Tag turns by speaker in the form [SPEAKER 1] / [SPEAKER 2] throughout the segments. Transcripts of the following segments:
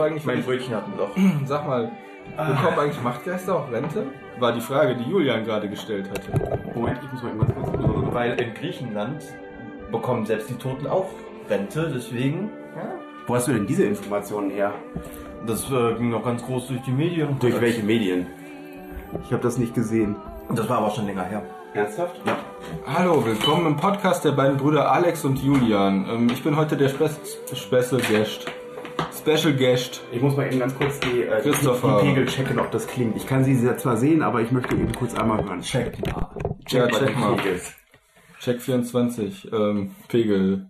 [SPEAKER 1] eigentlich.
[SPEAKER 2] Mein Brötchen hat ein Loch.
[SPEAKER 1] Sag mal, bekommen eigentlich Machtgeister auch Rente? War die Frage, die Julian gerade gestellt hatte.
[SPEAKER 3] Moment, ich muss mal irgendwas kurz besorgen.
[SPEAKER 2] Weil in Griechenland bekommen selbst die Toten auch Rente, deswegen.
[SPEAKER 3] Wo hast du denn diese Informationen her?
[SPEAKER 2] Das äh, ging noch ganz groß durch die Medien.
[SPEAKER 3] Durch welche Medien? Ich habe das nicht gesehen.
[SPEAKER 2] Das war aber schon länger her.
[SPEAKER 3] Ernsthaft? Ja.
[SPEAKER 1] Hallo, willkommen im Podcast der beiden Brüder Alex und Julian. Ähm, ich bin heute der Spe Special Guest. Special Guest.
[SPEAKER 3] Ich muss mal eben ganz kurz die, äh, die,
[SPEAKER 1] Christopher.
[SPEAKER 3] die Pegel checken, ob das klingt. Ich kann sie sehr zwar sehen, aber ich möchte eben kurz einmal hören.
[SPEAKER 2] Check mal.
[SPEAKER 1] Ja,
[SPEAKER 3] ob
[SPEAKER 1] check
[SPEAKER 3] die
[SPEAKER 1] mal.
[SPEAKER 3] Pegel ist.
[SPEAKER 1] Check 24, ähm, Pegel.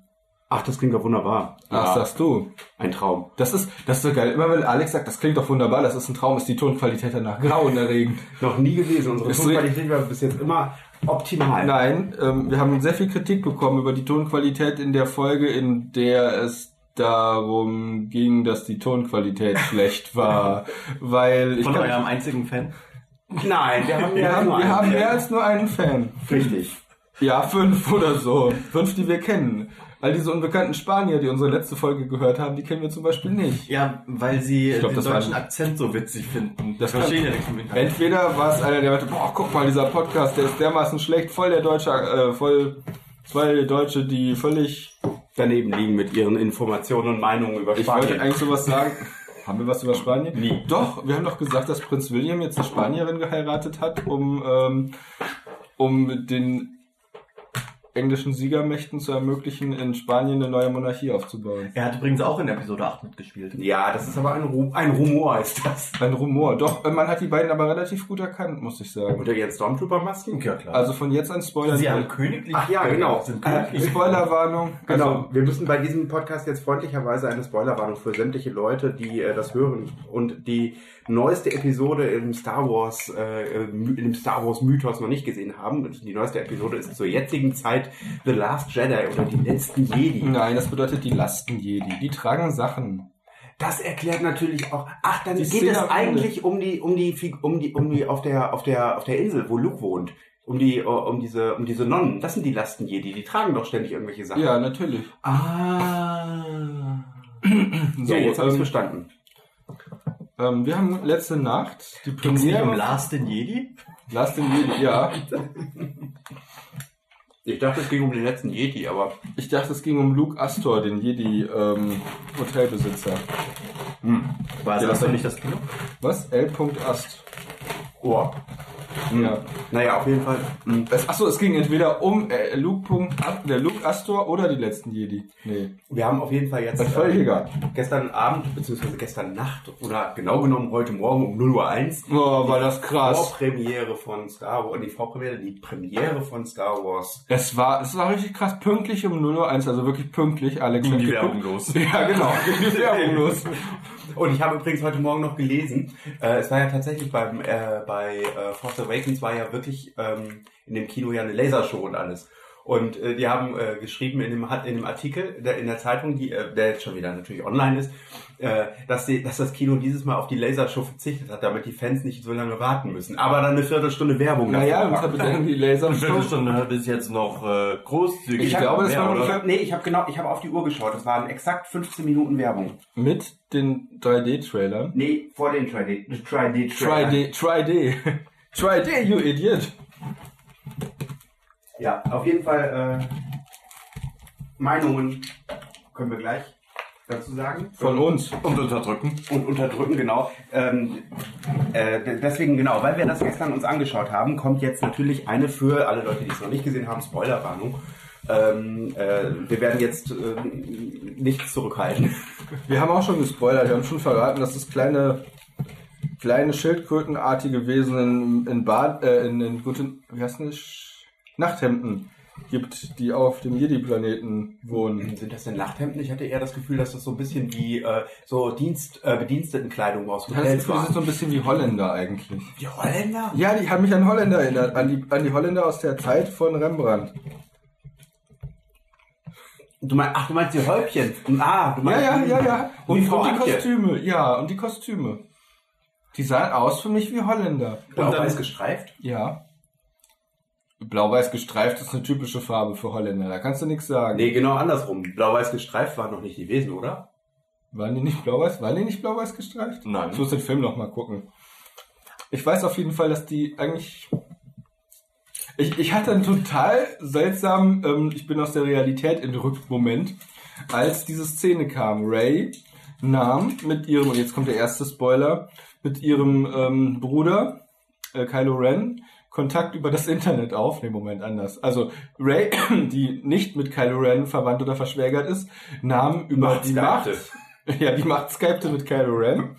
[SPEAKER 3] Ach, das klingt doch wunderbar.
[SPEAKER 1] Was
[SPEAKER 3] Ja,
[SPEAKER 1] sagst du?
[SPEAKER 3] Ein Traum.
[SPEAKER 1] Das ist, das ist so geil. Immer wenn Alex sagt, das klingt doch wunderbar, das ist ein Traum, ist die Tonqualität danach grauenerregend.
[SPEAKER 3] Noch nie gewesen. Unsere
[SPEAKER 1] Ist
[SPEAKER 3] Tonqualität war bis jetzt immer optimal.
[SPEAKER 1] Nein, ähm, wir haben sehr viel Kritik bekommen über die Tonqualität in der Folge, in der es darum ging, dass die Tonqualität schlecht war. Weil ich
[SPEAKER 2] Von
[SPEAKER 1] kann,
[SPEAKER 2] eurem einzigen Fan?
[SPEAKER 3] Nein, wir haben
[SPEAKER 1] wir,
[SPEAKER 3] ja
[SPEAKER 1] haben,
[SPEAKER 3] nur
[SPEAKER 1] wir
[SPEAKER 3] einen.
[SPEAKER 1] haben mehr als nur einen Fan.
[SPEAKER 3] Richtig.
[SPEAKER 1] Ja, fünf oder so. Fünf, die wir kennen. All diese unbekannten Spanier, die unsere letzte Folge gehört haben, die kennen wir zum Beispiel nicht.
[SPEAKER 2] Ja, weil sie
[SPEAKER 1] glaub,
[SPEAKER 2] den
[SPEAKER 1] das war-
[SPEAKER 2] deutschen Akzent so witzig finden.
[SPEAKER 1] Das
[SPEAKER 2] verstehen
[SPEAKER 1] kann-
[SPEAKER 2] ja nichts mit dem Akzent.
[SPEAKER 1] Entweder war es einer, der meinte, boah, guck mal, dieser Podcast, der ist dermaßen schlecht, voll der Deutsche, äh, voll zwei Deutsche, die völlig
[SPEAKER 3] Daneben liegen mit ihren Informationen und Meinungen über
[SPEAKER 1] Ich
[SPEAKER 3] Spanien.
[SPEAKER 1] wollte eigentlich sowas sagen. Haben wir was über Spanien?
[SPEAKER 3] Nie.
[SPEAKER 1] Doch, wir haben doch gesagt, dass Prinz William jetzt eine Spanierin geheiratet hat, um, ähm, um den englischen Siegermächten zu ermöglichen, in Spanien eine neue Monarchie aufzubauen.
[SPEAKER 2] Er hat übrigens auch in Episode 8 mitgespielt.
[SPEAKER 3] ja, das ist aber ein, Ru ein Rumor, ist das.
[SPEAKER 1] Ein Rumor. Doch, äh, man hat die beiden aber relativ gut erkannt, muss ich sagen.
[SPEAKER 3] Unter ihren Stormtrooper-Masken?
[SPEAKER 2] Ja, klar.
[SPEAKER 1] Also von jetzt an Spoiler.
[SPEAKER 2] sie haben königlich.
[SPEAKER 3] Ach ja, genau.
[SPEAKER 2] Sind
[SPEAKER 3] Äh,
[SPEAKER 2] königlich.
[SPEAKER 1] Spoilerwarnung.
[SPEAKER 3] Genau,
[SPEAKER 1] Also,
[SPEAKER 3] wir müssen bei diesem Podcast jetzt freundlicherweise eine Spoilerwarnung für sämtliche Leute, die äh, das hören und die neueste Episode im Star Wars, äh, im- in dem Star Wars Mythos noch nicht gesehen haben. Und die neueste Episode ist zur jetzigen Zeit The Last Jedi oder die letzten Jedi.
[SPEAKER 1] nein, das bedeutet die Lasten Jedi. Die tragen Sachen.
[SPEAKER 3] Das erklärt natürlich auch. Ach, dann
[SPEAKER 1] Die
[SPEAKER 3] geht
[SPEAKER 1] Szene
[SPEAKER 3] es
[SPEAKER 1] am Ende.
[SPEAKER 3] eigentlich um die, um die, Fig- um die, um die auf der, auf der, auf der Insel, wo Luke wohnt. Um die, äh, um diese, um diese Nonnen. Das sind die Lasten Jedi. Die tragen doch ständig irgendwelche Sachen.
[SPEAKER 1] Ja, natürlich.
[SPEAKER 3] Ah. So,
[SPEAKER 1] So,
[SPEAKER 3] jetzt habe ich
[SPEAKER 1] ähm,
[SPEAKER 3] verstanden.
[SPEAKER 1] Ähm, wir haben letzte Nacht die
[SPEAKER 2] Ging's nicht um
[SPEAKER 1] Premiere.
[SPEAKER 2] Last in Jedi?
[SPEAKER 1] Last in Jedi, ja.
[SPEAKER 3] Ich dachte, es ging um den letzten Jedi, aber
[SPEAKER 1] Ich dachte, es ging um Luke Astor, den ähm, Jedi-Hotelbesitzer. Ja,
[SPEAKER 2] War
[SPEAKER 1] das
[SPEAKER 2] das doch
[SPEAKER 1] hat-
[SPEAKER 2] nicht das Kino?
[SPEAKER 1] Was? L. Ast.
[SPEAKER 3] oh.
[SPEAKER 2] Hm.
[SPEAKER 1] Ja.
[SPEAKER 3] Naja, auf jeden Fall. hm.
[SPEAKER 1] Es, achso, es ging entweder um äh, Luke, Punkt, Ast- der Luke Astor oder die letzten Jedi. Nee.
[SPEAKER 3] Wir haben auf jeden Fall jetzt
[SPEAKER 1] Das ist völlig
[SPEAKER 3] äh,
[SPEAKER 1] egal.
[SPEAKER 3] gestern Abend, beziehungsweise gestern Nacht oder genau genommen heute Morgen um 0.01 Uhr
[SPEAKER 1] Oh, war das krass.
[SPEAKER 3] Vorpremiere von Star Wars, die Vorpremiere, die Premiere von Star Wars.
[SPEAKER 1] Es war, es war richtig krass, pünktlich um 0.01 also wirklich pünktlich, Alex. hat geguckt.
[SPEAKER 2] los.
[SPEAKER 1] Ja, genau, ging die Werbung los.
[SPEAKER 3] Und ich habe übrigens heute Morgen noch gelesen, äh, es war ja tatsächlich beim, äh, bei äh, Force Awakens war ja wirklich ähm, in dem Kino ja eine Lasershow und alles. Und äh, die haben äh, geschrieben in dem, hat- in dem Artikel der, in der Zeitung, die, äh, der jetzt schon wieder natürlich online ist, äh, dass, die, dass das Kino dieses Mal auf die Lasershow verzichtet hat, damit die Fans nicht so lange warten müssen. Aber dann eine Viertelstunde Werbung. dafür
[SPEAKER 1] Naja, uns
[SPEAKER 3] machen.
[SPEAKER 1] hat bedenken die Laser.
[SPEAKER 2] Viertelstunde bis jetzt noch äh, großzügig.
[SPEAKER 1] Ich glaube, das
[SPEAKER 2] Mehr,
[SPEAKER 1] war-
[SPEAKER 2] oder?
[SPEAKER 3] Ich hab, nee, ich habe genau, ich habe auf die Uhr geschaut. Es waren exakt 15 Minuten Werbung.
[SPEAKER 1] Mit den 3D-Trailern.
[SPEAKER 3] Nee, vor den 3D, 3D Trailer.
[SPEAKER 1] 3D, 3D. 3D, you idiot.
[SPEAKER 3] Ja, auf jeden Fall äh, Meinungen können wir gleich dazu sagen.
[SPEAKER 1] Von uns.
[SPEAKER 2] Und unterdrücken.
[SPEAKER 3] Und unterdrücken, genau. Ähm, äh, de- deswegen, genau, weil wir das gestern uns angeschaut haben, kommt jetzt natürlich eine für alle Leute, die es noch nicht gesehen haben, Spoilerwarnung. Ähm, äh, wir werden jetzt ähm, nichts zurückhalten.
[SPEAKER 1] Wir haben auch schon gespoilert, wir haben schon verraten, dass es kleine, kleine schildkrötenartige Wesen in, in, Bad, äh, in, in guten, wie heißt denn das? Sch- Nachthemden gibt, die auf dem Jedi-Planeten wohnen.
[SPEAKER 3] Sind das denn Nachthemden? Ich hatte eher das Gefühl, dass das so ein bisschen wie äh, so Dienst, äh, Bedienstetenkleidung aus
[SPEAKER 1] Ich hatte das
[SPEAKER 3] Hotels
[SPEAKER 1] Gefühl, die sind so
[SPEAKER 3] war.
[SPEAKER 1] ein bisschen wie Holländer eigentlich.
[SPEAKER 3] Die Holländer?
[SPEAKER 1] Ja, die haben mich an Holländer erinnert, an die, an die Holländer aus der Zeit von Rembrandt.
[SPEAKER 3] Du mein, ach, du meinst die Häubchen? Ah, du
[SPEAKER 1] Ja,
[SPEAKER 3] meinst
[SPEAKER 1] ja, ja, ja.
[SPEAKER 3] Und,
[SPEAKER 1] Und, und
[SPEAKER 3] Kostüme.
[SPEAKER 1] die Kostüme, ja, und die Kostüme. Die sahen aus für mich wie Holländer.
[SPEAKER 3] Und dann ist gestreift?
[SPEAKER 1] Ja. Blau-weiß gestreift ist eine typische Farbe für Holländer, da kannst du nichts sagen.
[SPEAKER 3] Nee, genau andersrum. Blau-weiß gestreift waren noch nicht die Wesen, oder?
[SPEAKER 1] Waren die nicht blau-weiß? Waren die nicht blau-weiß gestreift?
[SPEAKER 2] Nein.
[SPEAKER 1] Ich muss den Film nochmal gucken. Ich weiß auf jeden Fall, dass die eigentlich. Ich, ich hatte einen total seltsamen, ähm, ich bin aus der Realität entrückt Moment, als diese Szene kam. Ray nahm mit ihrem, und jetzt kommt der erste Spoiler, mit ihrem ähm, Bruder äh, Kylo Ren Kontakt über das Internet auf. Nee, Moment, anders. Also Ray, die nicht mit Kylo Ren verwandt oder verschwägert ist, nahm über die Macht ja, die Macht skypte mit Kylo Ren.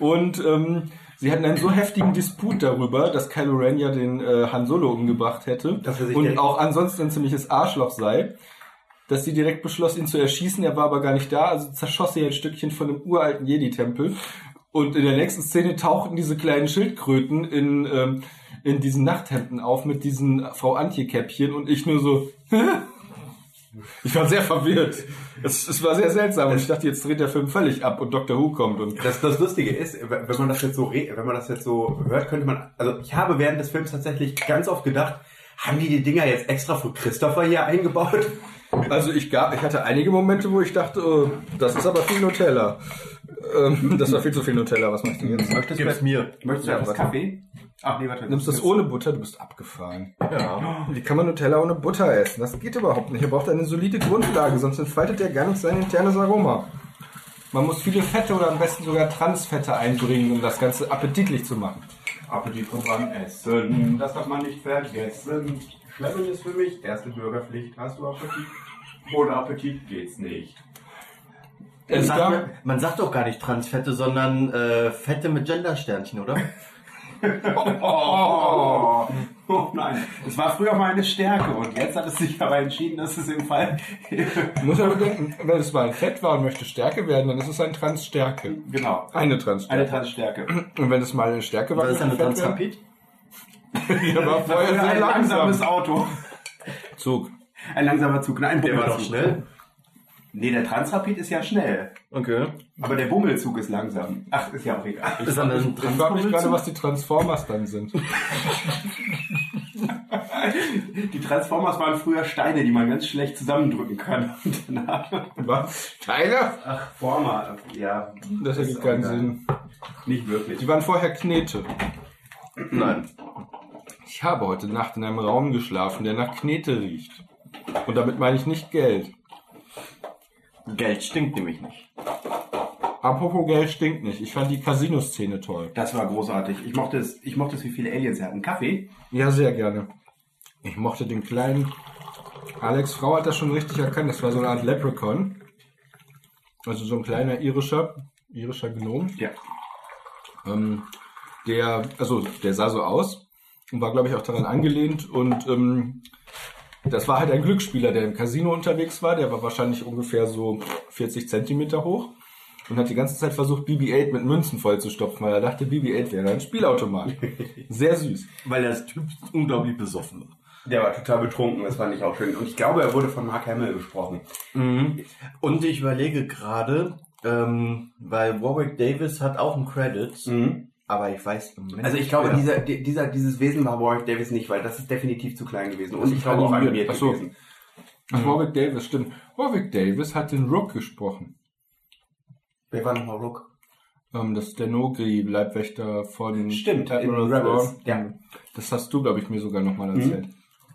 [SPEAKER 1] Und ähm, sie hatten einen so heftigen Disput darüber, dass Kylo Ren ja den äh, Han Solo umgebracht hätte
[SPEAKER 3] Dass er sich
[SPEAKER 1] und
[SPEAKER 3] direkt-
[SPEAKER 1] auch ansonsten ein ziemliches Arschloch sei, dass sie direkt beschloss, ihn zu erschießen. Er war aber gar nicht da, also zerschoss sie ein Stückchen von dem uralten Jedi-Tempel. Und in der nächsten Szene tauchten diese kleinen Schildkröten in, ähm, in diesen Nachthemden auf mit diesen Frau Antje-Käppchen und ich nur so. Ich war sehr verwirrt. Es, es war sehr seltsam. Und ich dachte, jetzt dreht der Film völlig ab und Doctor Who kommt. Und
[SPEAKER 3] Das, das Lustige ist, wenn man das jetzt so re- wenn man das jetzt so hört, könnte man. Also ich habe während des Films tatsächlich ganz oft gedacht, haben die die Dinger jetzt extra für Christopher hier eingebaut?
[SPEAKER 1] also ich, gab, ich hatte einige Momente, wo ich dachte, oh, das ist aber viel Nutella. Ähm, das war viel zu viel Nutella. Was machst du jetzt?
[SPEAKER 2] Möchtest du es mir?
[SPEAKER 3] Möchtest du
[SPEAKER 1] Ja,
[SPEAKER 3] etwas
[SPEAKER 1] warte.
[SPEAKER 3] Kaffee? Ach nee, warte.
[SPEAKER 1] Nimmst du das ohne Butter? Du bist abgefahren.
[SPEAKER 2] Ja.
[SPEAKER 1] Wie kann man Nutella ohne Butter essen? Das geht überhaupt nicht. Er braucht eine solide Grundlage, sonst entfaltet er gar nicht sein internes Aroma. Man muss viele Fette oder am besten sogar Transfette einbringen, um das Ganze appetitlich zu machen.
[SPEAKER 3] Appetit beim Essen. Das darf man nicht vergessen. Schlemmen ist für mich erste Bürgerpflicht. Hast du Appetit? Ohne Appetit geht's nicht.
[SPEAKER 2] Man
[SPEAKER 1] Es gab,
[SPEAKER 2] sagt, man sagt doch gar nicht Transfette, sondern äh, Fette mit Gendersternchen, oder?
[SPEAKER 3] Oh, oh nein. Es war früher meine Stärke und jetzt hat es sich aber entschieden, dass es im Fall.
[SPEAKER 1] muss aber bedenken, wenn es mal ein Fett war und möchte Stärke werden, dann ist es ein Transstärke.
[SPEAKER 3] genau.
[SPEAKER 1] Eine
[SPEAKER 3] Eine
[SPEAKER 1] Transstärke.
[SPEAKER 3] Transstärke.
[SPEAKER 1] Und wenn es mal eine Stärke war,
[SPEAKER 2] War das
[SPEAKER 1] dann
[SPEAKER 2] eine
[SPEAKER 1] Fett wäre-
[SPEAKER 2] Transrapid?
[SPEAKER 1] Ja, war
[SPEAKER 3] Oder
[SPEAKER 1] vorher sehr
[SPEAKER 3] ein langsames
[SPEAKER 1] langsam.
[SPEAKER 3] Auto.
[SPEAKER 1] Zug.
[SPEAKER 3] Ein langsamer Zug. Nein, ein
[SPEAKER 2] Der war doch
[SPEAKER 3] Bummelzug.
[SPEAKER 2] schnell.
[SPEAKER 3] Nee, der Transrapid ist ja schnell.
[SPEAKER 2] Okay.
[SPEAKER 3] Aber der Bummelzug ist langsam. Ach, ist ja auch egal.
[SPEAKER 2] Ist dann ein
[SPEAKER 1] Ich frage mich gerade,
[SPEAKER 2] Transformel-
[SPEAKER 1] was die Transformers dann sind.
[SPEAKER 3] Die Transformers waren früher Steine, die man ganz schlecht zusammendrücken kann. Und danach
[SPEAKER 1] Was? Steine?
[SPEAKER 3] Ach, Former, ja.
[SPEAKER 1] Das ergibt keinen Sinn.
[SPEAKER 3] Nicht wirklich.
[SPEAKER 1] Die waren vorher Knete.
[SPEAKER 2] Nein.
[SPEAKER 1] Ich habe heute Nacht in einem Raum geschlafen, der nach Knete riecht. Und damit meine ich nicht Geld.
[SPEAKER 2] Geld stinkt nämlich nicht.
[SPEAKER 1] Apropos Geld stinkt nicht. Ich fand die Casino-Szene toll.
[SPEAKER 3] Das war großartig. Ich mochte es, ich mochte es wie viele Aliens er hatten. Kaffee?
[SPEAKER 1] Ja, sehr gerne. Ich mochte den kleinen. Alex Frau hat das schon richtig erkannt. Das war so eine Art Leprechaun. Also so ein kleiner irischer, irischer Gnom.
[SPEAKER 3] Ja.
[SPEAKER 1] Ähm, der, also der sah so aus und war, glaube ich, auch daran angelehnt. Und ähm, das war halt ein Glücksspieler, der im Casino unterwegs war. Der war wahrscheinlich ungefähr so 40 Zentimeter hoch und hat die ganze Zeit versucht, BB-8 mit Münzen vollzustopfen, weil er dachte, BB-8 wäre ein Spielautomat. Sehr süß.
[SPEAKER 2] Weil der Typ unglaublich besoffen war.
[SPEAKER 3] Der war total betrunken, das fand ich auch schön. Und ich glaube, er wurde von Mark Hamill gesprochen.
[SPEAKER 2] Und ich überlege gerade, ähm, weil Warwick Davis hat auch einen Credit, aber Mhm. ich weiß im Moment
[SPEAKER 3] Also ich glaube,
[SPEAKER 2] nicht
[SPEAKER 3] dieser,
[SPEAKER 2] mehr.
[SPEAKER 3] di- dieser, dieses Wesen war Warwick Davis nicht, weil das ist definitiv zu klein gewesen. Und ich glaube auch
[SPEAKER 1] animiert.
[SPEAKER 3] animiert
[SPEAKER 1] Ach so.
[SPEAKER 3] gewesen.
[SPEAKER 1] Mhm. Warwick Davis, stimmt. Warwick Davis hat den Rook gesprochen.
[SPEAKER 3] Wer war nochmal Rook?
[SPEAKER 1] Ähm, das ist der Nogri, Leibwächter von
[SPEAKER 3] Stimmt, in
[SPEAKER 1] Admiral
[SPEAKER 3] Rebels, Mhm.
[SPEAKER 1] Thrawn.
[SPEAKER 3] ja.
[SPEAKER 1] Das hast du, glaube ich, mir sogar nochmal erzählt.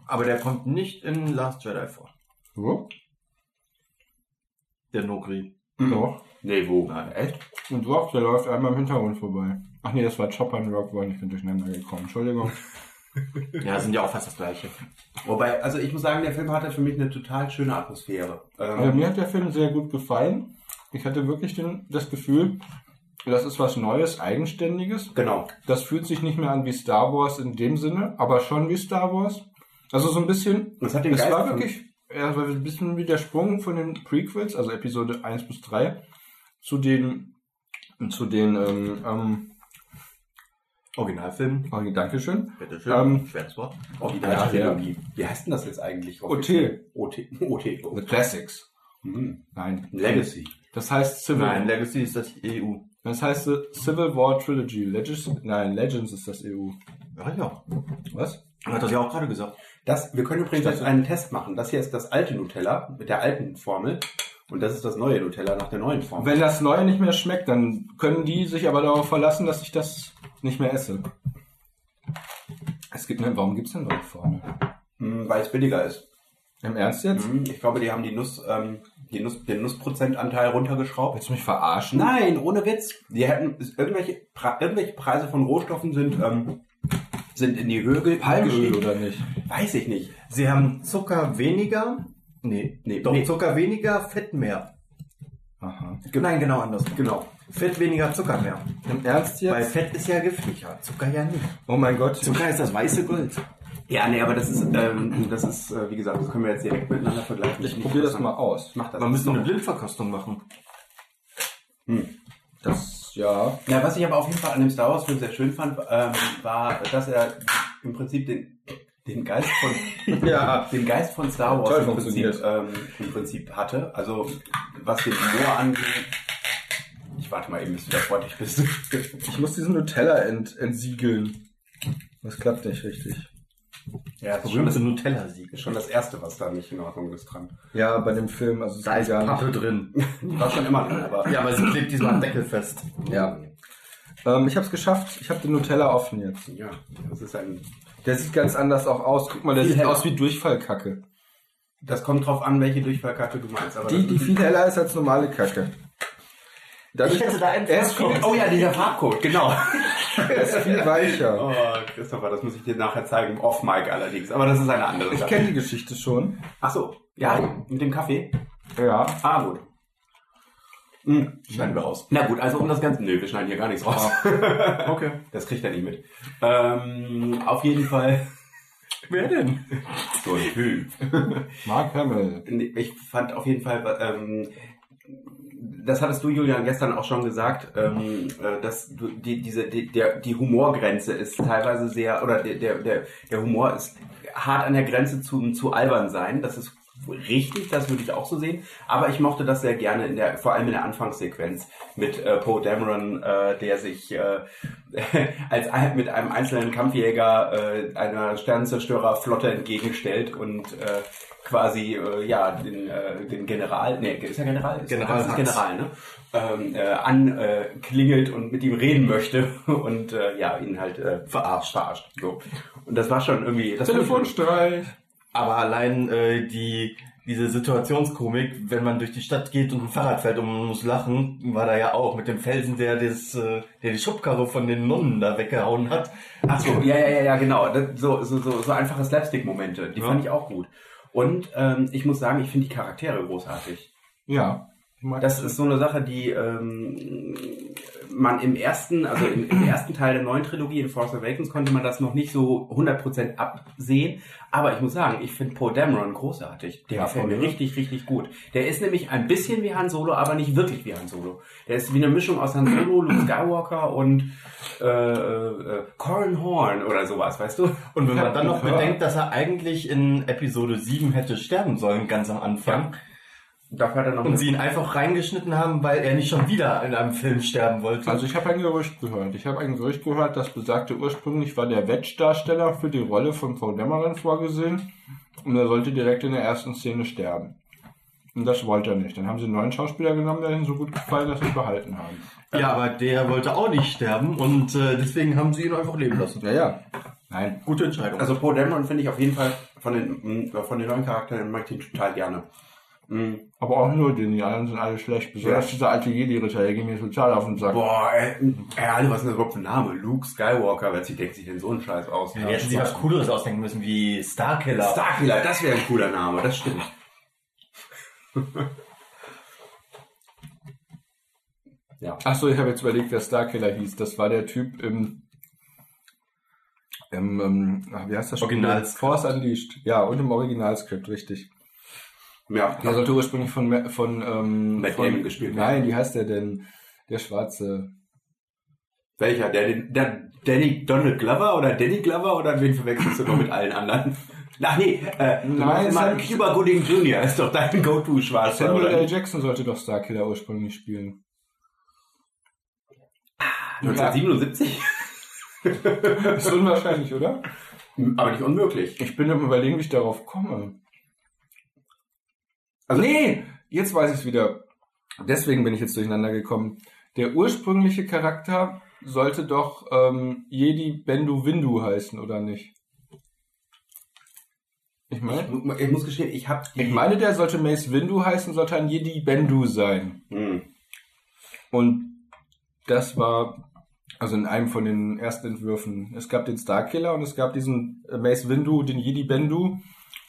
[SPEAKER 2] aber der kommt nicht in Last Jedi vor.
[SPEAKER 1] Rook?
[SPEAKER 2] Der Nogri.
[SPEAKER 3] Mhm.
[SPEAKER 1] Doch.
[SPEAKER 3] Nee, wo?
[SPEAKER 2] Nein, echt?
[SPEAKER 1] Und Rock, der läuft einmal im Hintergrund vorbei. Ach nee, das war Chopper und Rock One. Ich bin durcheinander gekommen. Entschuldigung.
[SPEAKER 2] Ja, sind ja auch fast das gleiche.
[SPEAKER 3] Wobei, also ich muss sagen, der Film hatte für mich eine total schöne Atmosphäre.
[SPEAKER 1] Also
[SPEAKER 3] Ähm,
[SPEAKER 1] mir hat der Film sehr gut gefallen. Ich hatte wirklich den, das Gefühl, das ist was Neues, Eigenständiges.
[SPEAKER 3] Genau.
[SPEAKER 1] Das fühlt sich nicht mehr an wie Star Wars in dem Sinne, aber schon wie Star Wars. Also so ein bisschen.
[SPEAKER 3] Das hat den
[SPEAKER 1] Es
[SPEAKER 3] Geist
[SPEAKER 1] war
[SPEAKER 3] von-
[SPEAKER 1] wirklich ja, es war ein bisschen wie der Sprung von den Prequels, also Episode 1 bis 3, zu den zu den ähm, ähm,
[SPEAKER 2] Originalfilm.
[SPEAKER 1] oh, Dankeschön.
[SPEAKER 2] Bitteschön.
[SPEAKER 1] Ähm,
[SPEAKER 2] Schweres Wort.
[SPEAKER 3] Originaltrilogie. Wie heißt denn das jetzt eigentlich?
[SPEAKER 1] OT.
[SPEAKER 3] OT. OT.
[SPEAKER 1] The Classics.
[SPEAKER 3] Mhm.
[SPEAKER 1] Nein.
[SPEAKER 3] Legacy.
[SPEAKER 1] Das heißt Civil
[SPEAKER 2] Nein, Legacy ist das E EU.
[SPEAKER 1] Das heißt äh, Civil War Trilogy. Legends, nein, Legends ist das EU.
[SPEAKER 2] Ja, ja.
[SPEAKER 1] Was?
[SPEAKER 2] Hat das ja auch gerade gesagt.
[SPEAKER 3] Das, wir können übrigens jetzt einen Test machen. Das hier ist das alte Nutella mit der alten Formel. Und das ist das neue Nutella nach der neuen Form.
[SPEAKER 1] Wenn das Neue nicht mehr schmeckt, dann können die sich aber darauf verlassen, dass ich das nicht mehr esse. Es gibt eine, warum gibt es eine neue Formel?
[SPEAKER 3] Hm, Weil es billiger ist.
[SPEAKER 1] Im Ernst jetzt?
[SPEAKER 3] Hm, Ich glaube, die haben die Nuss, ähm, die Nuss, den Nussprozentanteil runtergeschraubt.
[SPEAKER 1] Willst du mich verarschen?
[SPEAKER 3] Nein, ohne Witz. Die hätten irgendwelche, Pre irgendwelche Preise von Rohstoffen sind, ähm, sind in die Höhe ge-
[SPEAKER 1] Palmöl
[SPEAKER 3] gestiegen.
[SPEAKER 1] oder nicht?
[SPEAKER 3] Weiß ich nicht.
[SPEAKER 2] Sie haben Zucker weniger,
[SPEAKER 3] Nee, nee,
[SPEAKER 2] doch
[SPEAKER 3] nee.
[SPEAKER 2] Zucker weniger, Fett mehr.
[SPEAKER 1] Aha.
[SPEAKER 2] Nein, genau andersrum.
[SPEAKER 3] Genau.
[SPEAKER 2] Fett weniger, Zucker mehr.
[SPEAKER 1] Im Ernst
[SPEAKER 2] Weil
[SPEAKER 1] jetzt?
[SPEAKER 2] Fett ist ja giftiger, Zucker ja nicht.
[SPEAKER 1] Oh mein Gott.
[SPEAKER 2] Zucker ist das weiße Gold.
[SPEAKER 3] Ja, nee, aber das ist, ähm, das ist, äh, wie gesagt, das können wir jetzt direkt miteinander vergleichen.
[SPEAKER 1] Ich probiere das mal aus.
[SPEAKER 3] Mach das.
[SPEAKER 2] Man müsste eine
[SPEAKER 3] Hm.
[SPEAKER 2] Blindverkostung machen.
[SPEAKER 1] Hm. Das, ja.
[SPEAKER 3] Ja, was ich aber auf jeden Fall an dem Star Wars Film sehr schön fand, ähm, war, dass er im Prinzip den, den Geist von
[SPEAKER 1] Ja.
[SPEAKER 3] den Geist von Star Wars
[SPEAKER 1] Toll
[SPEAKER 3] im, Prinzip,
[SPEAKER 1] funktioniert.
[SPEAKER 3] ähm, im Prinzip hatte. Also was den Humor angeht. Ich warte mal eben, bis du da freundlich bist.
[SPEAKER 1] Ich muss diesen Nutella ent entsiegeln. Das klappt nicht richtig.
[SPEAKER 3] ja, das ist schon
[SPEAKER 2] Berühmte
[SPEAKER 3] das,
[SPEAKER 2] Nutella-Siegel.
[SPEAKER 3] schon das Erste, was da nicht in Ordnung ist dran.
[SPEAKER 1] Ja, bei dem Film, also es
[SPEAKER 2] Da ist
[SPEAKER 1] gar nicht-
[SPEAKER 2] Pappe drin.
[SPEAKER 1] Mhm.
[SPEAKER 3] War schon immer dran, aber
[SPEAKER 2] Ja, aber sie klebt diesmal am Deckel fest.
[SPEAKER 1] Ja. Ähm, ich habe es geschafft. Ich habe den Nutella offen jetzt.
[SPEAKER 3] ja, das ist ein.
[SPEAKER 1] Der sieht ganz anders auch aus. Guck mal, der
[SPEAKER 3] Viel
[SPEAKER 1] sieht
[SPEAKER 3] heller.
[SPEAKER 1] aus wie Durchfallkacke.
[SPEAKER 3] Das kommt drauf an, welche Durchfallkarte du meinst. Aber
[SPEAKER 1] Die,
[SPEAKER 3] das-
[SPEAKER 1] die viel heller ist als normale Kacke. Dadurch,
[SPEAKER 2] Ich hätte da einen
[SPEAKER 1] er, ist viel,
[SPEAKER 3] Oh ja, dieser Farbcode, genau.
[SPEAKER 1] er ist viel weicher.
[SPEAKER 3] Oh, Christopher, das muss ich dir nachher zeigen. Off Mic allerdings. Aber das ist eine andere
[SPEAKER 1] Ich
[SPEAKER 3] Sache.
[SPEAKER 1] kenne die Geschichte schon.
[SPEAKER 3] Ach so, ja, mit dem Kaffee.
[SPEAKER 1] Ja.
[SPEAKER 3] Ah, gut. Hm, schneiden wir raus. Na gut, also um das Ganze. Nö, wir schneiden hier gar nichts raus.
[SPEAKER 2] Okay.
[SPEAKER 3] Das kriegt er nicht mit. Ähm, auf jeden Fall.
[SPEAKER 2] Wer denn?
[SPEAKER 3] So ein Typ.
[SPEAKER 1] Mark Hamill.
[SPEAKER 3] Nee, Ich fand auf jeden Fall, ähm, das hattest du, Julian, gestern auch schon gesagt, ähm, äh, dass du, die, diese, die, der, die Humorgrenze ist teilweise sehr, oder der, der, der, der Humor ist hart an der Grenze zum zu albern sein. Das ist richtig, das würde ich auch so sehen. Aber ich mochte das sehr gerne, in der, vor allem in der Anfangssequenz mit äh, Poe Dameron, äh, der sich äh, als ein, mit einem einzelnen Kampfjäger äh, einer Sternenzerstörerflotte entgegenstellt und äh, quasi äh, ja den, äh, den General, nee, ist ja General, ist
[SPEAKER 2] General
[SPEAKER 3] das ist
[SPEAKER 2] Hux.
[SPEAKER 3] General, ne? Ähm, äh, anklingelt äh, klingelt und mit ihm reden möchte und äh, ja ihn halt äh, verarscht, verarscht. So. Und das war schon irgendwie das fand ich schon-
[SPEAKER 1] Telefonstreich.
[SPEAKER 2] Aber allein äh, die, diese Situationskomik, wenn man durch die Stadt geht und ein Fahrrad fährt und man muss lachen, war da ja auch mit dem Felsen, der, das, äh, der die Schubkarre von den Nonnen da weggehauen hat.
[SPEAKER 3] Ach so, ja, ja, ja, ja, genau. Das, so, so, so, so einfache Slapstick-Momente, die
[SPEAKER 2] Ja.
[SPEAKER 3] fand ich auch gut. Und ähm, ich muss sagen, ich finde die Charaktere großartig.
[SPEAKER 1] Ja.
[SPEAKER 3] Das ist so eine Sache, die ähm, man im ersten, also im, im ersten Teil der neuen Trilogie in Force Awakens konnte man das noch nicht so 100% absehen. Aber ich muss sagen, ich finde Poe Dameron großartig. Der
[SPEAKER 1] Ja,
[SPEAKER 3] gefällt
[SPEAKER 1] voll,
[SPEAKER 3] mir
[SPEAKER 1] ne?
[SPEAKER 3] richtig, richtig gut. Der ist nämlich ein bisschen wie Han Solo, aber nicht wirklich wie Han Solo. Der ist wie eine Mischung aus Han Solo, Luke Skywalker und äh, äh, Corin Horn oder sowas, weißt du?
[SPEAKER 2] Und wenn man dann noch
[SPEAKER 1] Ja.
[SPEAKER 2] bedenkt, dass er eigentlich in Episode 7 hätte sterben sollen, ganz am Anfang,
[SPEAKER 3] Dafür hat er noch
[SPEAKER 2] und
[SPEAKER 3] eine-
[SPEAKER 2] sie ihn einfach reingeschnitten haben, weil er nicht schon wieder in einem Film sterben wollte.
[SPEAKER 1] Also ich habe ein Gerücht gehört. Ich habe ein Gerücht gehört, das besagte ursprünglich war der Wedge-Darsteller für die Rolle von Paul Dameron vorgesehen und er sollte direkt in der ersten Szene sterben. Und das wollte er nicht. Dann haben sie einen neuen Schauspieler genommen, der ihnen so gut gefallen, dass sie ihn behalten haben.
[SPEAKER 2] ja, aber der wollte auch nicht sterben und äh, deswegen haben sie ihn einfach leben lassen.
[SPEAKER 1] Ja, ja. Nein.
[SPEAKER 2] Gute Entscheidung.
[SPEAKER 3] Also Poe Dameron finde ich auf jeden Fall von den, mh, von den neuen Charakteren mag ich den total gerne. Mh,
[SPEAKER 1] Aber auch nur den, die anderen sind alle schlecht. Besonders
[SPEAKER 3] Ja.
[SPEAKER 1] dieser alte Jedi-Ritter, der ging mir total auf den Sack.
[SPEAKER 3] Boah, ey, ey, alle, was ist denn das überhaupt für ein Name? Luke Skywalker, wer denkt sich denn so einen Scheiß aus?
[SPEAKER 2] Ja, hätten sie was Cooleres ausdenken müssen, wie Starkiller.
[SPEAKER 3] Starkiller, das wäre ein cooler Name, das stimmt. ja.
[SPEAKER 1] Achso, ich habe jetzt überlegt, wer Starkiller hieß. Das war der Typ im. im ähm, ach, wie heißt das
[SPEAKER 2] Originalskript.
[SPEAKER 1] Force Unleashed. Ja, und im Originalskript, richtig.
[SPEAKER 3] Ja,
[SPEAKER 1] Der sollte ursprünglich von. Ma- von ähm,
[SPEAKER 3] Matt
[SPEAKER 1] von,
[SPEAKER 3] Damon gespielt werden.
[SPEAKER 1] Nein, wie heißt der denn? Der schwarze.
[SPEAKER 3] welcher? Der, den- der Danny Donald Glover oder Danny Glover oder wen verwechselst du noch mit allen anderen? Ach nee, äh, du
[SPEAKER 1] Nein,
[SPEAKER 3] meinst mal
[SPEAKER 1] Sam-
[SPEAKER 3] Cuba Gooding Jr. ist doch dein Go-To-Schwarzer,
[SPEAKER 1] Samuel
[SPEAKER 3] oder?
[SPEAKER 1] L. Jackson sollte doch Starkiller ursprünglich spielen.
[SPEAKER 3] 1977?
[SPEAKER 1] Ist unwahrscheinlich, oder?
[SPEAKER 3] Aber nicht unmöglich.
[SPEAKER 1] Ich bin am überlegen, wie ich darauf komme.
[SPEAKER 3] Also nee,
[SPEAKER 1] Jetzt weiß ich es wieder. Deswegen bin ich jetzt durcheinander gekommen. Der ursprüngliche Charakter sollte doch ähm, Jedi Bendu Windu heißen, oder nicht? Ich meine,
[SPEAKER 3] Ich, ich muss gestehen, ich habe
[SPEAKER 1] ich meine, der sollte Mace Windu heißen, sollte ein Jedi Bendu sein.
[SPEAKER 3] Hm.
[SPEAKER 1] Und das war also in einem von den ersten Entwürfen. Es gab den Starkiller und es gab diesen äh, Mace Windu, den Jedi Bendu.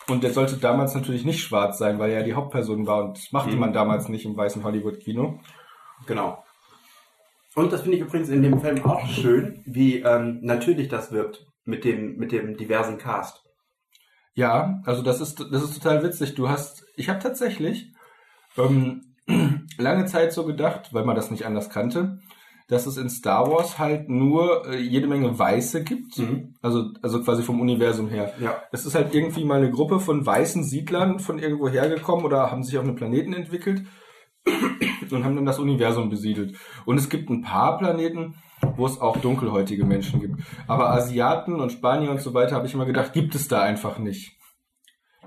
[SPEAKER 1] Und der sollte damals natürlich nicht schwarz sein, weil er die Hauptperson war. Und das machte
[SPEAKER 3] Mhm.
[SPEAKER 1] man damals nicht im weißen Hollywood-Kino.
[SPEAKER 3] Genau. Und das finde ich übrigens in dem Film auch schön, wie ähm, natürlich das wirkt mit dem, mit dem diversen Cast.
[SPEAKER 1] Ja, also das ist, das ist total witzig. Du hast, ich habe tatsächlich ähm, lange Zeit so gedacht, weil man das nicht anders kannte, dass es in Star Wars halt nur äh, jede Menge Weiße gibt. Also, also quasi vom Universum her.
[SPEAKER 3] Ja.
[SPEAKER 1] Es ist halt irgendwie mal eine Gruppe von weißen Siedlern von irgendwo hergekommen oder haben sich auf einem Planeten entwickelt und haben dann das Universum besiedelt. Und es gibt ein paar Planeten, wo es auch dunkelhäutige Menschen gibt. Aber Asiaten und Spanier und so weiter habe ich immer gedacht, gibt es da einfach nicht.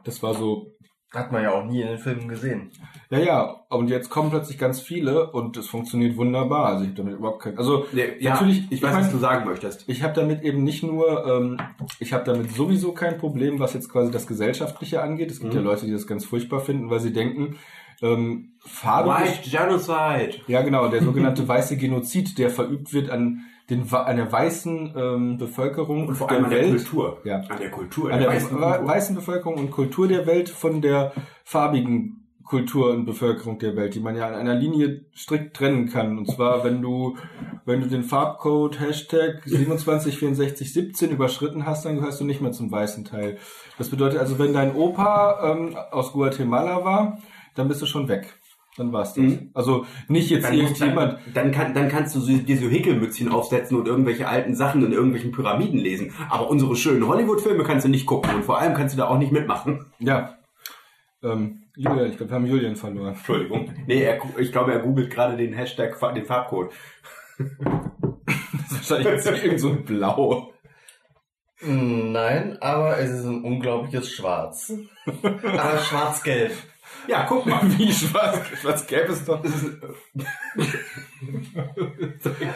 [SPEAKER 1] Das war so,
[SPEAKER 2] Hat man ja auch nie in den Filmen gesehen.
[SPEAKER 1] ja, ja, und jetzt kommen plötzlich ganz viele und es funktioniert wunderbar. Also ich habe damit überhaupt kein, also
[SPEAKER 3] ja,
[SPEAKER 1] Natürlich,
[SPEAKER 3] natürlich, ich
[SPEAKER 1] ich
[SPEAKER 3] weiß,
[SPEAKER 1] mein-
[SPEAKER 3] was du sagen möchtest.
[SPEAKER 1] ich habe damit eben nicht nur, ähm, ich habe damit sowieso kein Problem, was jetzt quasi das Gesellschaftliche angeht. Es gibt
[SPEAKER 3] Mhm.
[SPEAKER 1] ja Leute, die das ganz furchtbar finden, weil sie denken, ähm, Farbe.
[SPEAKER 3] White Genocide.
[SPEAKER 1] Ja, genau, der sogenannte weiße Genozid, der verübt wird an, den, Wa- an der weißen ähm, Bevölkerung
[SPEAKER 3] Und vor
[SPEAKER 1] der
[SPEAKER 3] allem an der
[SPEAKER 1] Welt.
[SPEAKER 3] Kultur.
[SPEAKER 1] Ja.
[SPEAKER 3] An der Kultur.
[SPEAKER 1] An der
[SPEAKER 3] weißen
[SPEAKER 1] wa-
[SPEAKER 3] Kultur.
[SPEAKER 1] weißen Bevölkerung und Kultur der Welt von der farbigen Kultur und Bevölkerung der Welt, die man ja an einer Linie strikt trennen kann. Und zwar, wenn du, wenn du den Farbcode Hashtag 276417 überschritten hast, dann gehörst du nicht mehr zum weißen Teil. Das bedeutet also, wenn dein Opa ähm, aus Guatemala war, dann bist du schon weg. Dann war's das.
[SPEAKER 3] Mhm.
[SPEAKER 1] Also nicht jetzt
[SPEAKER 3] Dann, muss-
[SPEAKER 1] irgendjemand,
[SPEAKER 3] dann, dann, kann, dann kannst du so- dir so Häkelmützchen aufsetzen und irgendwelche alten Sachen in irgendwelchen Pyramiden lesen. Aber unsere schönen Hollywood-Filme kannst du nicht gucken und vor allem kannst du da auch nicht mitmachen.
[SPEAKER 1] ja. Ähm, Julian, ich glaube, wir haben Julian verloren.
[SPEAKER 3] Entschuldigung. Nee, er, gu- ich glaube, er googelt gerade den Hashtag, Fa- den Farbcode.
[SPEAKER 1] Das ist wahrscheinlich jetzt irgend so ein Blau.
[SPEAKER 2] Nein, aber es ist ein unglaubliches Schwarz. aber schwarz-gelb.
[SPEAKER 3] Ja, guck mal.
[SPEAKER 1] Wie schwarz, schwarz gäbe es doch.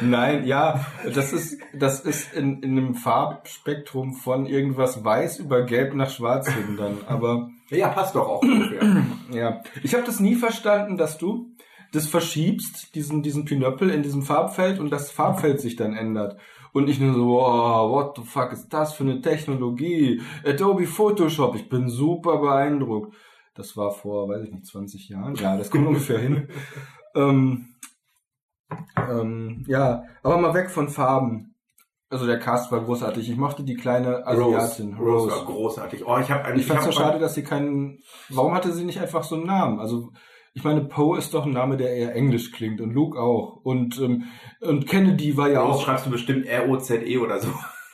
[SPEAKER 1] Nein, ja, das ist, das ist in, in einem Farbspektrum von irgendwas weiß über gelb nach schwarz hin dann. Aber
[SPEAKER 3] Ja, passt doch auch ungefähr.
[SPEAKER 1] ja, ich habe das nie verstanden, dass du das verschiebst, diesen, diesen Pinöppel in diesem Farbfeld und das Farbfeld sich dann ändert. Und ich nur so, wow, what the fuck ist das für eine Technologie? Adobe Photoshop, ich bin super beeindruckt. Das war vor, weiß ich nicht, 20 Jahren. Ja, das kommt ungefähr hin. Ähm, ähm, ja, aber mal weg von Farben. Also der Cast war großartig. Ich mochte die kleine Asiatin.
[SPEAKER 3] Also, Rose war großartig. Oh, ich habe
[SPEAKER 1] Ich fand's so schade, dass sie keinen. Warum hatte sie nicht einfach so einen Namen? Also, ich meine, Poe ist doch ein Name, der eher englisch klingt und Luke auch. Und, ähm, und Kennedy war ja
[SPEAKER 3] Rose
[SPEAKER 1] auch.
[SPEAKER 3] schreibst du bestimmt R-O-Z-E E oder so.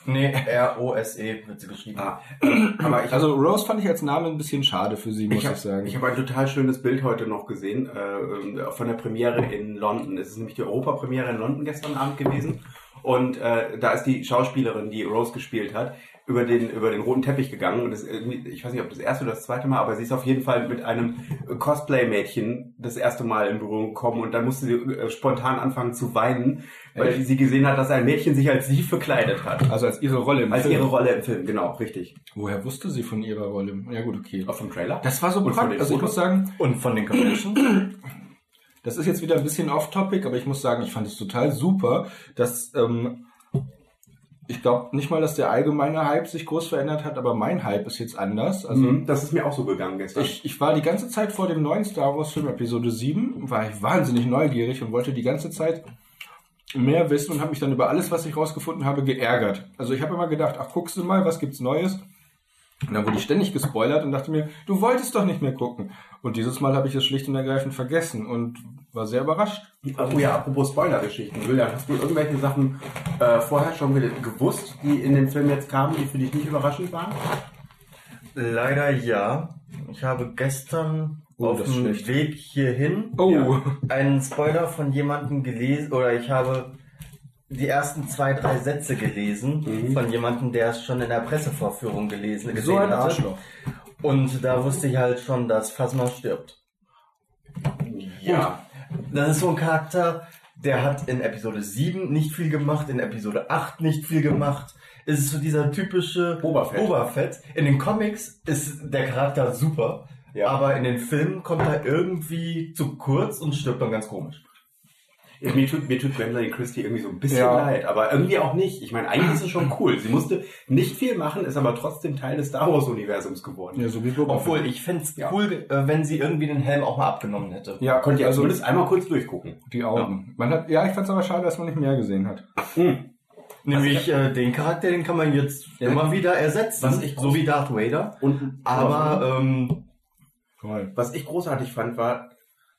[SPEAKER 2] Nee, R-O-S-E E wird sie geschrieben.
[SPEAKER 3] Ah, äh, aber ich,
[SPEAKER 1] Also, Rose fand ich als Name ein bisschen schade für sie, muss ich,
[SPEAKER 3] ich habe
[SPEAKER 1] sagen.
[SPEAKER 3] ich hab ein total schönes Bild heute noch gesehen äh, von der Premiere in London. Es ist nämlich die Europapremiere in London gestern Abend gewesen. Und äh, da ist die Schauspielerin, die Rose gespielt hat, über den, über den roten Teppich gegangen. Und das, irgendwie- ich weiß nicht, ob das erste oder das zweite Mal, aber sie ist auf jeden Fall mit einem Cosplay-Mädchen das erste Mal in Berührung gekommen. Und dann musste sie äh, spontan anfangen zu weinen, weil sie gesehen hat, dass ein Mädchen sich als sie verkleidet hat.
[SPEAKER 1] also, als ihre Rolle im
[SPEAKER 3] Als
[SPEAKER 1] Film.
[SPEAKER 3] ihre Rolle im Film, genau, richtig.
[SPEAKER 1] Woher wusste sie von ihrer Rolle? Ja, gut, okay.
[SPEAKER 3] Auf dem Trailer?
[SPEAKER 1] Das war so
[SPEAKER 3] Und von
[SPEAKER 1] praktisch.
[SPEAKER 3] den
[SPEAKER 1] Also, ich muss
[SPEAKER 3] Fotos?
[SPEAKER 1] sagen,
[SPEAKER 2] Und von den Conventions?
[SPEAKER 1] das ist jetzt wieder ein bisschen off-topic, aber ich muss sagen, ich fand es total super, dass. Ähm, ich glaube nicht mal, dass der allgemeine Hype sich groß verändert hat, aber mein Hype ist jetzt anders. Also
[SPEAKER 3] Mhm, das ist mir auch so gegangen gestern.
[SPEAKER 1] Ich, ich war die ganze Zeit vor dem neuen Star Wars Film Episode 7, war ich wahnsinnig neugierig und wollte die ganze Zeit mehr wissen und habe mich dann über alles, was ich rausgefunden habe, geärgert. Also ich habe immer gedacht, ach guckst du mal, was gibt's Neues? Und dann wurde ich ständig gespoilert und dachte mir, du wolltest doch nicht mehr gucken. Und dieses Mal habe ich es schlicht und ergreifend vergessen und war sehr überrascht.
[SPEAKER 3] Oh ja, apropos Spoiler-Geschichten. Julian, hast du irgendwelche Sachen äh, vorher schon ge- gewusst, die in dem Film jetzt kamen, die für dich nicht überraschend waren?
[SPEAKER 2] Leider ja. Ich habe gestern
[SPEAKER 1] Oh,
[SPEAKER 2] auf
[SPEAKER 1] das ist
[SPEAKER 2] dem
[SPEAKER 1] schlecht.
[SPEAKER 2] Weg hierhin
[SPEAKER 1] Oh,
[SPEAKER 3] Ja.
[SPEAKER 2] einen Spoiler von jemandem gelesen oder ich habe die ersten zwei, drei Sätze gelesen
[SPEAKER 3] Mhm.
[SPEAKER 2] von jemandem, der es schon in der Pressevorführung gelesen
[SPEAKER 1] so ein
[SPEAKER 2] hatte.
[SPEAKER 1] Arschloch.
[SPEAKER 2] Und da wusste ich halt schon, dass Phasma stirbt. Ja. Das ist so ein Charakter, der hat in Episode 7 nicht viel gemacht, in Episode 8 nicht viel gemacht. Es ist so dieser typische
[SPEAKER 3] Oberfett.
[SPEAKER 2] Oberfett. In den Comics ist der Charakter super,
[SPEAKER 3] Ja.
[SPEAKER 2] aber in den Filmen kommt er irgendwie zu kurz und stirbt dann ganz komisch.
[SPEAKER 3] Mir tut, mir tut Gwendolyn Christie irgendwie so ein bisschen
[SPEAKER 1] Ja.
[SPEAKER 3] leid, aber irgendwie auch nicht. Ich meine, eigentlich ist es schon cool. Sie musste nicht viel machen, ist aber trotzdem Teil des Star Wars-Universums geworden.
[SPEAKER 1] Ja, so wie Boba
[SPEAKER 2] Obwohl,
[SPEAKER 1] Fett.
[SPEAKER 2] ich fände es
[SPEAKER 3] Ja.
[SPEAKER 2] cool, äh, wenn sie irgendwie den Helm auch mal abgenommen hätte.
[SPEAKER 1] Ja,
[SPEAKER 3] Konnte ja
[SPEAKER 1] also
[SPEAKER 3] zumindest einmal kurz durchgucken.
[SPEAKER 1] die Augen. Man hat, ja, ich fand's aber schade, dass man nicht mehr gesehen hat.
[SPEAKER 2] Nämlich äh, den Charakter, den kann man jetzt
[SPEAKER 3] Ja.
[SPEAKER 2] immer wieder ersetzen,
[SPEAKER 3] Was ich-
[SPEAKER 2] so wie Darth Vader.
[SPEAKER 3] Und, ne?
[SPEAKER 2] Aber ähm,
[SPEAKER 1] Toll.
[SPEAKER 3] was ich großartig fand, war,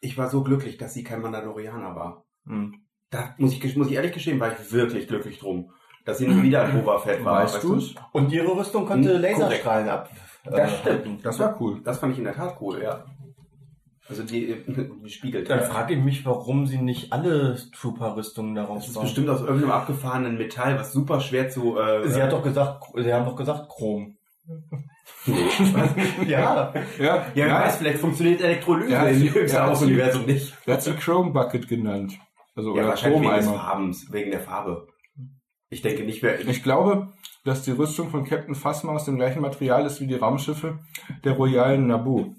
[SPEAKER 3] ich war so glücklich, dass sie kein Mandalorianer war.
[SPEAKER 2] mh.
[SPEAKER 3] Da muss ich, muss ich ehrlich gestehen, war ich wirklich glücklich drum, dass sie nicht wieder ein Oberfett war.
[SPEAKER 1] Weißt du's?
[SPEAKER 2] und ihre Rüstung konnte
[SPEAKER 3] Hm,
[SPEAKER 2] Laserstrahlen ab. äh,
[SPEAKER 3] Das stimmt.
[SPEAKER 1] Das war cool.
[SPEAKER 3] Das fand ich in der Tat cool, ja. Also die, die spiegelt.
[SPEAKER 2] Dann frage ich mich, warum sie nicht alle Trooper-Rüstungen
[SPEAKER 3] Das
[SPEAKER 2] daraus
[SPEAKER 3] ist
[SPEAKER 2] bauen.
[SPEAKER 3] bestimmt aus irgendeinem abgefahrenen Metall, was super schwer zu. Äh,
[SPEAKER 2] Sie hat doch gesagt, sie haben doch gesagt Chrom. ja.
[SPEAKER 1] Ja,
[SPEAKER 3] ja, wer
[SPEAKER 1] nein,
[SPEAKER 3] weiß, vielleicht funktioniert Elektrolyse
[SPEAKER 1] Ja,
[SPEAKER 3] im
[SPEAKER 1] sie-
[SPEAKER 3] Star
[SPEAKER 1] ja,
[SPEAKER 3] Wars
[SPEAKER 1] sie-
[SPEAKER 3] Universum nicht.
[SPEAKER 1] er hat sie Chrome Bucket genannt. Also,
[SPEAKER 3] Ja,
[SPEAKER 1] oder
[SPEAKER 3] wahrscheinlich wegen des
[SPEAKER 1] Chromeimer.
[SPEAKER 3] Farbens, wegen der Farbe. Ich denke nicht mehr.
[SPEAKER 1] Ich glaube, dass die Rüstung von Captain Phasma aus dem gleichen Material ist wie die Raumschiffe der royalen Naboo.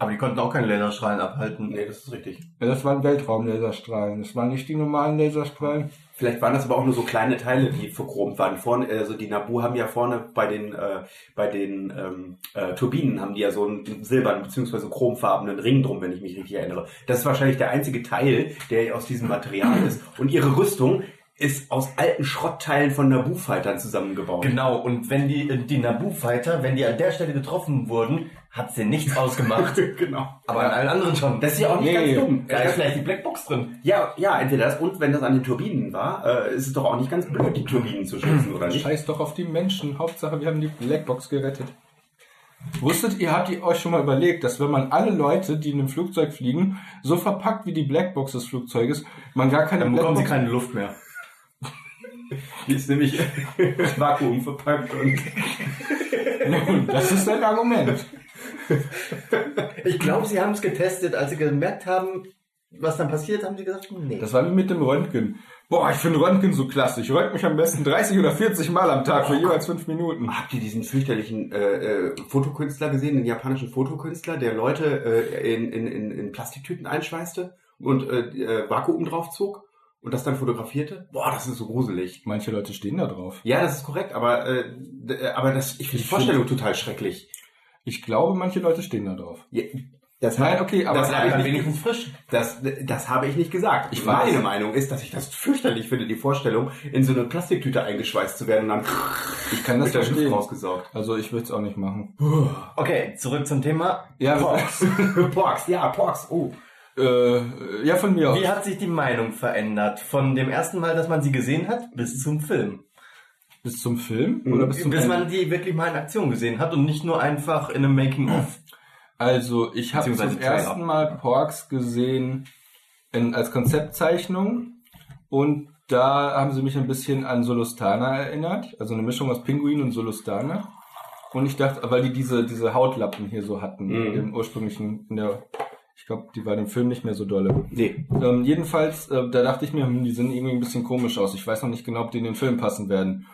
[SPEAKER 2] Aber die konnten auch keine Laserstrahlen abhalten.
[SPEAKER 3] Nee, das ist richtig.
[SPEAKER 1] Ja, das waren Weltraumlaserstrahlen. Das waren nicht die normalen Laserstrahlen.
[SPEAKER 3] Vielleicht waren das aber auch nur so kleine Teile, die verchromt waren. Vorne, also die Nabu haben ja vorne bei den äh, bei den ähm, äh, Turbinen haben die ja so einen silbernen bzw. chromfarbenen Ring drum, wenn ich mich richtig erinnere. Das ist wahrscheinlich der einzige Teil, der aus diesem Material ist. Und ihre Rüstung ist aus alten Schrottteilen von Nabu-Fightern zusammengebaut.
[SPEAKER 2] Genau, und wenn die, die Naboo-Fighter, wenn die an der Stelle getroffen wurden, hat sie nichts ausgemacht.
[SPEAKER 3] genau.
[SPEAKER 2] aber an allen anderen schon.
[SPEAKER 3] Das ist ja auch nicht
[SPEAKER 1] Nee.
[SPEAKER 3] ganz dumm.
[SPEAKER 2] da ist vielleicht die Blackbox drin.
[SPEAKER 3] Ja, ja, entweder das und wenn das an den Turbinen war, äh, ist es doch auch nicht ganz blöd, die Turbinen zu schützen, oder nicht?
[SPEAKER 1] Scheiß doch auf die Menschen. Hauptsache, wir haben die Blackbox gerettet. Wusstet ihr, habt ihr euch schon mal überlegt, dass wenn man alle Leute, die in einem Flugzeug fliegen, so verpackt wie die Blackbox des Flugzeuges, man gar keine
[SPEAKER 2] Dann bekommen sie
[SPEAKER 1] Blackbox...
[SPEAKER 2] keine Luft mehr.
[SPEAKER 3] Die ist nämlich Vakuum verpackt und
[SPEAKER 1] Nun, das ist ein Argument.
[SPEAKER 2] Ich glaube, sie haben es getestet. Als sie gemerkt haben, was dann passiert, haben sie gesagt, nee.
[SPEAKER 1] Das war wie mit dem Röntgen. Boah, ich finde Röntgen so klasse. Ich röntge mich am besten 30 oder 40 Mal am Tag für jeweils 5 Minuten.
[SPEAKER 3] Habt ihr diesen fürchterlichen äh, äh, Fotokünstler gesehen, den japanischen Fotokünstler, der Leute äh, in, in, in, in Plastiktüten einschweißte und äh, äh, Vakuum draufzog und das dann fotografierte? Boah, das ist so gruselig.
[SPEAKER 1] Manche Leute stehen da drauf.
[SPEAKER 3] Ja, das ist korrekt, aber, äh, d- äh, aber das, ich finde die
[SPEAKER 1] Ich
[SPEAKER 3] Vorstellung total schrecklich.
[SPEAKER 1] Ich glaube, manche Leute stehen da drauf.
[SPEAKER 3] Ja, das
[SPEAKER 1] Nein, okay, aber
[SPEAKER 3] das
[SPEAKER 2] war
[SPEAKER 3] habe
[SPEAKER 2] dann
[SPEAKER 3] ich nicht
[SPEAKER 2] wenigstens frisch.
[SPEAKER 3] Das, das habe ich nicht gesagt.
[SPEAKER 1] Ich weiß.
[SPEAKER 3] Meine Meinung ist, dass ich das fürchterlich finde, die Vorstellung, in so eine Plastiktüte eingeschweißt zu werden und dann
[SPEAKER 1] Ich kann das
[SPEAKER 3] mit der Luft
[SPEAKER 1] verstehen.
[SPEAKER 3] rausgesaugt.
[SPEAKER 1] Also ich würde es auch nicht machen.
[SPEAKER 2] Okay, zurück zum Thema.
[SPEAKER 1] Ja,
[SPEAKER 2] Porks.
[SPEAKER 3] Porks, ja, Porks, oh.
[SPEAKER 1] äh, ja von mir aus.
[SPEAKER 2] Wie hat sich die Meinung verändert? Von dem ersten Mal, dass man sie gesehen hat, bis zum Film.
[SPEAKER 1] Bis zum Film oder bis zum
[SPEAKER 2] Mhm. bis
[SPEAKER 1] Ende?
[SPEAKER 2] man die wirklich mal in Aktion gesehen hat und nicht nur einfach in einem Making-of.
[SPEAKER 1] Also ich habe
[SPEAKER 2] Beziehungsweise
[SPEAKER 1] zum
[SPEAKER 2] Trailer.
[SPEAKER 1] ersten Mal Porks gesehen in, als Konzeptzeichnung und da haben sie mich ein bisschen an Solustana erinnert, also eine Mischung aus Pinguin und Solustana. Und ich dachte, weil die diese, diese Hautlappen hier so hatten,
[SPEAKER 3] Mhm.
[SPEAKER 1] im ursprünglichen, in der, ich glaube, die war dem Film nicht mehr so dolle.
[SPEAKER 3] Nee.
[SPEAKER 1] Ähm, jedenfalls, äh, da dachte ich mir, hm, die sehen irgendwie ein bisschen komisch aus. Ich weiß noch nicht genau, ob die in den Film passen werden.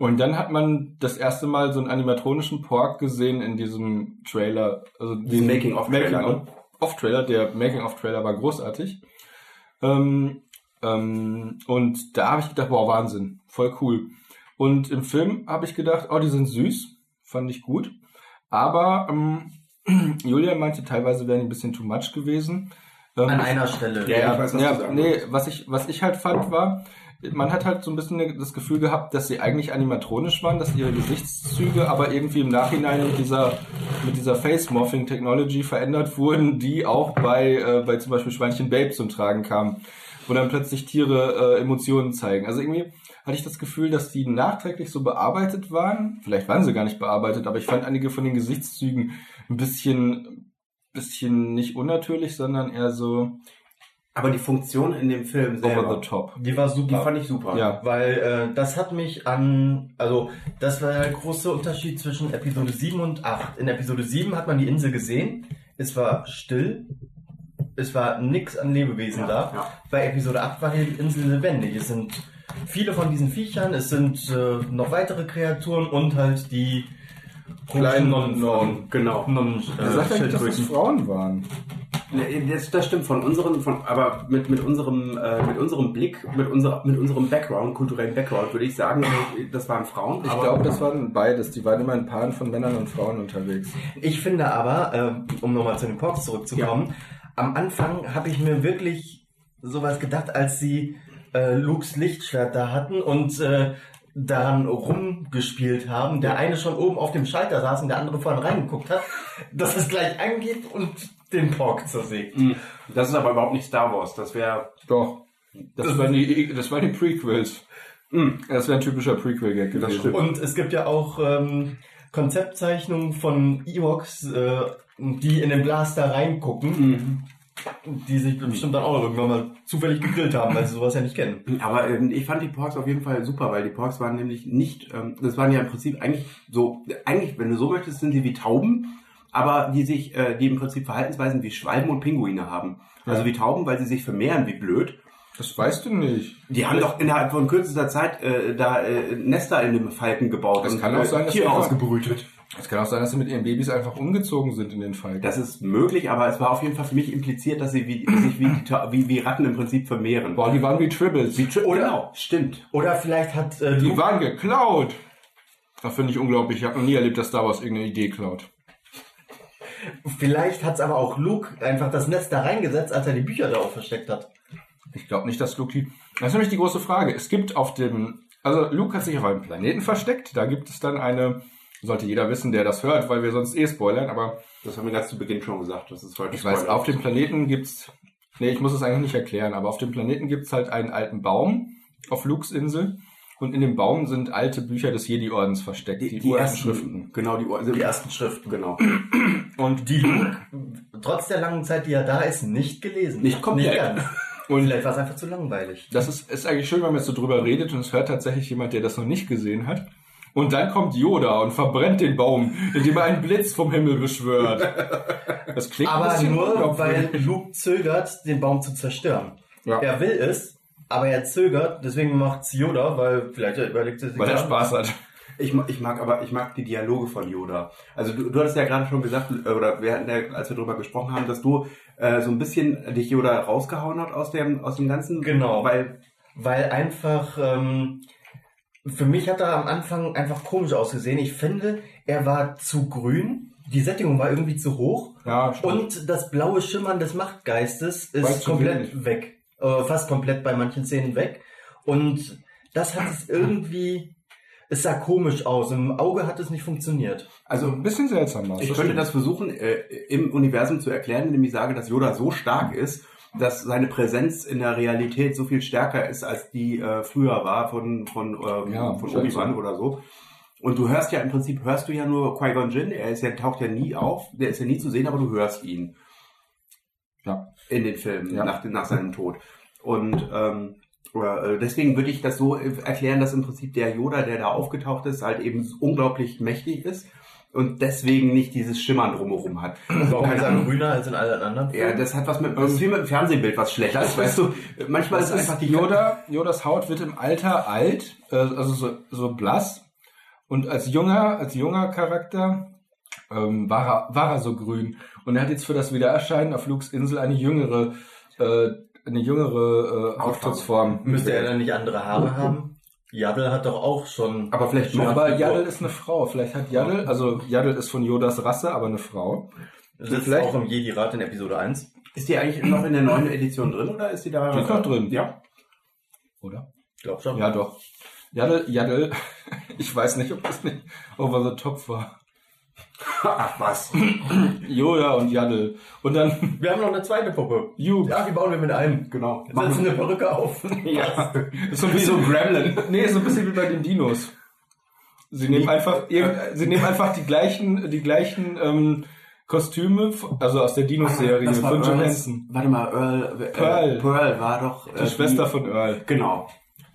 [SPEAKER 1] Und dann hat man das erste Mal so einen animatronischen Pork gesehen in diesem Trailer. Also
[SPEAKER 3] Diesen Making-of-Trailer, ne?
[SPEAKER 1] Off-Trailer. Der Making-of-Trailer war großartig. Ähm, ähm, und da habe ich gedacht, wow, Wahnsinn, voll cool. Und im Film habe ich gedacht, oh, die sind süß, fand ich gut. Aber ähm, Julia meinte, teilweise wären die ein bisschen too much gewesen. Ähm,
[SPEAKER 2] An einer Stelle.
[SPEAKER 3] Ja,
[SPEAKER 1] ja,
[SPEAKER 3] ich weiß, was
[SPEAKER 1] ja,
[SPEAKER 3] du sagen
[SPEAKER 1] nee,
[SPEAKER 3] willst.
[SPEAKER 1] was ich, was ich halt fand war, man hat halt so ein bisschen das Gefühl gehabt, dass sie eigentlich animatronisch waren, dass ihre Gesichtszüge aber irgendwie im Nachhinein mit dieser, mit dieser Face-Morphing-Technology verändert wurden, die auch bei, äh, bei zum Beispiel Schweinchen Babe zum Tragen kam, wo dann plötzlich Tiere äh, Emotionen zeigen. Also irgendwie hatte ich das Gefühl, dass die nachträglich so bearbeitet waren. Vielleicht waren sie gar nicht bearbeitet, aber ich fand einige von den Gesichtszügen ein bisschen, bisschen nicht unnatürlich, sondern eher so
[SPEAKER 3] Aber die Funktion in dem Film
[SPEAKER 1] over
[SPEAKER 3] selber,
[SPEAKER 1] the top.
[SPEAKER 2] Die war
[SPEAKER 3] die
[SPEAKER 2] super.
[SPEAKER 3] fand ich super.
[SPEAKER 1] Oh Ja.
[SPEAKER 2] Weil äh, das hat mich an, also das war der große Unterschied zwischen Episode 7 und 8. In Episode 7 hat man die Insel gesehen, es war still, es war nix an Lebewesen da.
[SPEAKER 3] ja.
[SPEAKER 2] Bei Episode 8 war die Insel lebendig. Es sind viele von diesen Viechern, es sind äh, noch weitere Kreaturen und halt die
[SPEAKER 1] Kleinen
[SPEAKER 2] Nonnenfrauen.
[SPEAKER 3] Genau.
[SPEAKER 2] Nonnen,
[SPEAKER 1] Er
[SPEAKER 2] äh,
[SPEAKER 1] sagt eigentlich, dass das
[SPEAKER 2] Schildkröten.
[SPEAKER 1] Frauen waren.
[SPEAKER 3] Nee, Ne, Das, das stimmt von unseren, von, aber mit, mit unserem, äh, mit unserem Blick, mit, unser, mit unserem Background, kulturellen Background, würde ich sagen, also, das waren Frauen.
[SPEAKER 1] Ich
[SPEAKER 3] aber-
[SPEAKER 1] glaube, das waren beides. Die waren immer in Paaren von Männern und Frauen unterwegs.
[SPEAKER 2] Ich finde aber, äh, um nochmal zu den Porks zurückzukommen, am Anfang habe ich mir wirklich sowas gedacht, als sie äh, Lukes Lichtschwert da hatten und äh, daran rumgespielt haben. Der eine schon oben auf dem Schalter saß und der andere vorne reingeguckt hat, dass es gleich angeht und den Pork zersägt.
[SPEAKER 3] Mhm. Das ist aber überhaupt nicht Star Wars. Das wäre.
[SPEAKER 1] Doch. Das waren die, das waren die Prequels.
[SPEAKER 3] Mhm.
[SPEAKER 1] Das wäre ein typischer Prequel-Gag
[SPEAKER 3] Das
[SPEAKER 1] gewesen.
[SPEAKER 3] stimmt.
[SPEAKER 2] Und es gibt ja auch ähm, Konzeptzeichnungen von Ewoks, äh, die in den Blaster reingucken, die sich bestimmt dann auch irgendwann mal zufällig gegrillt haben, weil sie sowas ja nicht kennen.
[SPEAKER 3] Aber ähm, ich fand die Porks auf jeden Fall super, weil die Porks waren nämlich nicht, ähm, das waren ja im Prinzip eigentlich so, eigentlich, wenn du so möchtest, sind sie wie Tauben, aber die sich, äh, die im Prinzip Verhaltensweisen wie Schwalben und Pinguine haben. Also wie Tauben, weil sie sich vermehren wie blöd.
[SPEAKER 1] Das weißt du nicht.
[SPEAKER 3] Die haben doch innerhalb von kürzester Zeit äh, da äh, Nester in dem Falken gebaut
[SPEAKER 1] Das kann auch
[SPEAKER 3] äh,
[SPEAKER 1] sein, dass
[SPEAKER 3] Tiere
[SPEAKER 1] die-
[SPEAKER 3] ausgebrütet.
[SPEAKER 1] Es kann auch sein, dass sie mit ihren Babys einfach umgezogen sind in den Falken.
[SPEAKER 3] Das ist möglich, aber es war auf jeden Fall für mich impliziert, dass sie wie, sich wie, die Ta- wie, wie Ratten im Prinzip vermehren.
[SPEAKER 1] Boah, die waren wie Tribbles.
[SPEAKER 3] Wie Tri-
[SPEAKER 2] Oder-
[SPEAKER 3] genau, stimmt.
[SPEAKER 2] Oder vielleicht hat äh,
[SPEAKER 1] Die
[SPEAKER 2] Luke,
[SPEAKER 1] waren geklaut. Das finde ich unglaublich. Ich habe noch nie erlebt, dass Star Wars irgendeine Idee klaut.
[SPEAKER 2] vielleicht hat's aber auch Luke einfach das Netz da reingesetzt, als er die Bücher da auch versteckt hat.
[SPEAKER 1] Ich glaube nicht, dass Luke die... Das ist nämlich die große Frage. Es gibt auf dem... Also Luke hat sich auf einem Planeten versteckt. Da gibt es dann eine... Sollte jeder wissen, der das hört, weil wir sonst eh spoilern. Aber
[SPEAKER 3] Das haben wir ganz zu Beginn schon gesagt. Das ist heute
[SPEAKER 1] ich weiß,
[SPEAKER 3] Spoiler.
[SPEAKER 1] auf dem Planeten gibt's... Nee, ich muss es eigentlich nicht erklären. Aber auf dem Planeten gibt's halt einen alten Baum auf Lukes Insel. Und in dem Baum sind alte Bücher des Jedi-Ordens versteckt.
[SPEAKER 3] die, die,
[SPEAKER 1] uralten
[SPEAKER 3] ersten Schriften. Genau, die, Ur-
[SPEAKER 2] Die ersten Schriften.
[SPEAKER 3] Genau.
[SPEAKER 2] Und die Luke, trotz der langen Zeit, die er da ist, nicht gelesen.
[SPEAKER 3] Nicht komplett.
[SPEAKER 2] ganz. Und vielleicht war's einfach zu langweilig.
[SPEAKER 1] Das ist, ist eigentlich schön, wenn man jetzt so drüber redet und es hört tatsächlich jemand, der das noch nicht gesehen hat. Und dann kommt Yoda und verbrennt den Baum, indem er einen Blitz vom Himmel beschwört. Das klingt ein
[SPEAKER 2] Aber
[SPEAKER 1] bisschen
[SPEAKER 2] nur, weil
[SPEAKER 1] unglaubwürdig.
[SPEAKER 2] Luke zögert, den Baum zu zerstören.
[SPEAKER 1] Ja.
[SPEAKER 2] Er will es, aber er zögert, deswegen macht's Yoda, weil vielleicht überlegt er sich
[SPEAKER 1] weil er
[SPEAKER 2] ja,
[SPEAKER 1] Spaß hat.
[SPEAKER 3] Ich, ma- ich mag aber, ich mag die Dialoge von Yoda. Also du, du hattest ja gerade schon gesagt, äh, oder wir hatten ja, als wir drüber gesprochen haben, dass du äh, so ein bisschen dich Yoda rausgehauen hat aus dem, aus dem Ganzen.
[SPEAKER 2] Genau.
[SPEAKER 3] Weil,
[SPEAKER 2] weil einfach ähm, für mich hat er am Anfang einfach komisch ausgesehen. Ich finde, er war zu grün, die Sättigung war irgendwie zu hoch
[SPEAKER 1] Ja, stimmt.
[SPEAKER 2] und das blaue Schimmern des Machtgeistes
[SPEAKER 1] Weißt
[SPEAKER 2] ist
[SPEAKER 1] du
[SPEAKER 2] komplett
[SPEAKER 1] wenig.
[SPEAKER 2] weg, äh, fast komplett bei manchen Szenen weg. Und das hat es irgendwie, es sah komisch aus. Im Auge hat es nicht funktioniert.
[SPEAKER 3] also
[SPEAKER 1] ein bisschen seltsam war es,
[SPEAKER 3] Ich
[SPEAKER 1] das
[SPEAKER 3] könnte
[SPEAKER 1] stimmt.
[SPEAKER 3] das versuchen, äh, im Universum zu erklären, indem ich sage, dass Yoda so stark ist, dass seine Präsenz in der Realität so viel stärker ist, als die äh, früher war von, von, ähm,
[SPEAKER 1] Ja,
[SPEAKER 3] von
[SPEAKER 1] scheint
[SPEAKER 3] Obi-Wan
[SPEAKER 1] so.
[SPEAKER 3] oder so. Und du hörst ja im Prinzip, hörst du ja nur Qui-Gon Jinn, er ist ja, taucht ja nie auf, der ist ja nie zu sehen, aber du hörst ihn.
[SPEAKER 1] Ja.
[SPEAKER 3] In den Filmen,
[SPEAKER 1] Ja.
[SPEAKER 3] nach, nach seinem Tod. Und ähm, oder, äh, deswegen würde ich das so äh, erklären, dass im Prinzip der Yoda, der da aufgetaucht ist, halt eben unglaublich mächtig ist und deswegen nicht dieses Schimmern drumherum hat. Also
[SPEAKER 2] Warum
[SPEAKER 3] keine
[SPEAKER 2] ist er
[SPEAKER 3] Ahnung.
[SPEAKER 2] grüner als in allen anderen?
[SPEAKER 3] Ja, das hat was mit, das ist wie mit dem Fernsehbild was Schlechtes.
[SPEAKER 1] Das-
[SPEAKER 3] weißt du, manchmal
[SPEAKER 1] Das
[SPEAKER 3] ist einfach die
[SPEAKER 1] Yoda, Yodas Haut wird im Alter alt, äh, also so, so blass. Und als junger, als junger Charakter ähm, war, er, war er so grün. Und er hat jetzt für das Wiedererscheinen auf Lukes Insel eine jüngere, äh, eine jüngere äh, Hautform.
[SPEAKER 2] Müsste er dann nicht andere Haare haben? Yaddle hat doch auch schon.
[SPEAKER 3] Aber vielleicht
[SPEAKER 2] schon-
[SPEAKER 1] Aber Yaddle ist eine Frau. Vielleicht hat Yaddle, also Yaddle ist von Yodas Rasse, aber eine Frau.
[SPEAKER 2] sitzt
[SPEAKER 1] vielleicht-
[SPEAKER 2] auch im Jedi-Rat in Episode 1.
[SPEAKER 3] Ist die eigentlich noch in der neuen Edition drin oder ist die da?
[SPEAKER 1] Die ist noch drin.
[SPEAKER 3] Ja.
[SPEAKER 1] Oder?
[SPEAKER 2] Glaub schon.
[SPEAKER 1] Ja, doch. Yaddle, Yaddle, ich weiß nicht, ob das nicht over the top war.
[SPEAKER 3] Ach was.
[SPEAKER 1] Yoda und Yaddle. Und dann
[SPEAKER 2] Wir haben noch eine zweite Puppe.
[SPEAKER 1] Juke.
[SPEAKER 2] Ja, die bauen wir mit ein.
[SPEAKER 3] Genau.
[SPEAKER 2] Setzen eine Perücke auf.
[SPEAKER 1] Ja. So ein
[SPEAKER 3] Wie so
[SPEAKER 1] bisschen,
[SPEAKER 3] ein Gremlin.
[SPEAKER 1] nee, so ein bisschen wie bei den Dinos. Sie nehmen einfach, irgend- sie nehmen einfach die gleichen, die gleichen ähm, Kostüme, von- also aus der Dinos-Serie
[SPEAKER 3] Das war
[SPEAKER 1] von John
[SPEAKER 3] Earls-
[SPEAKER 1] Henson.
[SPEAKER 3] Warte mal, Earl, äh,
[SPEAKER 1] Pearl.
[SPEAKER 3] Pearl war doch.
[SPEAKER 1] Die Schwester von Earl.
[SPEAKER 3] Genau.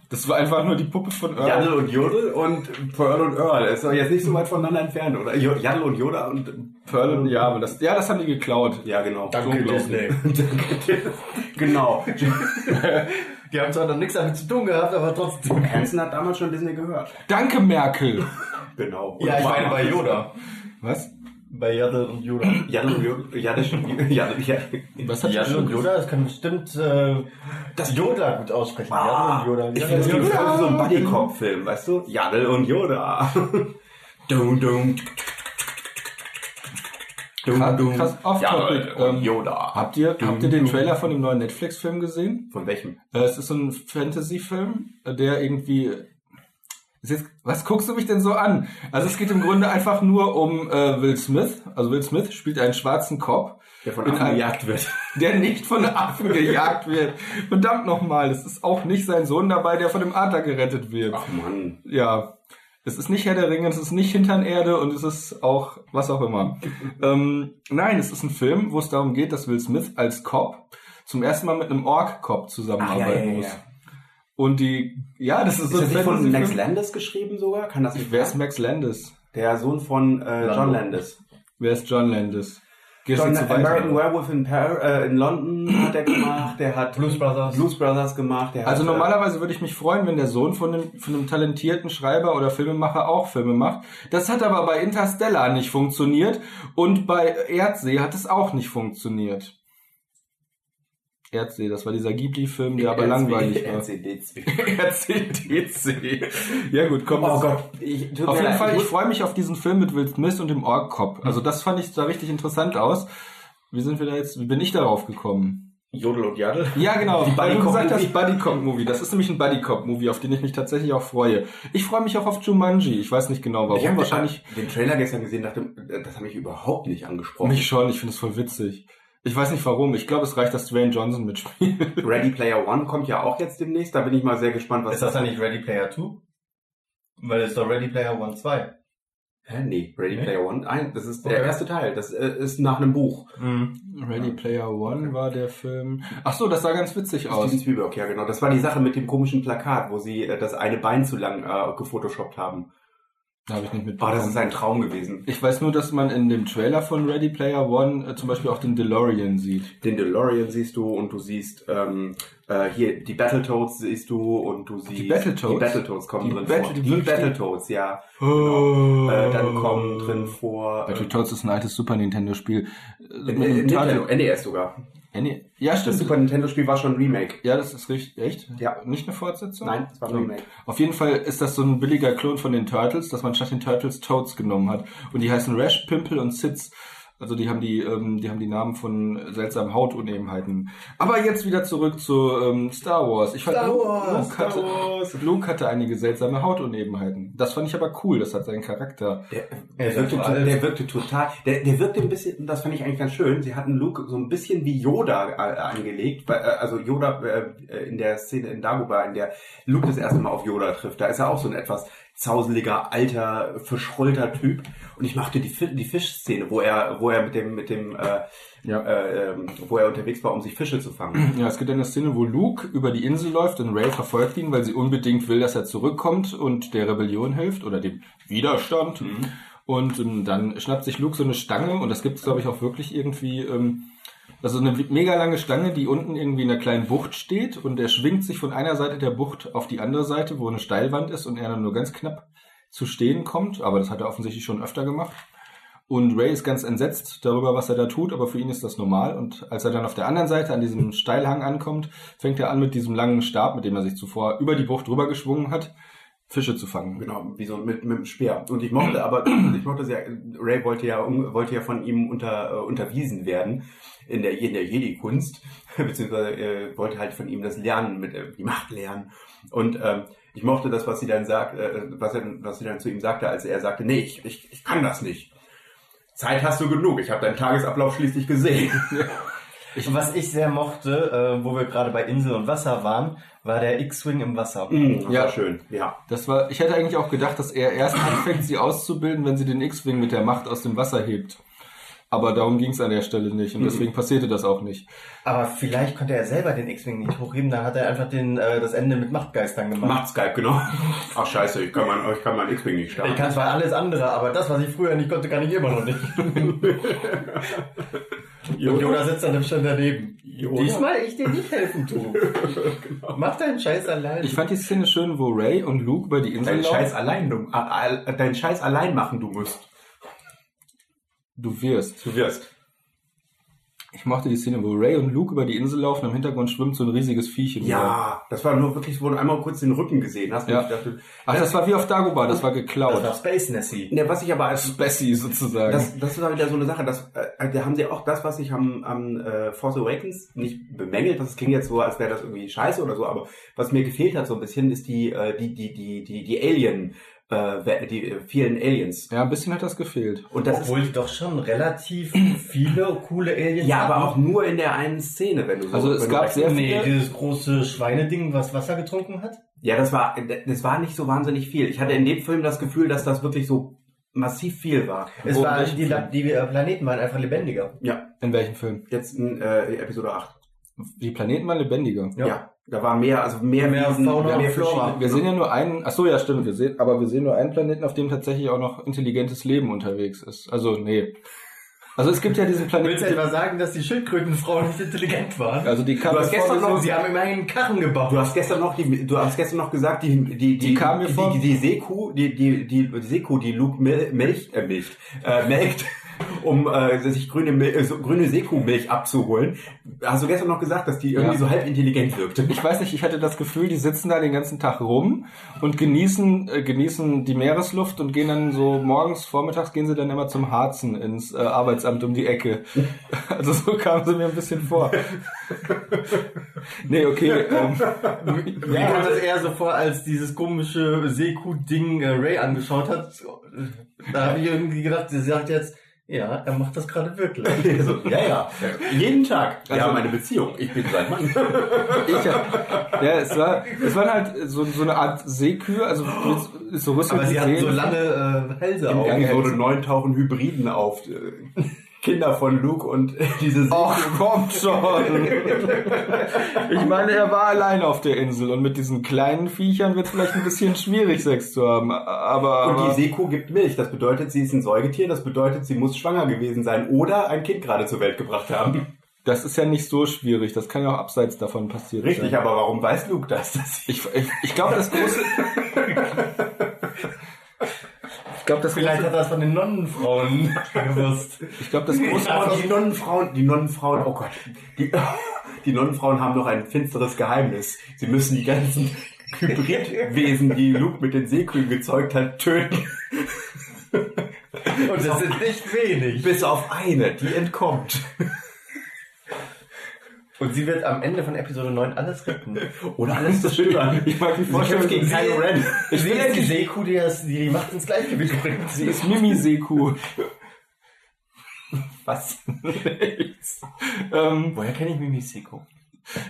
[SPEAKER 1] Das war einfach nur die Puppe von Earl.
[SPEAKER 3] Jadel und Jodel und Pearl und Earl. Ist doch jetzt nicht so weit voneinander entfernt, oder? Jo- Jadel und Joda und
[SPEAKER 1] Pearl und ja, aber das, ja, das haben die geklaut.
[SPEAKER 3] Ja, genau.
[SPEAKER 2] Danke,
[SPEAKER 1] Unglaublich.
[SPEAKER 2] Disney.
[SPEAKER 3] Genau.
[SPEAKER 2] Die haben zwar noch nichts damit zu tun gehabt, aber trotzdem.
[SPEAKER 3] Hansen hat damals schon Disney gehört.
[SPEAKER 1] Danke, Merkel.
[SPEAKER 3] Genau. Und
[SPEAKER 2] Ja, ich
[SPEAKER 3] Obama.
[SPEAKER 2] meine bei Yoda.
[SPEAKER 1] Was?
[SPEAKER 2] Bei Yaddle und Yoda.
[SPEAKER 3] Jadel und Jodel. Jadel, Jadel, Jadel.
[SPEAKER 1] Was hat
[SPEAKER 2] Yaddle und Yoda, das kann bestimmt äh, das Yoda gut aussprechen.
[SPEAKER 3] Ah,
[SPEAKER 2] Yaddle und
[SPEAKER 3] ich finde,
[SPEAKER 2] Yoda.
[SPEAKER 3] das
[SPEAKER 2] Yaddle und
[SPEAKER 3] gibt
[SPEAKER 2] Yoda.
[SPEAKER 3] so einen Buddy-Cop-Film, weißt du? Jadel und Yoda. dum, dum.
[SPEAKER 1] Krass- krass off-topic,
[SPEAKER 3] Jadel und
[SPEAKER 1] ähm,
[SPEAKER 3] Yoda.
[SPEAKER 1] Habt ihr, habt ihr den Trailer von dem neuen Netflix-Film gesehen?
[SPEAKER 3] Von welchem?
[SPEAKER 1] Äh, Es ist so ein Fantasy-Film, äh, der irgendwie. Ist Jetzt, was guckst du mich denn so an? Also es geht im Grunde einfach nur um äh, Will Smith. Also Will Smith spielt einen schwarzen Cop,
[SPEAKER 3] Der von
[SPEAKER 1] In
[SPEAKER 3] Affen
[SPEAKER 1] einem-
[SPEAKER 3] gejagt wird.
[SPEAKER 1] der nicht von Affen gejagt wird. Verdammt nochmal, es ist auch nicht sein Sohn dabei, der von dem Adler gerettet wird.
[SPEAKER 3] Ach Mann.
[SPEAKER 1] Ja, es ist nicht Herr der Ringe, es ist nicht Hinternerde und es ist auch was auch immer. ähm, nein, es ist ein Film, wo es darum geht, dass Will Smith als Cop zum ersten Mal mit einem Ork-Cop
[SPEAKER 3] Ah,
[SPEAKER 1] zusammenarbeiten muss. Und die, ja, das ist,
[SPEAKER 3] Ist das nicht von
[SPEAKER 1] Fantasy-Film.
[SPEAKER 3] Max Landis geschrieben sogar? Kann das nicht
[SPEAKER 1] Wer ist Max Landis?
[SPEAKER 3] Der Sohn von äh, John
[SPEAKER 2] Lando.
[SPEAKER 3] Landis.
[SPEAKER 1] Wer ist John Landis? Gehst du
[SPEAKER 3] John
[SPEAKER 1] zu weit?
[SPEAKER 3] American Werewolf in, Par äh, in London hat er gemacht, der hat
[SPEAKER 2] Blues Brothers.
[SPEAKER 3] Blues Brothers gemacht. Der
[SPEAKER 1] Also
[SPEAKER 3] hat, äh,
[SPEAKER 1] normalerweise würde ich mich freuen, wenn der Sohn von einem, von einem talentierten Schreiber oder Filmemacher auch Filme macht. Das hat aber bei Interstellar nicht funktioniert und bei Erdsee hat es auch nicht funktioniert. Erdsee, das war dieser Ghibli-Film, der aber
[SPEAKER 3] RCD,
[SPEAKER 1] langweilig ne? war.
[SPEAKER 3] RCDC.
[SPEAKER 1] Erdsee, DC. Ja gut, komm.
[SPEAKER 3] Oh
[SPEAKER 1] das-
[SPEAKER 3] Gott, ich, tut
[SPEAKER 1] Auf
[SPEAKER 3] mir
[SPEAKER 1] jeden
[SPEAKER 3] leid,
[SPEAKER 1] Fall,
[SPEAKER 3] ich
[SPEAKER 1] ich
[SPEAKER 3] muss-
[SPEAKER 1] freue mich auf diesen Film mit Will Smith und dem Ork-Cop. Also das fand ich sah richtig interessant aus. Wie sind wir da jetzt, wie bin ich darauf gekommen?
[SPEAKER 3] Jodel und Jadel.
[SPEAKER 1] Ja, genau,
[SPEAKER 3] Die
[SPEAKER 1] weil du gesagt
[SPEAKER 3] Buddy-Cop-Movie.
[SPEAKER 1] hast, Buddy-Cop-Movie. Das ist nämlich ein Buddy-Cop-Movie, auf den ich mich tatsächlich auch freue. Ich freue mich auch auf Jumanji. Ich weiß nicht genau warum,
[SPEAKER 3] Ich habe
[SPEAKER 1] wahrscheinlich
[SPEAKER 3] wahrscheinlich den Trailer gestern gesehen, dachte, äh, das habe ich überhaupt nicht angesprochen.
[SPEAKER 1] mich schon. Ich finde es voll witzig. Ich weiß nicht warum. Ich glaube, es reicht, dass Dwayne Johnson mitspielt.
[SPEAKER 3] Ready Player One kommt ja auch jetzt demnächst, da bin ich mal sehr gespannt, was
[SPEAKER 2] Ist das dann nicht Ready Player 2? Weil es ist doch Ready Player 1, 2.
[SPEAKER 3] Hä? Nee, Ready
[SPEAKER 2] Nee.
[SPEAKER 3] Player One, nein, das ist der
[SPEAKER 2] Okay.
[SPEAKER 3] erste Teil, das äh, ist nach einem Buch.
[SPEAKER 1] Ready Player One war der Film. Ach so, das sah ganz witzig aus.
[SPEAKER 3] Steven Spielberg, ja genau. Das war die Sache mit dem komischen Plakat, wo sie äh, das eine Bein zu lang äh, gefotoshoppt haben.
[SPEAKER 1] Da habe ich nicht
[SPEAKER 3] Boah,
[SPEAKER 1] mitbekommen.
[SPEAKER 3] das ist ein Traum gewesen.
[SPEAKER 1] Ich weiß nur, dass man in dem Trailer von Ready Player One äh, zum Beispiel auch den DeLorean sieht.
[SPEAKER 3] Den DeLorean siehst du und du siehst ähm, äh, hier die Battletoads siehst du und du siehst
[SPEAKER 1] Battletoads?
[SPEAKER 3] die Battletoads kommen
[SPEAKER 1] Die
[SPEAKER 3] drin
[SPEAKER 1] Battle-
[SPEAKER 3] vor.
[SPEAKER 1] die
[SPEAKER 3] Die
[SPEAKER 1] wirklich-
[SPEAKER 3] Battletoads, ja.
[SPEAKER 1] Genau.
[SPEAKER 3] Äh, dann kommen drin vor äh,
[SPEAKER 1] Battletoads ist ein altes Super Nintendo Spiel. Äh, mit
[SPEAKER 3] N-
[SPEAKER 1] einem
[SPEAKER 3] Nintendo,
[SPEAKER 1] Turtle-
[SPEAKER 3] NES sogar.
[SPEAKER 1] Any- Ja,
[SPEAKER 3] Das
[SPEAKER 1] stimmt.
[SPEAKER 3] Super Nintendo Spiel war schon ein Remake.
[SPEAKER 1] Ja, das ist richtig. Echt?
[SPEAKER 3] Ja.
[SPEAKER 1] Nicht eine Fortsetzung?
[SPEAKER 3] Nein, das war ein
[SPEAKER 1] So.
[SPEAKER 3] Remake.
[SPEAKER 1] Auf jeden Fall ist das so ein billiger Klon von den Turtles, dass man statt den Turtles Toads genommen hat. Und die heißen Rash, Pimple und Sitz. Also die haben die, ähm, die haben die Namen von seltsamen Hautunebenheiten. Aber jetzt wieder zurück zu ähm, Star Wars. Ich fand
[SPEAKER 2] Star
[SPEAKER 1] Luke,
[SPEAKER 2] Wars,
[SPEAKER 1] Luke, hatte, Luke hatte einige seltsame Hautunebenheiten. Das fand ich aber cool. Das hat seinen Charakter.
[SPEAKER 3] Der,
[SPEAKER 2] Er
[SPEAKER 3] der,
[SPEAKER 2] ist
[SPEAKER 3] wirkte,
[SPEAKER 2] einfach
[SPEAKER 3] to-
[SPEAKER 2] alt.
[SPEAKER 3] der wirkte total. Der, der wirkte ein bisschen, und das fand ich eigentlich ganz schön. Sie hatten Luke so ein bisschen wie Yoda äh, angelegt. weil, äh, Also Yoda äh, in der Szene in Dagobah, in der Luke das erste Mal auf Yoda trifft, da ist er auch so ein etwas zauseliger, alter, verschrollter Typ. Und ich machte die, Fi- die Fischszene, wo er, wo er mit dem, mit dem, äh,
[SPEAKER 1] Ja.
[SPEAKER 3] äh, ähm, wo er unterwegs war, um sich Fische zu fangen.
[SPEAKER 1] Ja, es gibt eine Szene, wo Luke über die Insel läuft und Ray verfolgt ihn, weil sie unbedingt will, dass er zurückkommt und der Rebellion hilft oder dem Widerstand. Und ähm, dann schnappt sich Luke so eine Stange und das gibt es, glaube ich, auch wirklich irgendwie. Ähm, also eine mega lange Stange, die unten irgendwie in einer kleinen Bucht steht und er schwingt sich von einer Seite der Bucht auf die andere Seite, wo eine Steilwand ist und er dann nur ganz knapp zu stehen kommt. Aber das hat er offensichtlich schon öfter gemacht. Und Ray ist ganz entsetzt darüber, was er da tut, aber für ihn ist das normal. Und als er dann auf der anderen Seite an diesem Steilhang ankommt, fängt er an mit diesem langen Stab, mit dem er sich zuvor über die Bucht rüber geschwungen hat, Fische zu fangen.
[SPEAKER 3] Genau, wie so mit, mit dem Speer. Und ich mochte aber, ich mochte sehr, Ray wollte ja, um- wollte ja von ihm unter, äh, unterwiesen werden in der, in der Jedi-Kunst, beziehungsweise äh, wollte halt von ihm das Lernen, mit, äh, die Macht lernen. Und ähm, ich mochte das, was sie dann sagt, äh, was, er, was sie dann zu ihm sagte, als er sagte, nee, ich, ich, ich kann das nicht. Zeit hast du genug, ich habe deinen Tagesablauf schließlich gesehen.
[SPEAKER 2] Was ich sehr mochte, äh, wo wir gerade bei Insel und Wasser waren, war der X-Wing im Wasser.
[SPEAKER 3] Mhm,
[SPEAKER 1] Ja.
[SPEAKER 3] ja, schön, ja.
[SPEAKER 1] Das war, ich hätte eigentlich auch gedacht, dass er erst anfängt, sie auszubilden, wenn sie den X-Wing mit der Macht aus dem Wasser hebt. Aber darum ging es an der Stelle nicht und
[SPEAKER 3] Mhm.
[SPEAKER 1] deswegen passierte das auch nicht.
[SPEAKER 2] Aber vielleicht konnte er selber den X-Wing nicht hochheben, dann hat er einfach den, äh, das Ende mit Machtgeistern gemacht.
[SPEAKER 3] Macht Skype, genau. Ach scheiße, ich kann mein, ich kann mein X-Wing nicht
[SPEAKER 2] Ich
[SPEAKER 3] starten.
[SPEAKER 2] kann zwar alles andere, aber das, was ich früher nicht konnte, kann ich immer noch nicht. Und Yoda sitzt dann bestimmt daneben.
[SPEAKER 3] Yoda?
[SPEAKER 2] Diesmal ich dir nicht helfen tu.
[SPEAKER 3] Genau.
[SPEAKER 2] Mach deinen Scheiß allein.
[SPEAKER 1] Ich fand die Szene schön, wo Ray und Luke über die Insel
[SPEAKER 3] Deinen
[SPEAKER 1] laufen.
[SPEAKER 3] Scheiß allein, du, a- a- deinen Scheiß allein machen du musst.
[SPEAKER 1] Du wirst.
[SPEAKER 3] Du wirst.
[SPEAKER 1] Ich mochte die Szene, wo Ray und Luke über die Insel laufen. Im Hintergrund schwimmt so ein riesiges Viech. hinüber.
[SPEAKER 3] Ja, das war nur wirklich, wo du einmal kurz den Rücken gesehen hast. und
[SPEAKER 1] Ja.
[SPEAKER 3] ich dachte,
[SPEAKER 1] Ach, das war wie auf Dagobah, das war
[SPEAKER 2] das war
[SPEAKER 1] geklaut.
[SPEAKER 2] Space Nessie.
[SPEAKER 3] ne, was ich aber als
[SPEAKER 1] Spessy sozusagen.
[SPEAKER 3] Das, das war wieder so eine Sache, das, äh, da haben sie auch das, was ich am, am äh, Force Awakens nicht bemängelt, das klingt jetzt so, als wäre das irgendwie scheiße oder so, aber was mir gefehlt hat so ein bisschen, ist die, äh, die, die, die, die, die Alien, äh, wer- die äh, vielen Aliens.
[SPEAKER 1] ja, ein bisschen hat das gefehlt.
[SPEAKER 3] Und das
[SPEAKER 2] Obwohl die doch schon relativ viele coole Aliens
[SPEAKER 3] ist, ja, aber
[SPEAKER 2] hatten.
[SPEAKER 3] auch nur in der einen Szene, wenn du so...
[SPEAKER 1] Also es
[SPEAKER 3] wenn du
[SPEAKER 1] gab
[SPEAKER 3] recht-
[SPEAKER 1] sehr
[SPEAKER 2] Nee,
[SPEAKER 1] viele...
[SPEAKER 2] dieses große Schweineding, was Wasser getrunken hat.
[SPEAKER 3] Ja, das war, das war nicht so wahnsinnig viel. Ich hatte in dem Film das Gefühl, dass das wirklich so massiv viel war.
[SPEAKER 2] Es
[SPEAKER 1] Wo-
[SPEAKER 2] war, die, La- die äh, Planeten waren einfach lebendiger.
[SPEAKER 3] Ja,
[SPEAKER 1] In welchem Film?
[SPEAKER 3] jetzt in äh, Episode 8.
[SPEAKER 1] Die Planeten waren lebendiger.
[SPEAKER 3] Ja. Da war mehr, also mehr,
[SPEAKER 2] Mehr Fauna,
[SPEAKER 3] mehr
[SPEAKER 2] Flora.
[SPEAKER 3] Flora.
[SPEAKER 1] Wir sehen ja nur einen, ach so, ja, stimmt, wir sehen, aber wir sehen nur einen Planeten, auf dem tatsächlich auch noch intelligentes Leben unterwegs ist. Also, nee. Also, es gibt ja diesen
[SPEAKER 2] Willst du
[SPEAKER 1] Planeten,
[SPEAKER 2] etwa sagen, dass die Schildkrötenfrauen nicht intelligent waren?
[SPEAKER 1] also die kam
[SPEAKER 3] Du
[SPEAKER 1] mir
[SPEAKER 3] hast
[SPEAKER 1] vor,
[SPEAKER 3] gestern
[SPEAKER 1] wie so-
[SPEAKER 3] noch-
[SPEAKER 2] Sie haben immerhin einen Karren gebaut.
[SPEAKER 3] Du hast gestern noch die, du hast gestern noch gesagt, die die die
[SPEAKER 1] Die kam mir
[SPEAKER 3] die,
[SPEAKER 1] vor-
[SPEAKER 3] die, die Seekuh, die die die, die Seekuh, die Luke mil, milcht, äh, milcht, äh, melkt, um äh, sich grüne Mil- äh, so, grüne Seekuhmilch abzuholen. Hast du gestern noch gesagt, dass die irgendwie
[SPEAKER 1] Ja.
[SPEAKER 3] so halb intelligent wirkte?
[SPEAKER 1] ich weiß nicht, ich hatte das Gefühl, die sitzen da den ganzen Tag rum und genießen, äh, genießen die Meeresluft und gehen dann so morgens, vormittags gehen sie dann immer zum Harzen ins äh, Arbeitsamt um die Ecke. Also so kamen sie mir ein bisschen vor. nee, okay. Ähm,
[SPEAKER 2] Mir kommt das eher so vor, als dieses komische Seekuh-Ding äh, Ray angeschaut hat. Da habe ich irgendwie gedacht, sie sagt jetzt, ja, er macht das gerade wirklich.
[SPEAKER 3] Also, ja, ja, jeden Tag.
[SPEAKER 1] Also-
[SPEAKER 3] ja, meine Beziehung. Ich bin sein Mann.
[SPEAKER 1] Ich hab, ja, es war, es waren halt so, so eine Art Seekühe, also mit so Rüssel.
[SPEAKER 2] Aber
[SPEAKER 1] die
[SPEAKER 2] sie hat so
[SPEAKER 1] Seen-
[SPEAKER 2] lange äh, Hälse
[SPEAKER 3] In
[SPEAKER 2] auf.
[SPEAKER 1] Gang-
[SPEAKER 3] Episode 9 tauchen Hybriden auf. äh, Kinder von Luke und äh, diese Seekuh.
[SPEAKER 1] Och, komm Oh, schon! Ich meine, er war allein auf der Insel und mit diesen kleinen Viechern wird es vielleicht ein bisschen schwierig, Sex zu haben. Aber,
[SPEAKER 3] Und die
[SPEAKER 1] aber
[SPEAKER 3] Seekuh gibt Milch. Das bedeutet, sie ist ein Säugetier. Das bedeutet, sie muss schwanger gewesen sein oder ein Kind gerade zur Welt gebracht haben.
[SPEAKER 1] das ist ja nicht so schwierig. Das kann ja auch abseits davon passieren.
[SPEAKER 3] Richtig, aber warum weiß Luke das? das
[SPEAKER 1] Ich, ich, ich glaube, das große. Ich glaube, das,
[SPEAKER 2] Vielleicht
[SPEAKER 1] große-
[SPEAKER 2] hat er das von den Nonnenfrauen gewusst.
[SPEAKER 1] ich glaub, das große.
[SPEAKER 3] aber die Nonnenfrauen, die Nonnenfrauen, oh Gott, die, die Nonnenfrauen haben noch ein finsteres Geheimnis. Sie müssen die ganzen Hybridwesen, die Luke mit den Seekühen gezeugt hat, töten.
[SPEAKER 2] Und das sind nicht wenig.
[SPEAKER 3] Bis auf eine, die entkommt.
[SPEAKER 2] Und sie wird am Ende von Episode 9 alles retten.
[SPEAKER 3] Oder alles zerstört.
[SPEAKER 1] Ich mag die
[SPEAKER 3] kämpft
[SPEAKER 1] Vorstellung.
[SPEAKER 3] gegen
[SPEAKER 1] sie-
[SPEAKER 3] Kylo Ren.
[SPEAKER 2] Sie ist die Seekuh, die, das, die die Macht ins Gleichgewicht bringt.
[SPEAKER 1] Sie ist Mimi-Seekuh.
[SPEAKER 3] Was?
[SPEAKER 1] Ähm,
[SPEAKER 2] Woher kenne ich Mimi Seekuh?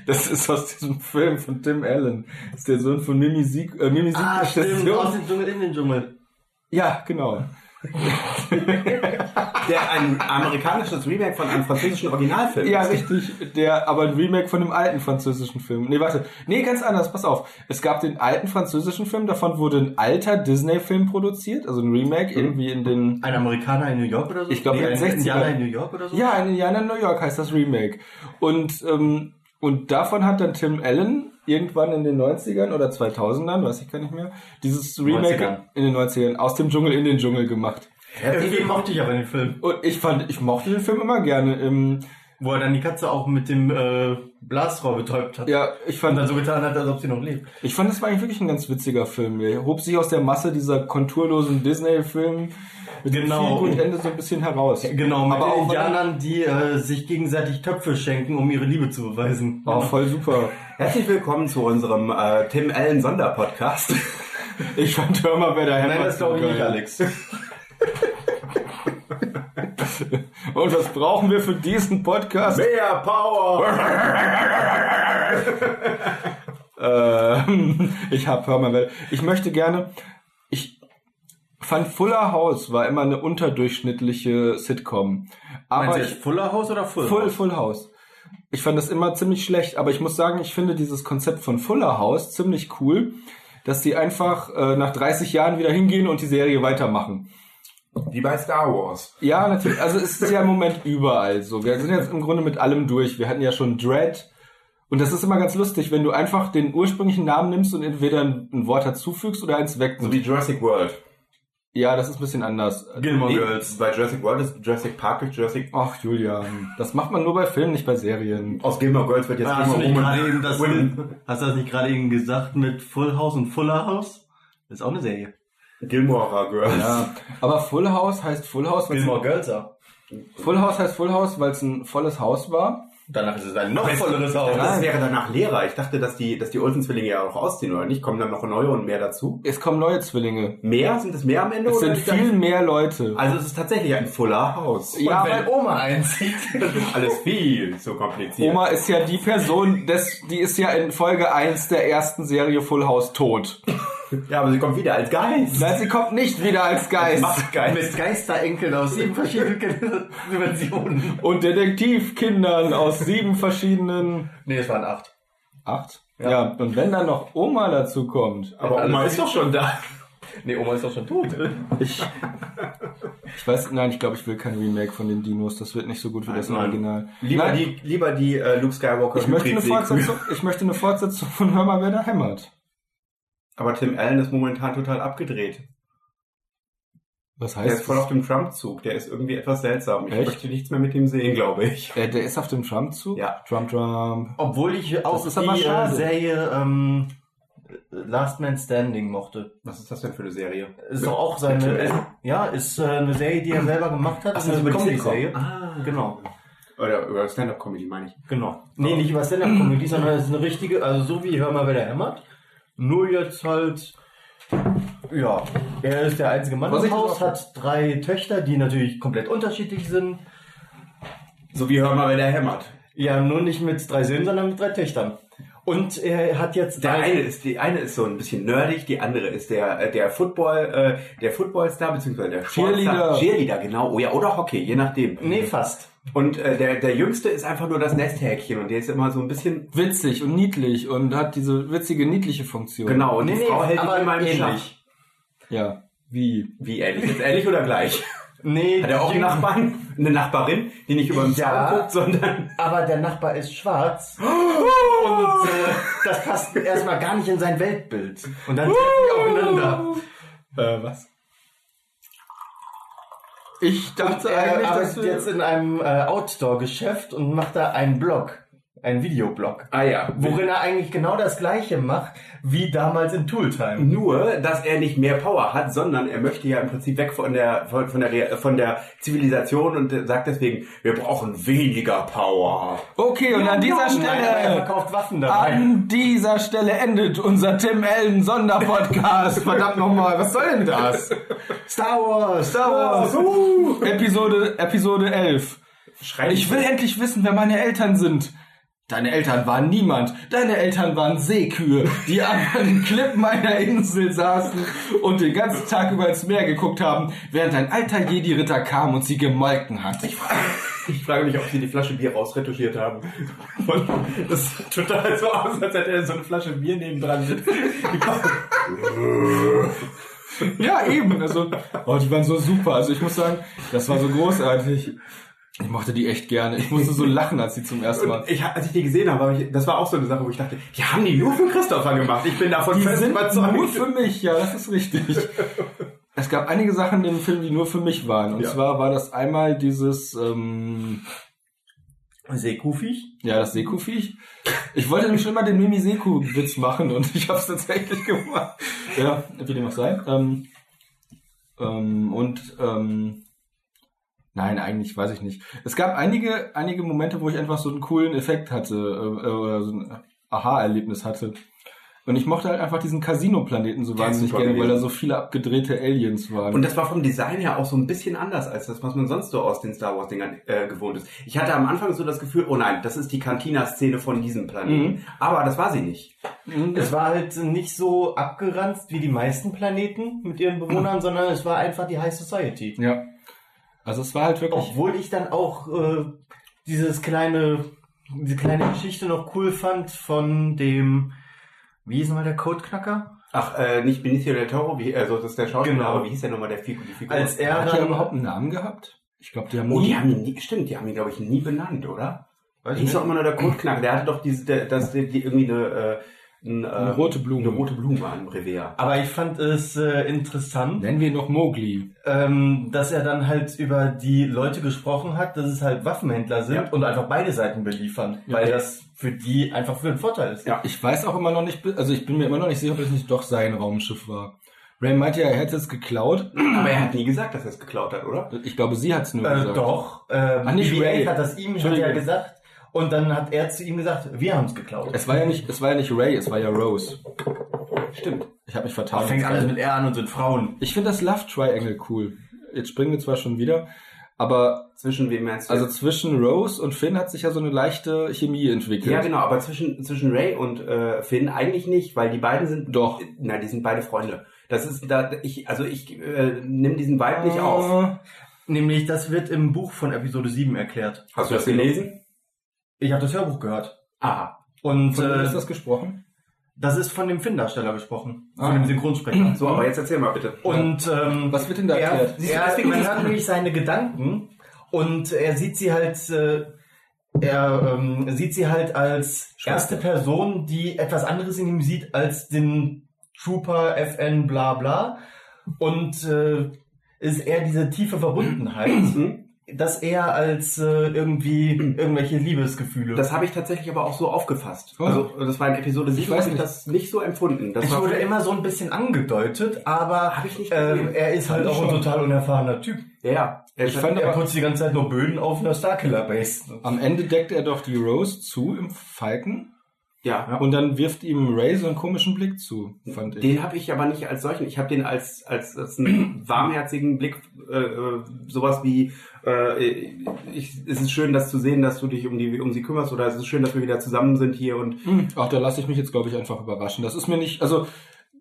[SPEAKER 1] Das ist aus diesem Film von Tim Allen. Das ist der Sohn von Mimi Sieg. Äh, Mimi Sieg
[SPEAKER 2] Ah, stimmt. Aus dem Dschungel in den Dschungel.
[SPEAKER 1] Ja, genau.
[SPEAKER 3] Der ein amerikanisches Remake von einem französischen Originalfilm.
[SPEAKER 1] Ja,
[SPEAKER 3] ist.
[SPEAKER 1] richtig. Der, aber ein Remake von einem alten französischen Film. Nee, warte. Nee, ganz anders. Pass auf. Es gab den alten französischen Film. Davon wurde ein alter Disney-Film produziert. Also ein
[SPEAKER 2] Mhm.
[SPEAKER 1] Remake irgendwie in den...
[SPEAKER 2] Ein Amerikaner in New York oder so?
[SPEAKER 1] Ich glaub, in den
[SPEAKER 2] ein
[SPEAKER 1] 60er.
[SPEAKER 2] Indianer in New York oder so?
[SPEAKER 1] Ja, in Indiana New York heißt das Remake. Und, ähm, und davon hat dann Tim Allen irgendwann in den 90ern oder 2000ern, weiß ich gar nicht mehr, dieses Remake
[SPEAKER 2] 90ern.
[SPEAKER 1] in den 90ern aus dem Dschungel in den Dschungel gemacht.
[SPEAKER 2] Irgendwie mochte ich aber den Film.
[SPEAKER 1] Und ich fand, ich mochte den Film immer gerne. Ähm,
[SPEAKER 2] Wo er dann die Katze auch mit dem äh, Blasrohr betäubt hat.
[SPEAKER 1] ja, ich
[SPEAKER 2] Und
[SPEAKER 1] fand, also,
[SPEAKER 2] dann so getan hat, als ob sie noch lebt.
[SPEAKER 1] ich fand, es war eigentlich wirklich ein ganz witziger Film. Er hob sich aus der Masse dieser konturlosen Disney-Filme mit
[SPEAKER 2] Genau.
[SPEAKER 1] dem viel Ende so ein bisschen heraus.
[SPEAKER 2] Genau, mit
[SPEAKER 1] aber
[SPEAKER 2] den
[SPEAKER 1] auch
[SPEAKER 2] Indianern, die äh, sich gegenseitig Töpfe schenken, um ihre Liebe zu beweisen.
[SPEAKER 1] Oh, voll super.
[SPEAKER 3] Herzlich willkommen zu unserem äh, Tim Allen Sonderpodcast.
[SPEAKER 1] Ich fand, hör mal, wer da
[SPEAKER 2] Nein,
[SPEAKER 1] hämmert,
[SPEAKER 2] das
[SPEAKER 1] so
[SPEAKER 2] glaube ich nicht,
[SPEAKER 1] geil.
[SPEAKER 2] Alex.
[SPEAKER 1] Und was brauchen wir für diesen Podcast?
[SPEAKER 3] Mehr Power!
[SPEAKER 1] Ähm, ich hab, hör mal, wer- ich möchte gerne, ich fand Fuller House war immer eine unterdurchschnittliche Sitcom.
[SPEAKER 2] Meinst
[SPEAKER 1] Aber
[SPEAKER 2] du
[SPEAKER 1] ich,
[SPEAKER 2] jetzt Fuller House oder Full
[SPEAKER 1] Full,
[SPEAKER 2] House?
[SPEAKER 1] Full House. Ich fand das immer ziemlich schlecht, aber ich muss sagen, ich finde dieses Konzept von Fuller House ziemlich cool, dass die einfach äh, nach 30 Jahren wieder hingehen und die Serie weitermachen.
[SPEAKER 3] Wie bei Star Wars.
[SPEAKER 1] Ja, natürlich. Also es ist ja im Moment überall so. Wir sind jetzt im Grunde mit allem durch. Wir hatten ja schon Dread. Und das ist immer ganz lustig, wenn du einfach den ursprünglichen Namen nimmst und entweder ein ein Wort dazufügst oder eins weg.
[SPEAKER 3] So wie Jurassic World.
[SPEAKER 1] Ja, das ist ein bisschen anders.
[SPEAKER 2] Gilmore
[SPEAKER 3] Nee,
[SPEAKER 2] Girls.
[SPEAKER 3] Bei Jurassic World ist Jurassic Park durch Jurassic
[SPEAKER 1] Ach, Julian, das macht man nur bei Filmen, nicht bei Serien.
[SPEAKER 3] aus Gilmore Girls wird jetzt
[SPEAKER 2] Ah, Hast du
[SPEAKER 3] Gilmore
[SPEAKER 2] nicht
[SPEAKER 3] Woman.
[SPEAKER 2] gerade eben das,
[SPEAKER 3] Women.
[SPEAKER 2] hast du das nicht gerade eben gesagt mit Full House und Fuller House? Das ist auch eine Serie.
[SPEAKER 3] Gilmore Girls.
[SPEAKER 1] Ja, aber Full House heißt Full House, weil
[SPEAKER 2] Gilmore Girls, ja.
[SPEAKER 1] Full House heißt Full House, weil es ein volles Haus war.
[SPEAKER 2] Danach ist es ein noch volleres Haus.
[SPEAKER 3] Das wäre danach leerer. Ich dachte, dass die, dass die Olsen-Zwillinge ja auch ausziehen, oder nicht? Kommen dann noch neue und mehr dazu?
[SPEAKER 1] Es kommen neue Zwillinge.
[SPEAKER 3] Mehr? Sind es mehr am Ende?
[SPEAKER 1] Es
[SPEAKER 3] oder
[SPEAKER 1] sind
[SPEAKER 3] ist das-
[SPEAKER 1] viel mehr Leute.
[SPEAKER 3] Also es ist tatsächlich ein voller Haus.
[SPEAKER 1] Ja,
[SPEAKER 2] und wenn
[SPEAKER 1] aber-
[SPEAKER 2] Oma einzieht.
[SPEAKER 3] Das ist alles viel zu kompliziert.
[SPEAKER 1] Oma ist ja die Person, des, die ist ja in Folge 1 der ersten Serie Full House tot.
[SPEAKER 3] Ja, aber sie kommt wieder als Geist.
[SPEAKER 1] Nein, sie kommt nicht wieder als Geist.
[SPEAKER 3] Geist.
[SPEAKER 2] Mit Geisterenkeln aus sieben verschiedenen Dimensionen.
[SPEAKER 1] Und Detektivkindern aus sieben verschiedenen...
[SPEAKER 2] Nee, es waren acht.
[SPEAKER 1] Acht? Ja. und wenn dann noch Oma dazu kommt.
[SPEAKER 3] Aber Oma ist doch schon da.
[SPEAKER 2] Nee, Oma ist doch schon tot.
[SPEAKER 1] Ich, ich weiß, nein, ich glaube, ich will kein Remake von den Dinos. Das wird nicht so gut wie das
[SPEAKER 3] Nein.
[SPEAKER 1] Original.
[SPEAKER 3] Lieber
[SPEAKER 1] nein,
[SPEAKER 3] die, lieber die äh, Luke Skywalker
[SPEAKER 1] ich, möchte eine
[SPEAKER 3] Hybrid-Sequel.
[SPEAKER 1] Fortsetzung, ich möchte eine Fortsetzung von Hör mal, wer da hämmert.
[SPEAKER 3] Aber Tim Allen ist momentan total abgedreht.
[SPEAKER 1] Was
[SPEAKER 3] Der
[SPEAKER 1] heißt
[SPEAKER 3] ist voll
[SPEAKER 1] das?
[SPEAKER 3] auf dem Trump-Zug. Der ist irgendwie etwas seltsam. Ich
[SPEAKER 1] Echt?
[SPEAKER 3] möchte nichts mehr mit ihm sehen, glaube ich.
[SPEAKER 1] Äh, der ist auf dem Trump zu?
[SPEAKER 3] Ja.
[SPEAKER 1] Trump, Trump.
[SPEAKER 2] Obwohl ich auch
[SPEAKER 1] ist
[SPEAKER 2] die
[SPEAKER 1] aber
[SPEAKER 2] äh,
[SPEAKER 1] schade.
[SPEAKER 2] Serie ähm, Last Man Standing mochte.
[SPEAKER 3] Was ist das denn für eine Serie?
[SPEAKER 2] Ist doch auch seine.
[SPEAKER 3] Aktuell?
[SPEAKER 2] ja, ist äh, eine Serie, die er selber gemacht hat.
[SPEAKER 3] Ach,
[SPEAKER 2] eine
[SPEAKER 3] das ist über die
[SPEAKER 2] Comedy-Serie.
[SPEAKER 3] Sitcom. Ah.
[SPEAKER 2] Genau,
[SPEAKER 3] Oder über Stand-Up-Comedy, meine ich.
[SPEAKER 2] genau. Nee, nicht über Stand-Up-Comedy, sondern es ist eine richtige, also so wie Hör mal, wer der hämmert. Nur jetzt halt. Ja, er ist der einzige Mann
[SPEAKER 1] Vorsicht,
[SPEAKER 2] im Haus,
[SPEAKER 1] das war-
[SPEAKER 2] hat drei Töchter, die natürlich komplett unterschiedlich sind.
[SPEAKER 3] So wie Hör mal, wenn der hämmert.
[SPEAKER 2] Ja, nur nicht mit drei Söhnen, sondern mit drei Töchtern. Und er hat jetzt
[SPEAKER 3] Der
[SPEAKER 2] drei-
[SPEAKER 3] eine ist, die eine ist so ein bisschen nerdig, die andere ist der, äh, der Football, äh, der Footballstar, beziehungsweise der
[SPEAKER 1] Cheerleader.
[SPEAKER 3] Sportstar. Cheerleader, genau. Oh ja, oder Hockey, je nachdem.
[SPEAKER 2] Nee, fast.
[SPEAKER 3] Und äh, der, der Jüngste ist einfach nur das Nesthäkchen und der ist immer so ein bisschen,
[SPEAKER 1] Witzig und niedlich und hat diese witzige, niedliche Funktion.
[SPEAKER 3] genau, und
[SPEAKER 2] Nee,
[SPEAKER 3] die
[SPEAKER 2] nee,
[SPEAKER 3] Frau hält
[SPEAKER 2] aber
[SPEAKER 3] ihn immer im Schach.
[SPEAKER 2] ähnlich.
[SPEAKER 1] Ja. Wie?
[SPEAKER 3] Wie ähnlich? Jetzt ähnlich oder gleich?
[SPEAKER 2] Nee,
[SPEAKER 3] Hat er auch einen
[SPEAKER 2] Jüng-
[SPEAKER 3] Nachbarn? Eine Nachbarin, die nicht über den
[SPEAKER 2] Ja.
[SPEAKER 3] Zaun guckt, sondern...
[SPEAKER 2] Aber der Nachbar ist schwarz. Und äh, das passt erstmal gar nicht in sein Weltbild. Und dann treffen die aufeinander.
[SPEAKER 1] Äh, was? Ich dachte
[SPEAKER 2] Er
[SPEAKER 1] eigentlich, dass
[SPEAKER 2] Äh, arbeitet
[SPEAKER 1] wir...
[SPEAKER 2] jetzt in einem äh, Outdoor-Geschäft und macht da einen Blog. Einen Videoblog.
[SPEAKER 3] Ah ja.
[SPEAKER 2] Worin er eigentlich genau das gleiche macht, wie damals in Tooltime.
[SPEAKER 3] Nur, dass er nicht mehr Power hat, sondern er möchte ja im Prinzip weg von der, von, von der, Re- von der Zivilisation und äh, sagt deswegen, wir brauchen weniger Power.
[SPEAKER 1] Okay, und an dieser
[SPEAKER 2] Nein, aber er
[SPEAKER 1] Stelle...
[SPEAKER 2] verkauft Waffen dabei.
[SPEAKER 1] An dieser Stelle endet unser Tim Allen Sonderpodcast. Oh, Verdammt nochmal, was soll denn das?
[SPEAKER 2] Star Wars!
[SPEAKER 1] Star Wars. Episode, Episode 11.
[SPEAKER 3] Schreit
[SPEAKER 1] Also Ich will endlich wissen, wer meine Eltern sind. Deine Eltern waren niemand. Deine Eltern waren Seekühe, die an den Klippen einer Insel saßen und den ganzen Tag über ins Meer geguckt haben, während ein alter Jedi-Ritter kam und sie gemolken hat.
[SPEAKER 3] Ich frage mich, ob sie die Flasche Bier rausretuschiert haben. Und das sieht total so aus, als hätte er so eine Flasche Bier nebendran sitzt. Die kommt-
[SPEAKER 1] Ja, eben. Also, oh, die waren so super. Also ich muss sagen, das war so großartig. Ich mochte die echt gerne. Ich musste so lachen, als sie zum ersten Mal.
[SPEAKER 3] Und ich, als ich die gesehen habe, habe ich, das war auch so eine Sache, wo ich dachte, die haben die nur für Christopher gemacht. Ich bin davon
[SPEAKER 1] Die
[SPEAKER 3] fest
[SPEAKER 1] sind
[SPEAKER 3] überzeugt.
[SPEAKER 1] nur für mich, ja, das ist richtig. Es gab einige Sachen in dem Film, die nur für mich waren. Und
[SPEAKER 3] Ja.
[SPEAKER 1] zwar war das einmal dieses, ähm,
[SPEAKER 2] Seekufig?
[SPEAKER 1] ja, das Seekuhviech. Ich wollte nämlich schon immer den Mimi Seku-Witz machen und ich habe es tatsächlich gemacht. Ja, wie dem auch sei. Ähm, ähm, und ähm, nein, eigentlich weiß ich nicht. Es gab einige, einige Momente, wo ich einfach so einen coolen Effekt hatte äh, äh, oder so ein Aha-Erlebnis hatte. Und ich mochte halt einfach diesen Casino-Planeten so
[SPEAKER 3] Der ist
[SPEAKER 1] wahnsinnig
[SPEAKER 3] super
[SPEAKER 1] gerne, weil da
[SPEAKER 3] gewesen.
[SPEAKER 1] so viele abgedrehte Aliens waren.
[SPEAKER 3] Und das war vom Design her auch so ein bisschen anders als das, was man sonst so aus den Star Wars-Dingern äh, gewohnt ist. Ich hatte am Anfang so das Gefühl, oh nein, das ist die Cantina-Szene von diesem Planeten.
[SPEAKER 2] Mhm.
[SPEAKER 3] Aber das war sie nicht.
[SPEAKER 1] Mhm.
[SPEAKER 2] Es war halt nicht so abgeranzt wie die meisten Planeten mit ihren Bewohnern, sondern es war einfach die High Society.
[SPEAKER 1] ja. Also es war halt wirklich.
[SPEAKER 2] Obwohl ich dann auch äh, dieses kleine, diese kleine Geschichte noch cool fand von dem, wie hieß mal der Codeknacker?
[SPEAKER 3] Ach, äh, nicht Benicio del Toro, wie, also das ist der Schauspieler,
[SPEAKER 2] Genau.
[SPEAKER 3] aber wie hieß der nochmal, der Figur? Die Figur?
[SPEAKER 2] Als er
[SPEAKER 1] Hat er
[SPEAKER 2] dann,
[SPEAKER 1] überhaupt einen Namen gehabt? Ich glaube, die haben
[SPEAKER 3] oh, die
[SPEAKER 1] nie.
[SPEAKER 3] haben ihn nie, stimmt, die haben ihn, glaube ich, nie benannt, oder?
[SPEAKER 2] Weiß
[SPEAKER 3] Der
[SPEAKER 2] ich
[SPEAKER 3] hieß
[SPEAKER 2] nicht.
[SPEAKER 3] doch immer nur der Codeknacker. Der hatte doch diese, der, das, die, die irgendwie eine, äh, ein, äh,
[SPEAKER 1] Eine rote Blume.
[SPEAKER 3] Eine rote Blume an Brevea.
[SPEAKER 2] aber ich fand es äh, interessant,
[SPEAKER 1] Nennen wir ihn noch Mowgli.
[SPEAKER 2] ähm, dass er dann halt über die Leute gesprochen hat, dass es halt Waffenhändler sind
[SPEAKER 3] Ja.
[SPEAKER 2] und einfach beide Seiten beliefern,
[SPEAKER 1] Ja.
[SPEAKER 2] weil das für die einfach für den Vorteil ist.
[SPEAKER 3] Ja.
[SPEAKER 1] Ich weiß auch immer noch nicht, also ich bin mir immer noch nicht sicher, ob es nicht doch sein Raumschiff war. Ray meinte ja, er hätte es geklaut.
[SPEAKER 3] Aber er hat nie gesagt, dass er es geklaut hat, oder?
[SPEAKER 1] Ich glaube, sie hat es nur
[SPEAKER 2] Äh,
[SPEAKER 1] gesagt.
[SPEAKER 2] doch, äh,
[SPEAKER 1] Ah, nicht
[SPEAKER 2] BB-8
[SPEAKER 1] Ray.
[SPEAKER 2] hat das ihm hat
[SPEAKER 1] Entschuldigung.
[SPEAKER 2] er gesagt und dann hat er zu ihm gesagt, wir haben es geklaut.
[SPEAKER 1] Es war ja nicht, es war ja nicht Ray, es war ja Rose.
[SPEAKER 3] Stimmt.
[SPEAKER 1] Ich habe mich vertan.
[SPEAKER 2] R an und sind Frauen.
[SPEAKER 1] ich finde das Love Triangle cool. Jetzt springen wir zwar schon wieder, aber
[SPEAKER 3] Zwischen wem meinst du?
[SPEAKER 1] also zwischen Rose und Finn hat sich ja so eine leichte Chemie entwickelt.
[SPEAKER 3] ja, genau, aber zwischen, zwischen Ray und äh, Finn eigentlich nicht, weil die beiden sind.
[SPEAKER 1] Doch.
[SPEAKER 3] Nein, die sind beide Freunde. Das ist da, ich, also ich äh, nimm diesen Vibe nicht auf.
[SPEAKER 2] Nämlich, das wird im Buch von Episode 7 erklärt.
[SPEAKER 3] Hast du das gelesen?
[SPEAKER 2] Ich habe das Hörbuch gehört.
[SPEAKER 3] Aha.
[SPEAKER 2] Und
[SPEAKER 1] Von wem
[SPEAKER 2] äh,
[SPEAKER 1] ist das gesprochen?
[SPEAKER 2] das ist von dem Finn-Darsteller gesprochen.
[SPEAKER 1] Ah.
[SPEAKER 2] Von dem Synchronsprecher.
[SPEAKER 3] So, aber jetzt erzähl mal bitte.
[SPEAKER 2] Und ähm,
[SPEAKER 1] Was wird denn da
[SPEAKER 2] er,
[SPEAKER 1] erklärt?
[SPEAKER 3] Siehst du,
[SPEAKER 2] er,
[SPEAKER 3] deswegen
[SPEAKER 2] man
[SPEAKER 3] ist es
[SPEAKER 2] hört
[SPEAKER 3] gut.
[SPEAKER 2] nämlich seine Gedanken und er sieht sie halt, äh, er ähm, sieht sie halt als erste Person, die etwas anderes in ihm sieht als den Trooper FN bla bla. Und äh, ist er diese tiefe Verbundenheit,
[SPEAKER 3] Mhm.
[SPEAKER 2] dass er als äh, irgendwie irgendwelche Liebesgefühle.
[SPEAKER 3] Das habe ich tatsächlich aber auch so aufgefasst.
[SPEAKER 1] Oh.
[SPEAKER 3] Also das war in Episode 7,
[SPEAKER 1] weiß
[SPEAKER 3] habe ich
[SPEAKER 1] nicht. e-
[SPEAKER 3] das nicht so empfunden. Das
[SPEAKER 2] es
[SPEAKER 3] war
[SPEAKER 2] wurde immer so ein bisschen angedeutet, aber
[SPEAKER 3] Hab ich nicht
[SPEAKER 2] ähm,
[SPEAKER 3] gesehen.
[SPEAKER 2] er ist halt
[SPEAKER 1] Fand ich
[SPEAKER 2] auch ein
[SPEAKER 1] schon.
[SPEAKER 2] total unerfahrener Typ.
[SPEAKER 3] ja, ja.
[SPEAKER 1] Ich fand
[SPEAKER 2] Er
[SPEAKER 1] aber,
[SPEAKER 2] putzt die ganze Zeit nur Böden auf einer Starkiller Base.
[SPEAKER 1] am Ende deckt er doch die Rose zu im Falken
[SPEAKER 3] ja.
[SPEAKER 1] und dann wirft ihm Ray so einen komischen Blick zu, fand ich.
[SPEAKER 3] Den habe ich aber nicht als solchen. Ich habe den als, als, als einen warmherzigen Blick, äh, äh, sowas wie, äh, ich, es ist schön, das zu sehen, dass du dich um, die, um sie kümmerst oder es ist schön, dass wir wieder zusammen sind hier und
[SPEAKER 1] Hm, Ach, da lasse ich mich jetzt, glaube ich, einfach überraschen. Das ist mir nicht, also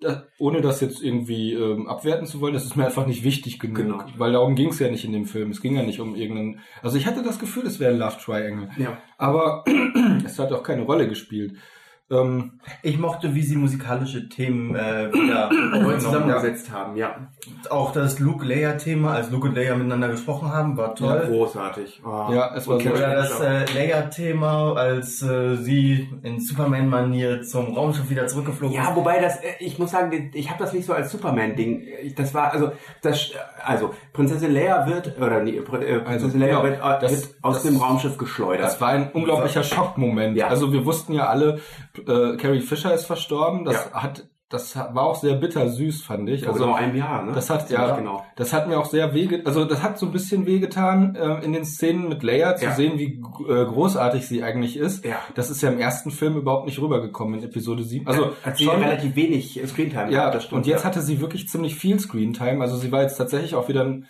[SPEAKER 1] da, ohne das jetzt irgendwie ähm, abwerten zu wollen, das ist mir einfach nicht wichtig genug.
[SPEAKER 3] Genau.
[SPEAKER 1] Weil darum ging es ja nicht in dem Film. Es ging ja nicht um irgendeinen. Also ich hatte das Gefühl, es wäre ein Love Triangle.
[SPEAKER 3] ja.
[SPEAKER 1] Aber es hat auch keine Rolle gespielt. Ähm,
[SPEAKER 2] Ich mochte, wie sie musikalische Themen äh, wieder
[SPEAKER 1] Genau.
[SPEAKER 3] neu
[SPEAKER 2] aufgenommen haben.
[SPEAKER 3] zusammengesetzt haben, ja.
[SPEAKER 2] Auch das Luke-Leia-Thema, als Luke und Leia miteinander gesprochen haben, war
[SPEAKER 3] ja.
[SPEAKER 2] toll.
[SPEAKER 3] Großartig. Oh.
[SPEAKER 1] Ja, es war
[SPEAKER 3] Und
[SPEAKER 1] sehr
[SPEAKER 2] Oder
[SPEAKER 3] Captain
[SPEAKER 2] das
[SPEAKER 3] Jack.
[SPEAKER 2] äh, Leia-Thema, als äh, sie in Superman-Manier zum Raumschiff wieder zurückgeflogen
[SPEAKER 3] Ja, wobei das, äh, ich muss sagen, ich habe das nicht so als Superman-Ding. Ich- Das war, also, das, also Prinzessin Leia wird, oder nee, Pr- äh,
[SPEAKER 1] Also,
[SPEAKER 3] Prinzessin Leia
[SPEAKER 1] genau,
[SPEAKER 3] wird, äh,
[SPEAKER 1] das-
[SPEAKER 3] wird aus
[SPEAKER 1] das-
[SPEAKER 3] dem Raumschiff geschleudert.
[SPEAKER 1] das war ein unglaublicher Schockmoment.
[SPEAKER 3] Ja.
[SPEAKER 1] Also wir wussten ja alle, äh, Carrie Fisher ist verstorben. Das
[SPEAKER 3] Ja.
[SPEAKER 1] hat, das war auch sehr bitter süß, fand ich.
[SPEAKER 3] Vor
[SPEAKER 1] Also
[SPEAKER 3] genau einem Jahr, ne?
[SPEAKER 1] Das hat
[SPEAKER 3] Ziemlich
[SPEAKER 1] ja,
[SPEAKER 3] genau.
[SPEAKER 1] das hat mir auch sehr wehge, also das hat so ein bisschen wehgetan äh, in den Szenen mit Leia zu
[SPEAKER 3] Ja.
[SPEAKER 1] sehen, wie g- äh, großartig sie eigentlich ist.
[SPEAKER 3] Ja.
[SPEAKER 1] Das ist ja im ersten Film überhaupt nicht rübergekommen in Episode 7. Also
[SPEAKER 3] Hat sie
[SPEAKER 1] schon,
[SPEAKER 3] relativ wenig äh, Screentime
[SPEAKER 1] ja,
[SPEAKER 3] gehabt, das stimmt.
[SPEAKER 1] und jetzt
[SPEAKER 3] ja.
[SPEAKER 1] hatte sie wirklich ziemlich viel Screentime. Also sie war jetzt tatsächlich auch wieder ein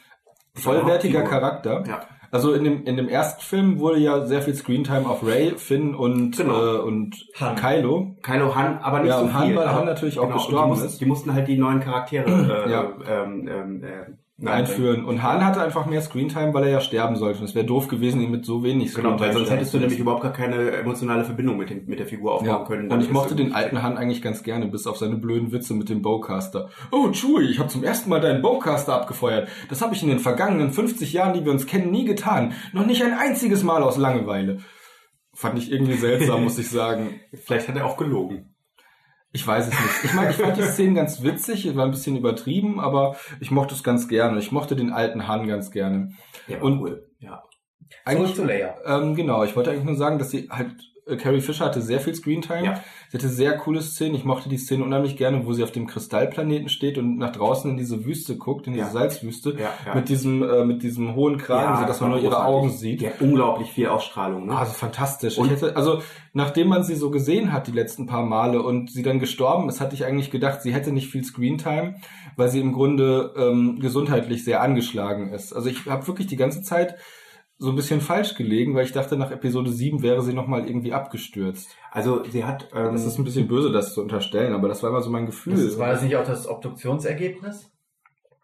[SPEAKER 1] vollwertiger
[SPEAKER 3] Hauptfigur.
[SPEAKER 1] Charakter.
[SPEAKER 3] Ja.
[SPEAKER 1] Also in dem in dem ersten Film wurde ja sehr viel Screentime auf Ray, Finn und
[SPEAKER 3] Genau.
[SPEAKER 1] äh, und
[SPEAKER 2] Han.
[SPEAKER 1] Kylo.
[SPEAKER 3] Kylo Han, aber nicht
[SPEAKER 1] Ja,
[SPEAKER 3] so
[SPEAKER 1] und
[SPEAKER 3] viel.
[SPEAKER 1] Han, weil
[SPEAKER 3] aber- genau,
[SPEAKER 1] Han natürlich auch
[SPEAKER 3] und
[SPEAKER 1] gestorben
[SPEAKER 3] die mussten,
[SPEAKER 1] ist.
[SPEAKER 3] Die mussten halt die neuen Charaktere äh,
[SPEAKER 1] Ja.
[SPEAKER 3] ähm, ähm, äh,
[SPEAKER 1] Einführen. Und Han hatte einfach mehr Screentime, weil er ja sterben sollte. Und es wäre doof gewesen, ihn mit so wenig
[SPEAKER 3] Genau, weil sonst
[SPEAKER 1] sterben
[SPEAKER 3] hättest
[SPEAKER 1] zu
[SPEAKER 3] du
[SPEAKER 1] lassen.
[SPEAKER 3] nämlich überhaupt gar keine emotionale Verbindung mit, dem, mit der Figur aufbauen
[SPEAKER 1] Ja,
[SPEAKER 3] können.
[SPEAKER 1] und ich mochte den alten Han eigentlich ganz gerne, bis auf seine blöden Witze mit dem Bowcaster. Oh, Chewie, ich habe zum ersten Mal deinen Bowcaster abgefeuert. Das habe ich in den vergangenen 50 Jahren, die wir uns kennen, nie getan. Noch nicht ein einziges Mal aus Langeweile. Fand ich irgendwie seltsam, muss ich sagen.
[SPEAKER 3] Vielleicht hat er auch gelogen.
[SPEAKER 1] Ich weiß es nicht. Ich meine, ich fand die Szenen ganz witzig, es war ein bisschen übertrieben, aber ich mochte es ganz gerne. Ich mochte den alten Han ganz gerne.
[SPEAKER 3] Ja,
[SPEAKER 1] Und-
[SPEAKER 3] cool. Ja.
[SPEAKER 2] Zurück zu Leia.
[SPEAKER 1] Ähm, genau, ich wollte eigentlich nur sagen, dass sie halt äh, Carrie Fisher hatte sehr viel Screentime.
[SPEAKER 3] Ja.
[SPEAKER 1] Sie hatte sehr coole Szenen. Ich mochte die Szene unheimlich gerne, wo sie auf dem Kristallplaneten steht und nach draußen in diese Wüste guckt, in diese
[SPEAKER 3] Ja.
[SPEAKER 1] Salzwüste,
[SPEAKER 3] Ja, ja.
[SPEAKER 1] mit diesem äh, mit diesem hohen Kragen, so dass man nur ihre Augen sieht.
[SPEAKER 3] Ja, unglaublich viel Ausstrahlung. Ne?
[SPEAKER 1] Also fantastisch.
[SPEAKER 3] Und-
[SPEAKER 1] ich hätte, also nachdem man sie so gesehen hat die letzten paar Male und sie dann gestorben ist, hatte ich eigentlich gedacht, sie hätte nicht viel Screentime, weil sie im Grunde ähm, gesundheitlich sehr angeschlagen ist. Also ich habe wirklich die ganze Zeit so ein bisschen falsch gelegen, weil ich dachte, nach Episode 7 wäre sie nochmal irgendwie abgestürzt.
[SPEAKER 3] Also sie hat... Ähm,
[SPEAKER 1] Das ist ein bisschen böse, das zu unterstellen, aber das war immer so mein Gefühl.
[SPEAKER 2] Das ist, war das nicht auch das Obduktionsergebnis?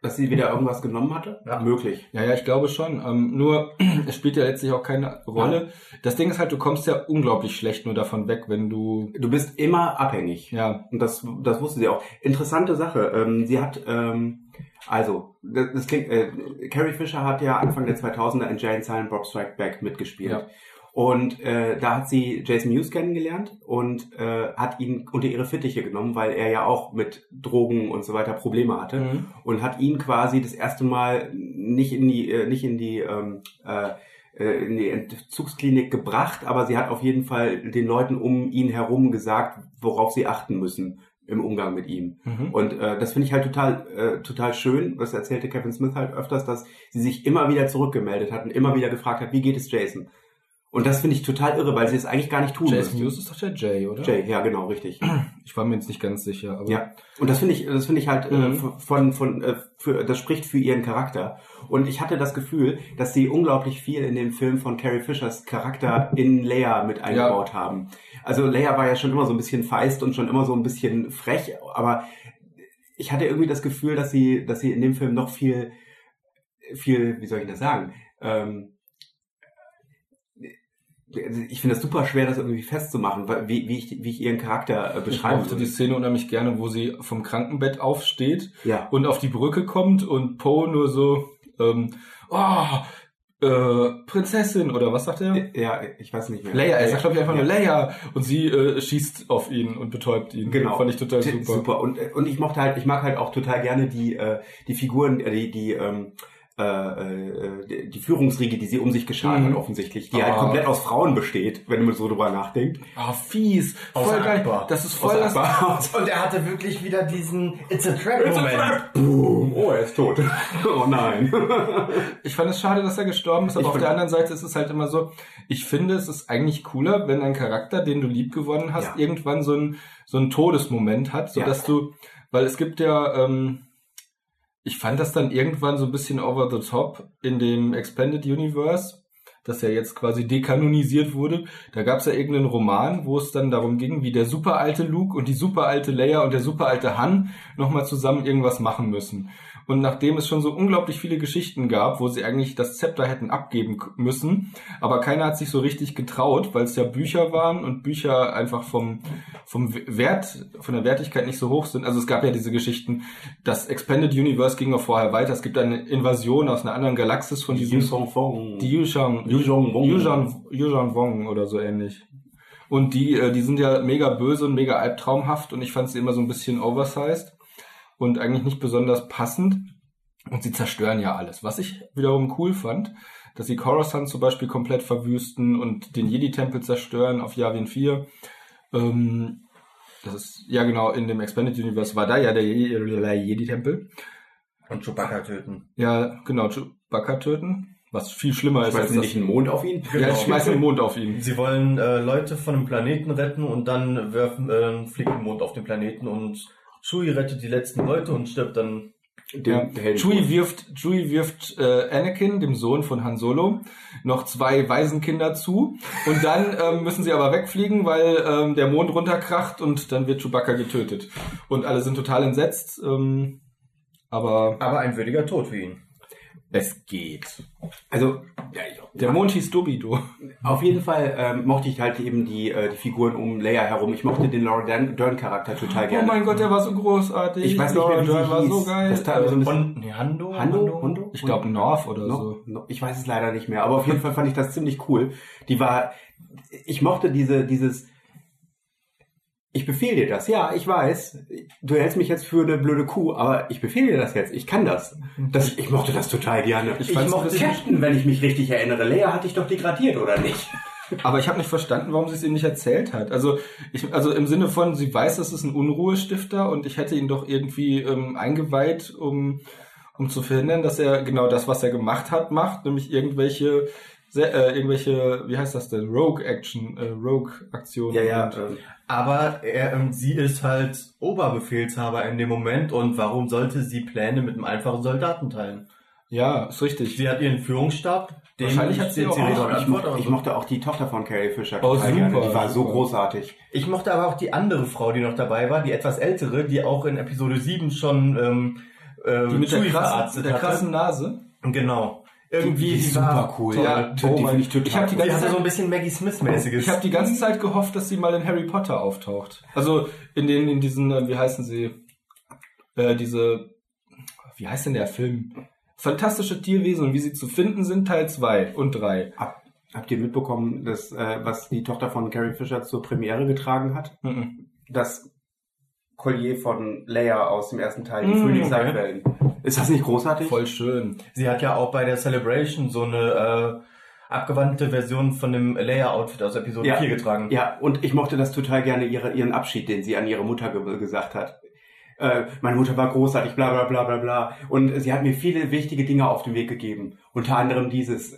[SPEAKER 3] dass sie wieder irgendwas genommen hatte?
[SPEAKER 2] Ja.
[SPEAKER 3] Möglich.
[SPEAKER 1] Ja, ja, ich glaube schon. Ähm, nur, es spielt ja letztlich auch keine Rolle. Das Ding ist halt, du kommst ja unglaublich schlecht nur davon weg, wenn du,
[SPEAKER 3] Du bist immer abhängig.
[SPEAKER 1] ja,
[SPEAKER 3] Und das, das wusste sie auch. Interessante Sache. Ähm, sie hat, ähm, also, das, das klingt, äh, Carrie Fisher hat ja Anfang der 2000er in Jane Silent Bob Strike Back mitgespielt.
[SPEAKER 1] Ja.
[SPEAKER 3] Und äh, da hat sie Jason Mewes kennengelernt und äh, hat ihn unter ihre Fittiche genommen, weil er ja auch mit Drogen und so weiter Probleme hatte
[SPEAKER 1] Mhm.
[SPEAKER 3] und hat ihn quasi das erste Mal nicht in die äh, nicht in die ähm, äh, äh, in die Entzugsklinik gebracht, aber sie hat auf jeden Fall den Leuten um ihn herum gesagt, worauf sie achten müssen im Umgang mit ihm.
[SPEAKER 1] Mhm.
[SPEAKER 3] Und äh, das finde ich halt total äh, total schön. Das erzählte Kevin Smith halt öfters, dass sie sich immer wieder zurückgemeldet hat und immer wieder gefragt hat, wie geht es Jason? Und das finde ich total irre, weil sie es eigentlich gar nicht tun müsste.
[SPEAKER 1] Jason Hughes ist doch der Jay, oder?
[SPEAKER 3] Jay, ja genau, richtig.
[SPEAKER 1] Ich war mir jetzt nicht ganz sicher, aber
[SPEAKER 3] Ja, und das finde ich, das finde ich halt äh,
[SPEAKER 1] Mhm.
[SPEAKER 3] f- von von äh, für, das spricht für ihren Charakter. Und ich hatte das Gefühl, dass sie unglaublich viel in dem Film von Carrie Fishers Charakter in Leia mit eingebaut haben. Also Leia war ja schon immer so ein bisschen feist und schon immer so ein bisschen frech, aber ich hatte irgendwie das Gefühl, dass sie, dass sie in dem Film noch viel, viel, wie soll ich das sagen? Ähm, ich finde das super schwer, das irgendwie festzumachen, weil- wie, wie, ich, wie ich ihren Charakter äh,
[SPEAKER 1] ich
[SPEAKER 3] beschreiben
[SPEAKER 1] mochte die
[SPEAKER 3] würde.
[SPEAKER 1] Szene unheimlich gerne, wo sie vom Krankenbett aufsteht
[SPEAKER 3] Ja.
[SPEAKER 1] und auf die Brücke kommt und Poe nur so, ähm, oh, äh, Prinzessin oder was sagt er?
[SPEAKER 3] Ja, ich weiß nicht mehr.
[SPEAKER 1] Leia, er sagt glaube ich einfach nur
[SPEAKER 3] Ja.
[SPEAKER 1] Leia und sie äh, schießt auf ihn und betäubt ihn.
[SPEAKER 3] Genau.
[SPEAKER 1] Fand ich total
[SPEAKER 3] T-
[SPEAKER 1] super.
[SPEAKER 3] super. Und, äh, und ich mochte halt, ich mag halt auch total gerne die, äh, die Figuren, äh, die, die, ähm, äh, äh, die- die Führungsriege, die sie um sich geschart
[SPEAKER 1] Mhm.
[SPEAKER 3] hat, offensichtlich, die
[SPEAKER 1] Ah.
[SPEAKER 3] halt komplett aus Frauen besteht, wenn man so drüber nachdenkt.
[SPEAKER 1] Ah, fies.
[SPEAKER 2] Außer
[SPEAKER 1] voll geil.
[SPEAKER 2] Akbar.
[SPEAKER 1] Das ist voll
[SPEAKER 3] Außer
[SPEAKER 1] das...
[SPEAKER 3] Akbar.
[SPEAKER 2] Und er hatte wirklich wieder diesen It's a Trap-Moment.
[SPEAKER 3] Boom. Oh, er ist tot. oh nein.
[SPEAKER 1] Ich fand es schade, dass er gestorben ist, aber
[SPEAKER 3] Ich
[SPEAKER 1] auf
[SPEAKER 3] bin-
[SPEAKER 1] der anderen Seite ist es halt immer so, ich finde, es ist eigentlich cooler, wenn ein Charakter, den du lieb gewonnen
[SPEAKER 3] Ja.
[SPEAKER 1] hast, irgendwann so einen so einen Todesmoment hat, so
[SPEAKER 3] Ja.
[SPEAKER 1] dass du, weil es gibt ja, ähm, ich fand das dann irgendwann so ein bisschen over the top in dem Expanded Universe, das ja jetzt quasi dekanonisiert wurde. Da gab es ja irgendeinen Roman, wo es dann darum ging, wie der superalte Luke und die superalte Leia und der superalte Han nochmal zusammen irgendwas machen müssen. Und nachdem es schon so unglaublich viele Geschichten gab, wo sie eigentlich das Zepter hätten abgeben k- müssen, aber keiner hat sich so richtig getraut, weil es ja Bücher waren und Bücher einfach vom, vom W- Wert, von der Wertigkeit nicht so hoch sind. Also es gab ja diese Geschichten, das Expanded Universe ging auch vorher weiter. Es gibt eine Invasion aus einer anderen Galaxis von diesem die Yuzhang,
[SPEAKER 3] Yuzhong Wong.
[SPEAKER 1] Yuzhang, Yuzhang Wong oder so ähnlich. Und die, äh, die sind ja mega böse und mega albtraumhaft und ich fand sie immer so ein bisschen oversized und eigentlich nicht besonders passend. Und sie zerstören ja alles. Was ich wiederum cool fand, dass sie Coruscant zum Beispiel komplett verwüsten und den Jedi-Tempel zerstören auf Yavin 4. Ähm, das ist, ja genau, in dem Expanded Universe war da ja der Jedi- der Jedi-Tempel.
[SPEAKER 2] Und Chewbacca töten.
[SPEAKER 1] Ja, genau, Chewbacca töten. Was viel schlimmer ist
[SPEAKER 3] Schmeißen
[SPEAKER 1] als
[SPEAKER 3] sie
[SPEAKER 1] das.
[SPEAKER 3] nicht Genau. einen Mond auf ihn?
[SPEAKER 1] Ja, ich schmeiße den Mond auf ihn.
[SPEAKER 2] Sie wollen äh, Leute von einem Planeten retten und dann werfen, äh, fliegt ein Mond auf den Planeten und Chewie rettet die letzten Leute und stirbt dann.
[SPEAKER 1] Ja.
[SPEAKER 3] Den Helden-
[SPEAKER 1] Chewie wirft, Chewie wirft äh, Anakin, dem Sohn von Han Solo, noch zwei Waisenkinder zu. Und dann ähm, müssen sie aber wegfliegen, weil ähm, der Mond runterkracht und dann wird Chewbacca getötet. Und alle sind total entsetzt. Ähm, aber
[SPEAKER 2] Aber ein würdiger Tod für ihn.
[SPEAKER 1] es geht.
[SPEAKER 3] Also, ja, ich,
[SPEAKER 1] Der Mond hieß Dobido.
[SPEAKER 3] Auf jeden Fall ähm, mochte ich halt eben die, äh, die Figuren um Leia herum. Ich mochte den Laura Dern- Dern-Charakter total
[SPEAKER 1] Oh
[SPEAKER 3] gerne.
[SPEAKER 1] mein Gott, der war so großartig.
[SPEAKER 3] Ich weiß nicht mehr, wie sie
[SPEAKER 1] Dern war
[SPEAKER 3] hieß.
[SPEAKER 1] so geil.
[SPEAKER 3] Das tat mir so ein bisschen-
[SPEAKER 2] Und nee, Hando?
[SPEAKER 3] Hando? Hondo?
[SPEAKER 1] ich glaube North oder so.
[SPEAKER 3] No, no, Also, ich weiß es leider nicht mehr, aber auf jeden Fall fand ich das ziemlich cool. Die war, ich mochte diese, dieses, ich befehle dir das, ja, ich weiß, du hältst mich jetzt für eine blöde Kuh, aber ich befehle dir das jetzt, ich kann das. das ich mochte das total gerne.
[SPEAKER 1] Ich
[SPEAKER 3] Ich,
[SPEAKER 1] fand's
[SPEAKER 3] mochte
[SPEAKER 1] ein bisschen-
[SPEAKER 3] Captain, wenn ich mich richtig erinnere. Leia hatte ich doch degradiert, oder nicht?
[SPEAKER 1] Aber ich habe nicht verstanden, warum sie es ihm nicht erzählt hat. Also, ich, also im Sinne von, sie weiß, das ist ein Unruhestifter und ich hätte ihn doch irgendwie ähm, eingeweiht, um, um zu verhindern, dass er genau das, was er gemacht hat, macht, nämlich irgendwelche, sehr, äh, irgendwelche, wie heißt das denn, Rogue-Action, äh, Rogue-Aktionen.
[SPEAKER 3] Ja, ja.
[SPEAKER 1] und,
[SPEAKER 3] ähm,
[SPEAKER 2] Aber er, ähm, sie ist halt Oberbefehlshaber in dem Moment und warum sollte sie Pläne mit einem einfachen Soldaten teilen?
[SPEAKER 1] ja, ist richtig.
[SPEAKER 2] Sie hat ihren Führungsstab, den
[SPEAKER 1] Wahrscheinlich hat sie
[SPEAKER 2] steht
[SPEAKER 1] auch-
[SPEAKER 3] Ich,
[SPEAKER 2] Rede und Antwort,
[SPEAKER 3] mochte-
[SPEAKER 2] aber
[SPEAKER 3] ich
[SPEAKER 2] so.
[SPEAKER 3] mochte auch die Tochter von Carrie Fisher
[SPEAKER 1] Oh,
[SPEAKER 3] total
[SPEAKER 1] super,
[SPEAKER 3] Die war so
[SPEAKER 1] super.
[SPEAKER 3] großartig.
[SPEAKER 2] Ich mochte aber auch die andere Frau, die noch dabei war, die etwas ältere, die auch in Episode 7 schon ähm, ähm,
[SPEAKER 1] die mit der,
[SPEAKER 2] Chewie
[SPEAKER 1] krassen,
[SPEAKER 2] verarztet
[SPEAKER 1] mit der
[SPEAKER 2] hatte.
[SPEAKER 1] krassen Nase.
[SPEAKER 2] Genau. Irgendwie
[SPEAKER 3] ist
[SPEAKER 2] die
[SPEAKER 3] super
[SPEAKER 2] war
[SPEAKER 3] cool.
[SPEAKER 2] Toll.
[SPEAKER 1] Ja, oh
[SPEAKER 3] die finde
[SPEAKER 1] mein-
[SPEAKER 3] ich total
[SPEAKER 1] ich habe die
[SPEAKER 2] Die
[SPEAKER 1] ganze
[SPEAKER 2] hatte
[SPEAKER 1] Zeit
[SPEAKER 2] so ein bisschen Maggie Smith-mäßiges.
[SPEAKER 1] Ich habe die ganze Zeit gehofft, dass sie mal in Harry Potter auftaucht. Also in den, in diesen, äh, wie heißen sie? Äh, diese, wie heißt denn der Film? Fantastische Tierwesen und wie sie zu finden sind, Teil 2 und 3.
[SPEAKER 3] Hab, habt ihr mitbekommen, dass, äh, was die Tochter von Carrie Fisher zur Premiere getragen hat?
[SPEAKER 2] Mhm.
[SPEAKER 3] Das Collier von Leia aus dem ersten Teil, die
[SPEAKER 2] Mhm,
[SPEAKER 1] Mm,
[SPEAKER 3] Frühlingsseitwellen. Ist das nicht großartig?
[SPEAKER 1] Voll schön.
[SPEAKER 2] Sie hat ja auch bei der Celebration so eine äh, abgewandte Version von dem Leia-Outfit aus Episode
[SPEAKER 3] Ja.
[SPEAKER 2] 4 getragen.
[SPEAKER 3] Ja, und ich mochte das total gerne, ihre, ihren Abschied, den sie an ihre Mutter ge gesagt hat. Äh, meine Mutter war großartig, bla bla bla bla bla. Und sie hat mir viele wichtige Dinge auf den Weg gegeben. Unter anderem dieses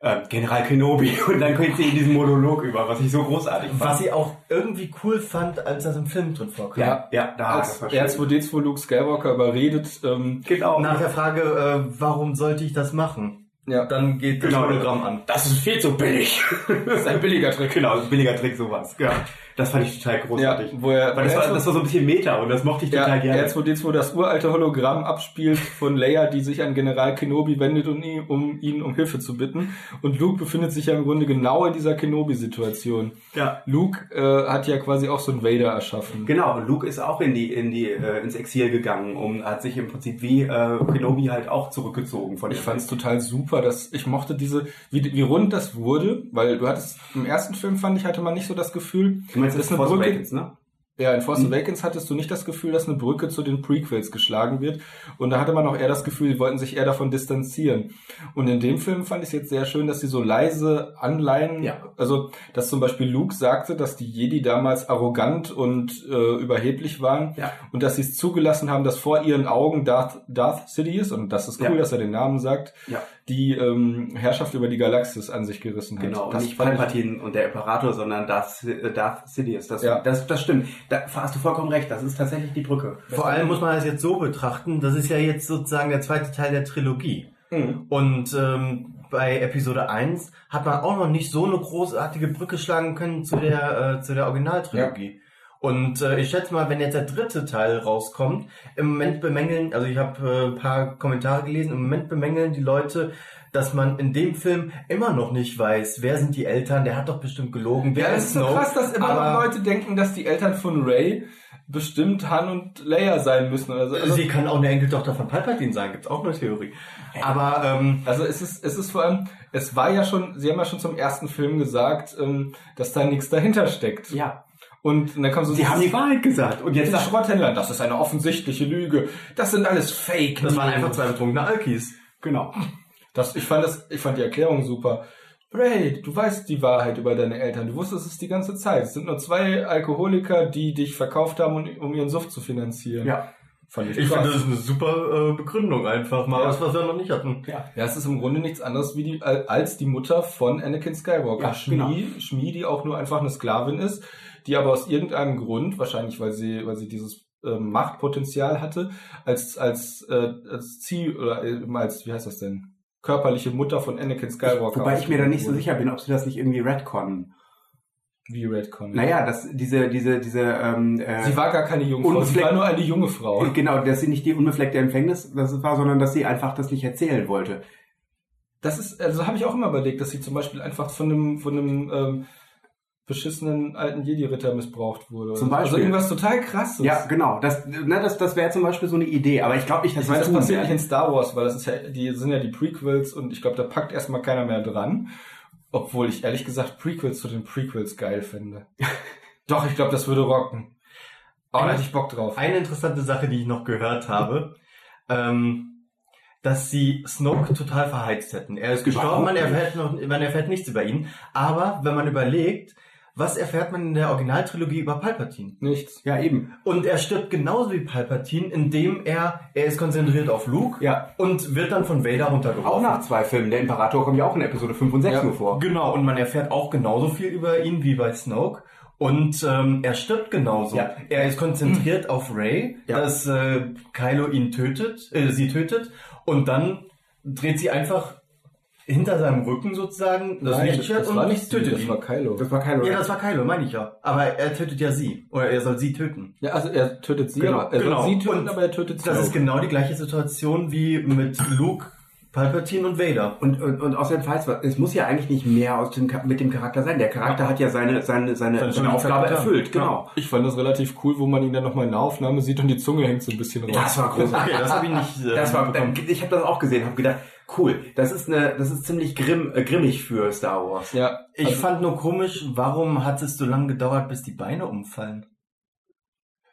[SPEAKER 3] äh, General Kenobi. Und dann kriegt sie in diesen Monolog über, was ich so großartig fand.
[SPEAKER 2] Was ich auch irgendwie cool fand, als das im Film drin vorkam.
[SPEAKER 3] Ja, ja, da
[SPEAKER 1] Als R2D2 Luke Skywalker überredet, ähm,
[SPEAKER 3] Genau.
[SPEAKER 2] Nach der Frage, äh, warum sollte ich das machen?
[SPEAKER 1] ja,
[SPEAKER 2] Dann geht das
[SPEAKER 3] Genau.
[SPEAKER 2] Hologramm an.
[SPEAKER 3] das ist viel zu billig.
[SPEAKER 1] das ist ein billiger Trick.
[SPEAKER 3] genau, ein billiger Trick, sowas. Ja. Das fand ich total großartig.
[SPEAKER 1] Ja, wo er-
[SPEAKER 3] Weil das, war, das war so ein bisschen Meta und das mochte ich
[SPEAKER 1] Ja,
[SPEAKER 3] total gerne.
[SPEAKER 1] R2D2 das uralte Hologramm abspielt von Leia, die sich an General Kenobi wendet, um ihn, um ihn um Hilfe zu bitten. Und Luke befindet sich ja im Grunde genau in dieser Kenobi-Situation.
[SPEAKER 3] Ja.
[SPEAKER 1] Luke äh, hat ja quasi auch so einen Vader erschaffen.
[SPEAKER 3] Genau, und Luke ist auch in die, in die, äh, ins Exil gegangen und hat sich im Prinzip wie äh, Kenobi halt auch zurückgezogen von
[SPEAKER 1] Ich
[SPEAKER 3] der
[SPEAKER 1] fand es total super, dass ich mochte diese, wie, wie rund das wurde, weil du hattest im ersten Film fand ich hatte man nicht so das Gefühl,
[SPEAKER 3] Du meinst, das ist Force
[SPEAKER 1] Brücke.
[SPEAKER 3] Awakens, ne?
[SPEAKER 1] Ja, in Force Awakens hattest du nicht das Gefühl, dass eine Brücke zu den Prequels geschlagen wird. Und da hatte man auch eher das Gefühl, die wollten sich eher davon distanzieren. Und in dem Film fand ich es jetzt sehr schön, dass sie so leise anleihen.
[SPEAKER 3] Ja.
[SPEAKER 1] Also, dass zum Beispiel Luke sagte, dass die Jedi damals arrogant und äh, überheblich waren.
[SPEAKER 3] Ja.
[SPEAKER 1] Und dass sie es zugelassen haben, dass vor ihren Augen Darth, Darth City ist. Und das ist cool,
[SPEAKER 3] Ja.
[SPEAKER 1] dass er den Namen sagt.
[SPEAKER 3] Ja.
[SPEAKER 1] Die ähm, Herrschaft über die Galaxis an sich gerissen hat.
[SPEAKER 3] Genau, und
[SPEAKER 1] das
[SPEAKER 3] nicht
[SPEAKER 1] fand ich-
[SPEAKER 3] Palpatine und der Imperator, sondern Darth, äh, Darth Sidious. Das,
[SPEAKER 1] Ja.
[SPEAKER 3] das, das stimmt. Da hast du vollkommen recht, das ist tatsächlich die Brücke.
[SPEAKER 2] Vor allem muss man das jetzt so betrachten, das ist ja jetzt sozusagen der zweite Teil der Trilogie.
[SPEAKER 1] Mhm.
[SPEAKER 2] Und ähm, bei Episode 1 hat man auch noch nicht so eine großartige Brücke schlagen können zu der, äh, zu der Originaltrilogie. Und äh, ich schätze mal, wenn jetzt der dritte Teil rauskommt, im Moment bemängeln, also ich habe äh, ein paar Kommentare gelesen, im Moment bemängeln die Leute, dass man in dem Film immer noch nicht weiß, wer sind die Eltern, der hat doch bestimmt gelogen,
[SPEAKER 1] Ja,
[SPEAKER 2] wer
[SPEAKER 1] es
[SPEAKER 2] ist
[SPEAKER 1] ist so
[SPEAKER 2] Snoke.
[SPEAKER 1] krass, dass immer
[SPEAKER 2] Aber-
[SPEAKER 1] noch Leute denken, dass die Eltern von Ray bestimmt Han und Leia sein müssen oder so. Also,
[SPEAKER 2] sie kann auch eine Enkeltochter von Palpatine sein, gibt's auch eine Theorie. Aber ähm,
[SPEAKER 1] also es ist, es ist vor allem, es war ja schon, sie haben ja schon zum ersten Film gesagt, ähm, dass da nichts dahinter steckt.
[SPEAKER 3] Ja.
[SPEAKER 1] Und dann kommt so
[SPEAKER 3] Sie haben die Wahrheit gesagt. Und jetzt
[SPEAKER 1] den
[SPEAKER 3] sagt
[SPEAKER 1] Schrotthändlern, das ist eine offensichtliche Lüge. Das sind alles Fake.
[SPEAKER 2] das waren einfach
[SPEAKER 1] News.
[SPEAKER 2] zwei betrunkene Alkis.
[SPEAKER 3] genau.
[SPEAKER 1] Das, ich fand das, ich fand die Erklärung super. Ray, du weißt die Wahrheit über deine Eltern. Du wusstest es die ganze Zeit. Es sind nur zwei Alkoholiker, die dich verkauft haben, um- um ihren Suft zu finanzieren.
[SPEAKER 3] Ja.
[SPEAKER 1] Fand ich,
[SPEAKER 2] Ich
[SPEAKER 1] krass.
[SPEAKER 2] finde, das ist eine super äh, Begründung einfach mal,
[SPEAKER 1] Ja.
[SPEAKER 2] was, was wir noch nicht hatten.
[SPEAKER 3] Ja.
[SPEAKER 1] Ja, es ist im Grunde nichts anderes wie die, als die Mutter von Anakin Skywalker.
[SPEAKER 3] Ja,
[SPEAKER 1] Shmi,
[SPEAKER 3] genau.
[SPEAKER 1] Shmi, die auch nur einfach eine Sklavin ist, die aber aus irgendeinem Grund, wahrscheinlich weil sie, weil sie dieses ähm, Machtpotenzial hatte, als, als, äh, als Ziel oder eben als, wie heißt das denn? Körperliche Mutter von Anakin Skywalker.
[SPEAKER 3] Wobei ich mir da nicht so
[SPEAKER 1] wurde.
[SPEAKER 3] sicher bin, ob sie das nicht irgendwie retconnen.
[SPEAKER 1] Wie Redcon.
[SPEAKER 3] Naja, dass diese, diese, diese, ähm, äh,
[SPEAKER 1] Sie war gar keine Jungfrau, sie
[SPEAKER 3] Unbefleckt-
[SPEAKER 1] war nur eine junge Frau.
[SPEAKER 3] genau, dass sie nicht die unbefleckte Empfängnis das war, sondern dass sie einfach das nicht erzählen wollte.
[SPEAKER 1] Das ist, also habe ich auch immer überlegt, dass sie zum Beispiel einfach von einem, von einem ähm, beschissenen alten Jedi-Ritter missbraucht wurde.
[SPEAKER 3] Zum
[SPEAKER 1] Also
[SPEAKER 3] Beispiel.
[SPEAKER 1] irgendwas total krasses.
[SPEAKER 3] Ja, genau. Das, ne, das, das wäre zum Beispiel so eine Idee, aber ich glaube nicht, dass
[SPEAKER 1] Ich meine,
[SPEAKER 3] sie's
[SPEAKER 1] das
[SPEAKER 3] tun
[SPEAKER 1] passiert
[SPEAKER 3] werden.
[SPEAKER 1] nicht in Star Wars, weil das ist ja, die sind ja die Prequels und ich glaube, da packt erstmal keiner mehr dran. Obwohl ich ehrlich gesagt Prequels zu den Prequels geil finde. Doch, ich glaube, das würde rocken. Oh, da hätte ich Bock drauf.
[SPEAKER 2] Eine interessante Sache, die ich noch gehört habe, ähm, dass sie Snoke total verheizt hätten. Er ist gestorben, man
[SPEAKER 3] Überhaupt nicht.
[SPEAKER 2] erfährt, noch, man erfährt nichts über ihn. Aber wenn man überlegt, was erfährt man in der Originaltrilogie über Palpatine?
[SPEAKER 1] Nichts.
[SPEAKER 3] Ja, eben.
[SPEAKER 2] Und er stirbt genauso wie Palpatine, indem er, er ist konzentriert auf Luke
[SPEAKER 3] Ja.
[SPEAKER 2] und wird dann von Vader
[SPEAKER 3] Auch
[SPEAKER 2] runtergeworfen.
[SPEAKER 3] nach zwei Filmen. Der Imperator kommt ja auch in Episode 5 und 6
[SPEAKER 1] Ja.
[SPEAKER 3] nur vor.
[SPEAKER 2] Genau, und man erfährt auch genauso viel über ihn wie bei Snoke. Und ähm, er stirbt genauso.
[SPEAKER 3] Ja.
[SPEAKER 2] Er ist
[SPEAKER 1] Mhm.
[SPEAKER 2] konzentriert auf Ray,
[SPEAKER 3] Ja.
[SPEAKER 2] dass äh, Kylo ihn tötet, äh, sie tötet, und dann dreht sie einfach hinter seinem Rücken sozusagen das Lichtschwert und
[SPEAKER 1] sie,
[SPEAKER 2] tötet
[SPEAKER 1] das
[SPEAKER 2] ihn.
[SPEAKER 1] war Kylo.
[SPEAKER 3] Das war kein
[SPEAKER 2] ja, das war Kylo, meine ich ja. Aber er tötet ja sie. Oder er soll sie töten.
[SPEAKER 1] Ja, also er tötet sie,
[SPEAKER 3] Genau,
[SPEAKER 1] aber er soll
[SPEAKER 2] genau.
[SPEAKER 1] sie töten,
[SPEAKER 2] Und
[SPEAKER 1] aber er tötet sie.
[SPEAKER 2] Das ist genau die gleiche Situation wie mit Luke, Palpatine und Vader.
[SPEAKER 3] Und, und, und außerdem, falls, was- es muss ja eigentlich nicht mehr aus dem, Char- mit dem Charakter sein. Der Charakter hat ja seine, seine, seine,
[SPEAKER 2] Seine
[SPEAKER 3] seine,
[SPEAKER 2] schöne
[SPEAKER 3] Aufgabe
[SPEAKER 2] Charakter.
[SPEAKER 3] erfüllt, genau.
[SPEAKER 1] Ich fand das relativ cool, wo man ihn dann nochmal in der Aufnahme sieht und die Zunge hängt so ein bisschen raus.
[SPEAKER 3] Das war großartig.
[SPEAKER 2] Okay, das habe ich nicht. äh,
[SPEAKER 3] Das war,
[SPEAKER 2] mitbekommen.
[SPEAKER 3] ich habe das auch gesehen, habe gedacht, cool, das ist eine, das ist ziemlich grimm, äh, grimmig für Star Wars.
[SPEAKER 1] Ja,
[SPEAKER 2] Ich
[SPEAKER 1] also,
[SPEAKER 2] fand nur komisch, warum hat es so lange gedauert, bis die Beine umfallen?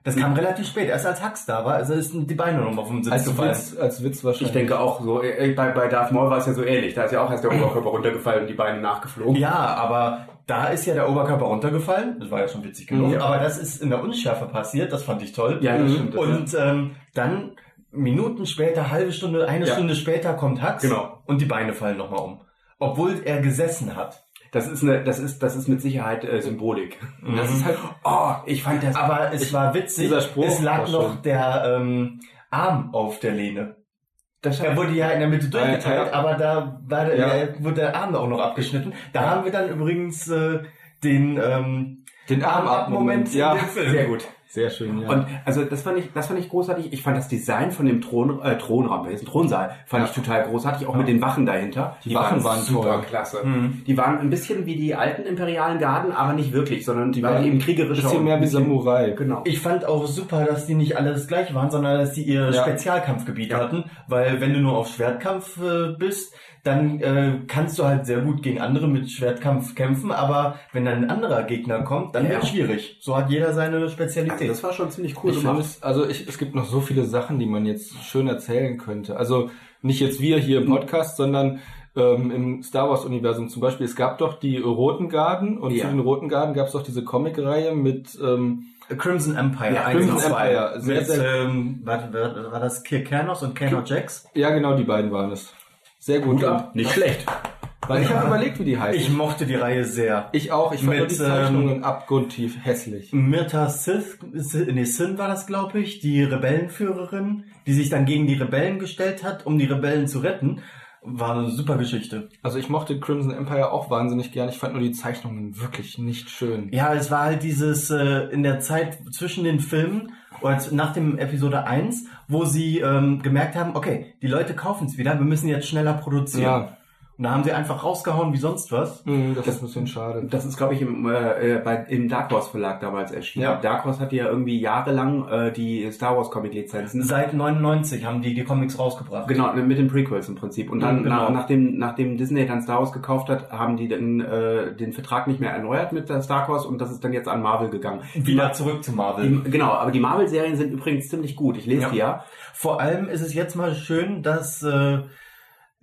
[SPEAKER 2] Das
[SPEAKER 3] Hm.
[SPEAKER 2] kam relativ spät, erst als Hux da war, also ist die Beine um auf dem Sitz
[SPEAKER 1] als
[SPEAKER 2] gefallen.
[SPEAKER 1] Witz, als Witz wahrscheinlich.
[SPEAKER 3] Ich denke auch so, äh, bei, bei Darth Maul war es ja so ähnlich. Da ist ja auch erst der Oberkörper runtergefallen und die Beine nachgeflogen.
[SPEAKER 2] Ja, aber da ist ja der Oberkörper runtergefallen, das war ja schon witzig genug,
[SPEAKER 3] Ja.
[SPEAKER 2] aber das ist in der Unschärfe passiert, das fand ich toll.
[SPEAKER 3] Hm. Ja, das stimmt, das
[SPEAKER 2] Und ähm, dann Minuten später, halbe Stunde, eine
[SPEAKER 3] Ja.
[SPEAKER 2] Stunde später kommt Hux
[SPEAKER 3] Genau.
[SPEAKER 2] und die Beine fallen nochmal um. Obwohl er gesessen hat.
[SPEAKER 3] Das ist eine, das ist, das ist mit Sicherheit äh, Symbolik.
[SPEAKER 1] das ist halt,
[SPEAKER 3] Oh, ich fand das.
[SPEAKER 2] Mhm. Aber es war witzig,
[SPEAKER 1] dieser Spruch
[SPEAKER 2] es lag
[SPEAKER 1] war
[SPEAKER 2] noch
[SPEAKER 1] schön.
[SPEAKER 2] der ähm, Arm auf der Lehne.
[SPEAKER 3] das
[SPEAKER 2] Er wurde ja in der Mitte durchgeteilt,
[SPEAKER 1] Ah, Ja, ja.
[SPEAKER 2] aber da war der,
[SPEAKER 1] Ja.
[SPEAKER 2] ja, wurde der Arm auch noch abgeschnitten. Da haben wir dann übrigens äh, den ähm,
[SPEAKER 1] den Arm ab Moment.
[SPEAKER 2] Arm-Ab-Moment
[SPEAKER 1] Ja,
[SPEAKER 2] in dem Film.
[SPEAKER 3] sehr gut.
[SPEAKER 1] sehr schön, ja.
[SPEAKER 3] Und also das fand ich, das fand ich großartig. Ich fand das Design von dem Thron, äh, Thronraum, das ist ein Thronsaal, fand
[SPEAKER 1] Ja.
[SPEAKER 3] ich total großartig, auch mit den Wachen dahinter.
[SPEAKER 1] Die Wachen waren
[SPEAKER 3] super
[SPEAKER 1] toll.
[SPEAKER 3] klasse.
[SPEAKER 2] Mhm.
[SPEAKER 3] Die waren ein bisschen wie die alten imperialen Garden, aber nicht wirklich, sondern die waren
[SPEAKER 1] Ja,
[SPEAKER 3] eben kriegerischer.
[SPEAKER 1] bisschen
[SPEAKER 3] und
[SPEAKER 1] mehr
[SPEAKER 3] ein
[SPEAKER 1] wie Samurai.
[SPEAKER 3] Genau.
[SPEAKER 2] Ich fand auch super, dass die nicht alle das gleiche waren, sondern dass die ihr
[SPEAKER 1] Ja.
[SPEAKER 2] Spezialkampfgebiet hatten, weil wenn du nur auf Schwertkampf äh, bist, dann äh, kannst du halt sehr gut gegen andere mit Schwertkampf kämpfen, aber wenn dann ein anderer Gegner kommt, dann
[SPEAKER 3] Ja.
[SPEAKER 2] wird schwierig. So hat jeder seine Spezialität.
[SPEAKER 3] Also das war schon ziemlich cool
[SPEAKER 1] Ich finde
[SPEAKER 3] gemacht.
[SPEAKER 1] es, also ich, es gibt noch so viele Sachen, die man jetzt schön erzählen könnte. Also nicht jetzt wir hier
[SPEAKER 3] Hm.
[SPEAKER 1] im Podcast, sondern ähm, im Star Wars Universum zum Beispiel. Es gab doch die Roten Garden und
[SPEAKER 3] Ja.
[SPEAKER 1] zu den Roten Garden gab es doch diese Comic-Reihe mit ähm,
[SPEAKER 2] Crimson Empire.
[SPEAKER 3] Ja,
[SPEAKER 2] eins
[SPEAKER 1] Crimson
[SPEAKER 2] und zwei.
[SPEAKER 1] Empire, sehr,
[SPEAKER 2] Mit,
[SPEAKER 1] sehr-
[SPEAKER 2] ähm, war, war, war das Kir Kernos und Kerno Jax?
[SPEAKER 1] ja genau die beiden waren es. Sehr gut. Und-
[SPEAKER 3] Nicht schlecht.
[SPEAKER 1] Weil ich habe überlegt, wie die heißen.
[SPEAKER 2] Ich mochte die Reihe sehr.
[SPEAKER 1] Ich auch, ich fand
[SPEAKER 2] Mit,
[SPEAKER 1] die Zeichnungen
[SPEAKER 2] ähm,
[SPEAKER 1] abgrundtief hässlich.
[SPEAKER 2] Mirta Sith, Sith- nee, Sin war das, glaube ich, die Rebellenführerin, die sich dann gegen die Rebellen gestellt hat, um die Rebellen zu retten. War eine super Geschichte.
[SPEAKER 1] Also ich mochte Crimson Empire auch wahnsinnig gern. Ich fand nur die Zeichnungen wirklich nicht schön.
[SPEAKER 2] Ja, es war halt dieses äh, in der Zeit zwischen den Filmen oder z- nach dem Episode 1, wo sie ähm, gemerkt haben, okay, die Leute kaufen es wieder, wir müssen jetzt schneller produzieren.
[SPEAKER 1] Ja.
[SPEAKER 2] Und da haben sie einfach rausgehauen wie sonst was.
[SPEAKER 1] Mhm, das, ist ein bisschen schade.
[SPEAKER 3] Das ist, glaube ich, im, äh, äh, bei, im Dark Horse Verlag damals erschienen.
[SPEAKER 1] Ja.
[SPEAKER 3] Dark Horse hatte ja irgendwie jahrelang äh, die Star Wars Comic Lizenzen.
[SPEAKER 2] Seit 99 haben die die Comics rausgebracht.
[SPEAKER 3] Genau, mit den Prequels im Prinzip. Und
[SPEAKER 2] Mhm,
[SPEAKER 3] dann,
[SPEAKER 2] genau.
[SPEAKER 3] nach, nachdem, nachdem Disney dann Star Wars gekauft hat, haben die dann äh, den Vertrag nicht mehr erneuert mit der Star Wars und das ist dann jetzt an Marvel gegangen.
[SPEAKER 2] Wieder zurück zu Marvel.
[SPEAKER 3] Die, genau, aber die Marvel-Serien sind übrigens ziemlich gut. Ich lese
[SPEAKER 2] Ja.
[SPEAKER 3] die ja.
[SPEAKER 2] Vor allem ist es jetzt mal schön, dass äh,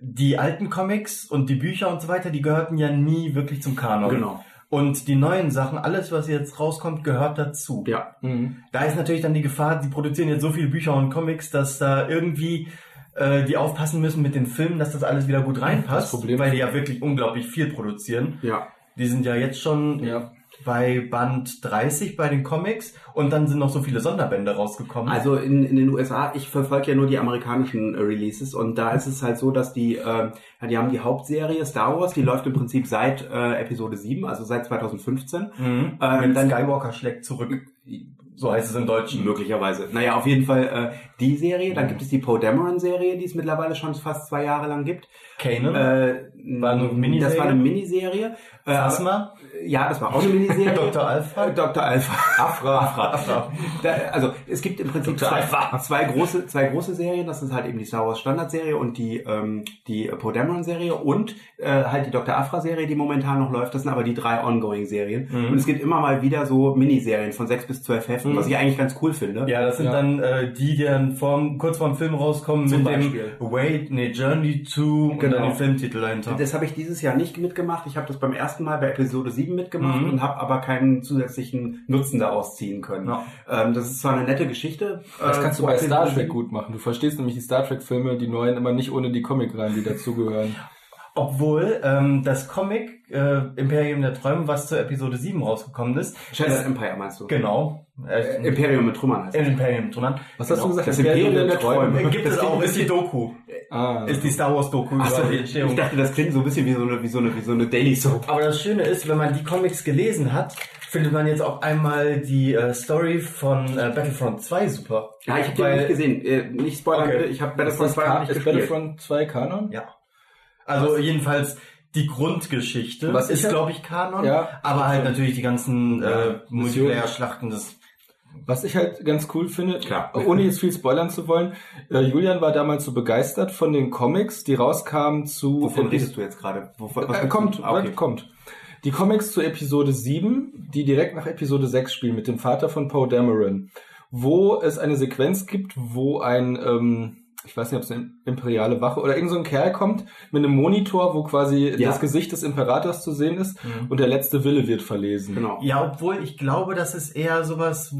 [SPEAKER 2] die alten Comics und die Bücher und so weiter, die gehörten ja nie wirklich zum Kanon.
[SPEAKER 3] Genau.
[SPEAKER 2] Und die neuen Sachen, alles, was jetzt rauskommt, gehört dazu.
[SPEAKER 3] Ja.
[SPEAKER 1] Mhm.
[SPEAKER 2] Da ist natürlich dann die Gefahr, die produzieren jetzt so viele Bücher und Comics, dass da irgendwie äh, die aufpassen müssen mit den Filmen, dass das alles wieder gut reinpasst,
[SPEAKER 1] Das Problem-
[SPEAKER 2] weil die ja wirklich unglaublich viel produzieren.
[SPEAKER 3] Ja.
[SPEAKER 2] Die sind ja jetzt schon
[SPEAKER 1] Ja.
[SPEAKER 2] bei Band 30 bei den Comics und dann sind noch so viele Sonderbände rausgekommen.
[SPEAKER 3] Also in, in den USA, ich verfolge ja nur die amerikanischen äh, Releases und da ist es halt so, dass die, äh, die haben die Hauptserie Star Wars, die läuft im Prinzip seit äh, Episode 7, also seit 2015.
[SPEAKER 2] Mhm.
[SPEAKER 3] Ähm,
[SPEAKER 2] Wenn
[SPEAKER 3] dann-
[SPEAKER 2] Skywalker schlägt zurück. So heißt es im Deutschen. ne?
[SPEAKER 3] Möglicherweise. Naja, auf jeden Fall äh, die Serie. Dann gibt es die Poe Dameron-Serie, die es mittlerweile schon fast zwei Jahre lang gibt.
[SPEAKER 2] Kanan.
[SPEAKER 3] Äh,
[SPEAKER 2] Hm. War eine Miniserie?
[SPEAKER 3] Das war eine Miniserie. Äh,
[SPEAKER 2] Phasma.
[SPEAKER 3] ja, das war auch eine Miniserie.
[SPEAKER 2] Dr. Alpha?
[SPEAKER 3] Äh, Dr. Alpha.
[SPEAKER 1] Afra.
[SPEAKER 3] Afra. Da, also es gibt im Prinzip
[SPEAKER 2] Dr.
[SPEAKER 3] zwei,
[SPEAKER 2] Alpha.
[SPEAKER 3] zwei, große, zwei große Serien. Das ist halt eben die Star Wars Standardserie und die, ähm, die Poe Dameron-Serie und äh, halt die Dr. Afra-Serie, die
[SPEAKER 2] Mhm.
[SPEAKER 3] momentan noch läuft. Das sind aber die drei Ongoing-Serien. Und es gibt immer mal wieder so Miniserien von sechs bis zwölf Heften, Filmschriften, was ich eigentlich ganz cool finde.
[SPEAKER 2] Ja, das sind
[SPEAKER 1] Ja.
[SPEAKER 2] dann äh, die, die dann vorm, kurz vorm Film rauskommen
[SPEAKER 3] Zum
[SPEAKER 2] mit
[SPEAKER 3] Beispiel.
[SPEAKER 2] dem Wait, nee, Journey to und
[SPEAKER 3] Genau.
[SPEAKER 2] dann den Filmtitel dahinter.
[SPEAKER 3] Das habe ich dieses Jahr nicht mitgemacht. Ich habe das beim ersten Mal bei Episode 7 mitgemacht
[SPEAKER 2] Mhm.
[SPEAKER 3] und habe aber keinen zusätzlichen Nutzen daraus ziehen können.
[SPEAKER 2] Ja.
[SPEAKER 3] Ähm, das ist zwar eine nette Geschichte.
[SPEAKER 1] Das
[SPEAKER 3] äh,
[SPEAKER 1] kannst du
[SPEAKER 3] zu
[SPEAKER 1] bei
[SPEAKER 3] Episode
[SPEAKER 1] Star Trek
[SPEAKER 3] 7.
[SPEAKER 1] gut machen. Du verstehst nämlich die Star Trek-Filme, die neuen, immer nicht ohne die Comic-Reihen, die dazugehören.
[SPEAKER 2] Obwohl ähm, das Comic äh, Imperium der Träume, was zur Episode 7 rausgekommen ist,
[SPEAKER 3] Shadow
[SPEAKER 2] ist-
[SPEAKER 3] Empire meinst du?
[SPEAKER 2] genau.
[SPEAKER 3] Äh,
[SPEAKER 2] Äh,
[SPEAKER 3] Imperium mit Trümmern heißt das. Genau.
[SPEAKER 2] Imperium Truman.
[SPEAKER 1] Was hast du gesagt?
[SPEAKER 3] Das Imperium der Träume.
[SPEAKER 2] Gibt es auch, ist die Doku.
[SPEAKER 1] Ah,
[SPEAKER 2] Ist die Star Wars Doku
[SPEAKER 3] Ach so,
[SPEAKER 2] über die
[SPEAKER 3] ich
[SPEAKER 2] Entstehung.
[SPEAKER 3] dachte, das klingt so ein bisschen wie so eine, wie so eine, wie so eine Daily Soap.
[SPEAKER 2] Aber das Schöne ist, wenn man die Comics gelesen hat, findet man jetzt auf einmal die äh, Story von äh, Battlefront 2 super.
[SPEAKER 3] Ja, ich habe die
[SPEAKER 2] Weil-
[SPEAKER 3] noch nicht gesehen. Äh, nicht spoilern
[SPEAKER 2] Okay.
[SPEAKER 3] bitte. Ich habe
[SPEAKER 1] ist
[SPEAKER 3] Battlefront
[SPEAKER 1] das
[SPEAKER 3] 2 noch
[SPEAKER 1] Ka
[SPEAKER 3] nicht
[SPEAKER 1] ist
[SPEAKER 3] gespielt.
[SPEAKER 1] Battlefront 2 Kanon?
[SPEAKER 2] Ja. Also jedenfalls die Grundgeschichte
[SPEAKER 1] Was ist
[SPEAKER 2] ist,
[SPEAKER 1] ja-
[SPEAKER 2] glaube ich, Kanon.
[SPEAKER 1] Ja.
[SPEAKER 2] Aber halt natürlich die ganzen äh, Multiplayer-Schlachten. Das
[SPEAKER 1] Was ich halt ganz cool finde, äh,
[SPEAKER 3] Klar.
[SPEAKER 1] ohne jetzt viel spoilern zu wollen, äh, Julian war damals so begeistert von den Comics, die rauskamen zu...
[SPEAKER 3] Wovon redest du jetzt gerade? Wovon-
[SPEAKER 1] Äh, kommt,
[SPEAKER 3] Ah, okay.
[SPEAKER 1] kommt. Die Comics zu Episode 7, die direkt nach Episode 6 spielen, mit dem Vater von Poe Dameron, wo es eine Sequenz gibt, wo ein, ähm, ich weiß nicht, ob es eine imperiale Wache oder irgend so ein Kerl kommt, mit einem Monitor, wo quasi
[SPEAKER 3] Ja. Mhm.
[SPEAKER 1] das Gesicht des Imperators zu sehen ist und der letzte Wille wird verlesen.
[SPEAKER 3] Genau.
[SPEAKER 2] Ja, obwohl ich glaube, das ist eher sowas,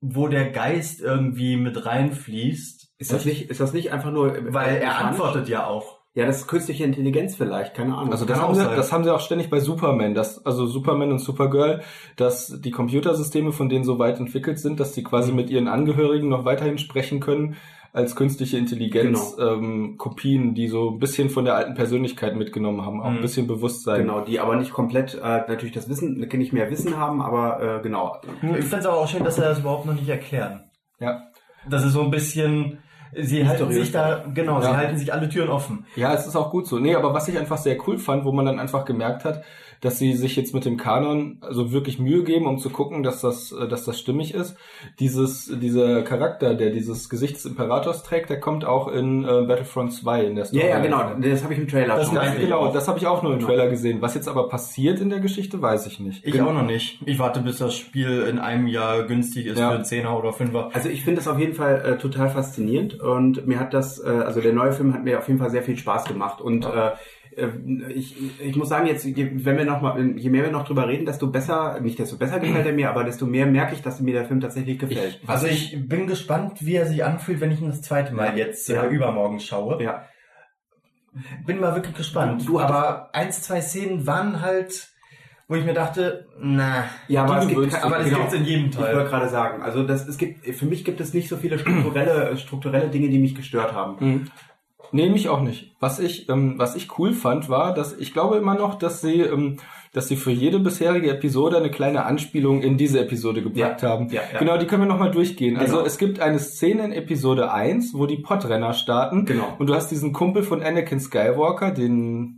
[SPEAKER 2] wo der Geist irgendwie mit reinfließt,
[SPEAKER 3] Ist das nicht, ist das nicht einfach nur, äh,
[SPEAKER 2] weil er
[SPEAKER 3] mechanisch?
[SPEAKER 2] antwortet ja auch.
[SPEAKER 3] Ja, das ist künstliche Intelligenz vielleicht, keine Ahnung.
[SPEAKER 1] Also das
[SPEAKER 2] Kann auch
[SPEAKER 1] haben, sie,
[SPEAKER 2] sein.
[SPEAKER 1] das haben sie auch ständig bei Superman, dass, also Superman und Supergirl, dass die Computersysteme von denen so weit entwickelt sind, dass sie
[SPEAKER 2] Mhm.
[SPEAKER 1] quasi mit ihren Angehörigen noch weiterhin sprechen können als künstliche Intelligenz
[SPEAKER 2] Genau.
[SPEAKER 1] ähm, Kopien, die so ein bisschen von der alten Persönlichkeit mitgenommen haben, auch ein
[SPEAKER 2] Mhm.
[SPEAKER 1] bisschen Bewusstsein.
[SPEAKER 3] Genau, die aber nicht komplett äh, natürlich das Wissen, nicht mehr Wissen haben, aber äh, genau.
[SPEAKER 2] Ich finde es aber auch schön, dass er das überhaupt noch nicht erklären.
[SPEAKER 1] Ja.
[SPEAKER 2] Das ist so ein bisschen, sie halten
[SPEAKER 3] Mysteriös.
[SPEAKER 2] sich da, genau,
[SPEAKER 1] Ja.
[SPEAKER 2] sie halten sich alle Türen offen.
[SPEAKER 1] Ja, es ist auch gut so. Nee, aber was ich einfach sehr cool fand, wo man dann einfach gemerkt hat, dass sie sich jetzt mit dem Kanon also wirklich Mühe geben, um zu gucken, dass das, äh, dass das stimmig ist. Dieses, dieser Charakter, der dieses Gesicht des Imperators trägt, der kommt auch in äh, Battlefront 2 in der
[SPEAKER 3] Ja, ja, genau,
[SPEAKER 1] also Das,
[SPEAKER 3] das habe ich im Trailer
[SPEAKER 2] Das
[SPEAKER 3] schon
[SPEAKER 2] meinte
[SPEAKER 3] gesehen.
[SPEAKER 1] genau,
[SPEAKER 2] auch.
[SPEAKER 1] das habe ich auch nur im Trailer gesehen. Was jetzt aber passiert in der Geschichte, weiß ich nicht.
[SPEAKER 2] Ich
[SPEAKER 3] Genau.
[SPEAKER 2] auch noch nicht. Ich warte, bis das Spiel in einem Jahr günstig ist
[SPEAKER 1] Ja.
[SPEAKER 2] für einen Zehner oder Fünfer.
[SPEAKER 3] Also ich finde das auf jeden Fall äh, total faszinierend und mir hat das, äh, also der neue Film hat mir auf jeden Fall sehr viel Spaß gemacht und äh, äh, ich, ich muss sagen, jetzt, je, wenn wir noch mal, je mehr wir noch drüber reden, desto besser, nicht desto besser gefällt er mir, aber desto mehr merke ich, dass mir der Film tatsächlich gefällt.
[SPEAKER 2] Also ich bin gespannt, wie er sich anfühlt, wenn ich ihn das zweite Mal
[SPEAKER 3] Ja.
[SPEAKER 2] jetzt
[SPEAKER 3] Ja.
[SPEAKER 2] Äh, übermorgen schaue.
[SPEAKER 3] ja.
[SPEAKER 2] Bin mal wirklich gespannt.
[SPEAKER 3] Du- du hattest-
[SPEAKER 2] aber eins, zwei Szenen waren halt, wo ich mir dachte, na,
[SPEAKER 3] Ja, aber
[SPEAKER 1] Die
[SPEAKER 3] es gibt,
[SPEAKER 1] gewöhnst
[SPEAKER 3] kein-
[SPEAKER 1] du-
[SPEAKER 2] aber das
[SPEAKER 3] genau.
[SPEAKER 2] gibt's in jedem
[SPEAKER 3] Ich wollte
[SPEAKER 2] Teil.
[SPEAKER 3] gerade sagen, also das, es gibt, für mich gibt es nicht so viele strukturelle, äh, strukturelle Dinge, die mich gestört haben.
[SPEAKER 1] Nee, mich auch nicht. Was ich, ähm, was ich cool fand, war, dass ich glaube immer noch, dass sie, ähm, dass sie für jede bisherige Episode eine kleine Anspielung in diese Episode gepackt
[SPEAKER 3] Ja,
[SPEAKER 1] haben.
[SPEAKER 3] ja, ja.
[SPEAKER 1] Genau, die können wir nochmal durchgehen. Also
[SPEAKER 3] Genau.
[SPEAKER 1] es gibt eine Szene in Episode 1, wo die Podrenner starten.
[SPEAKER 3] Genau.
[SPEAKER 1] Und du hast diesen Kumpel von Anakin Skywalker, den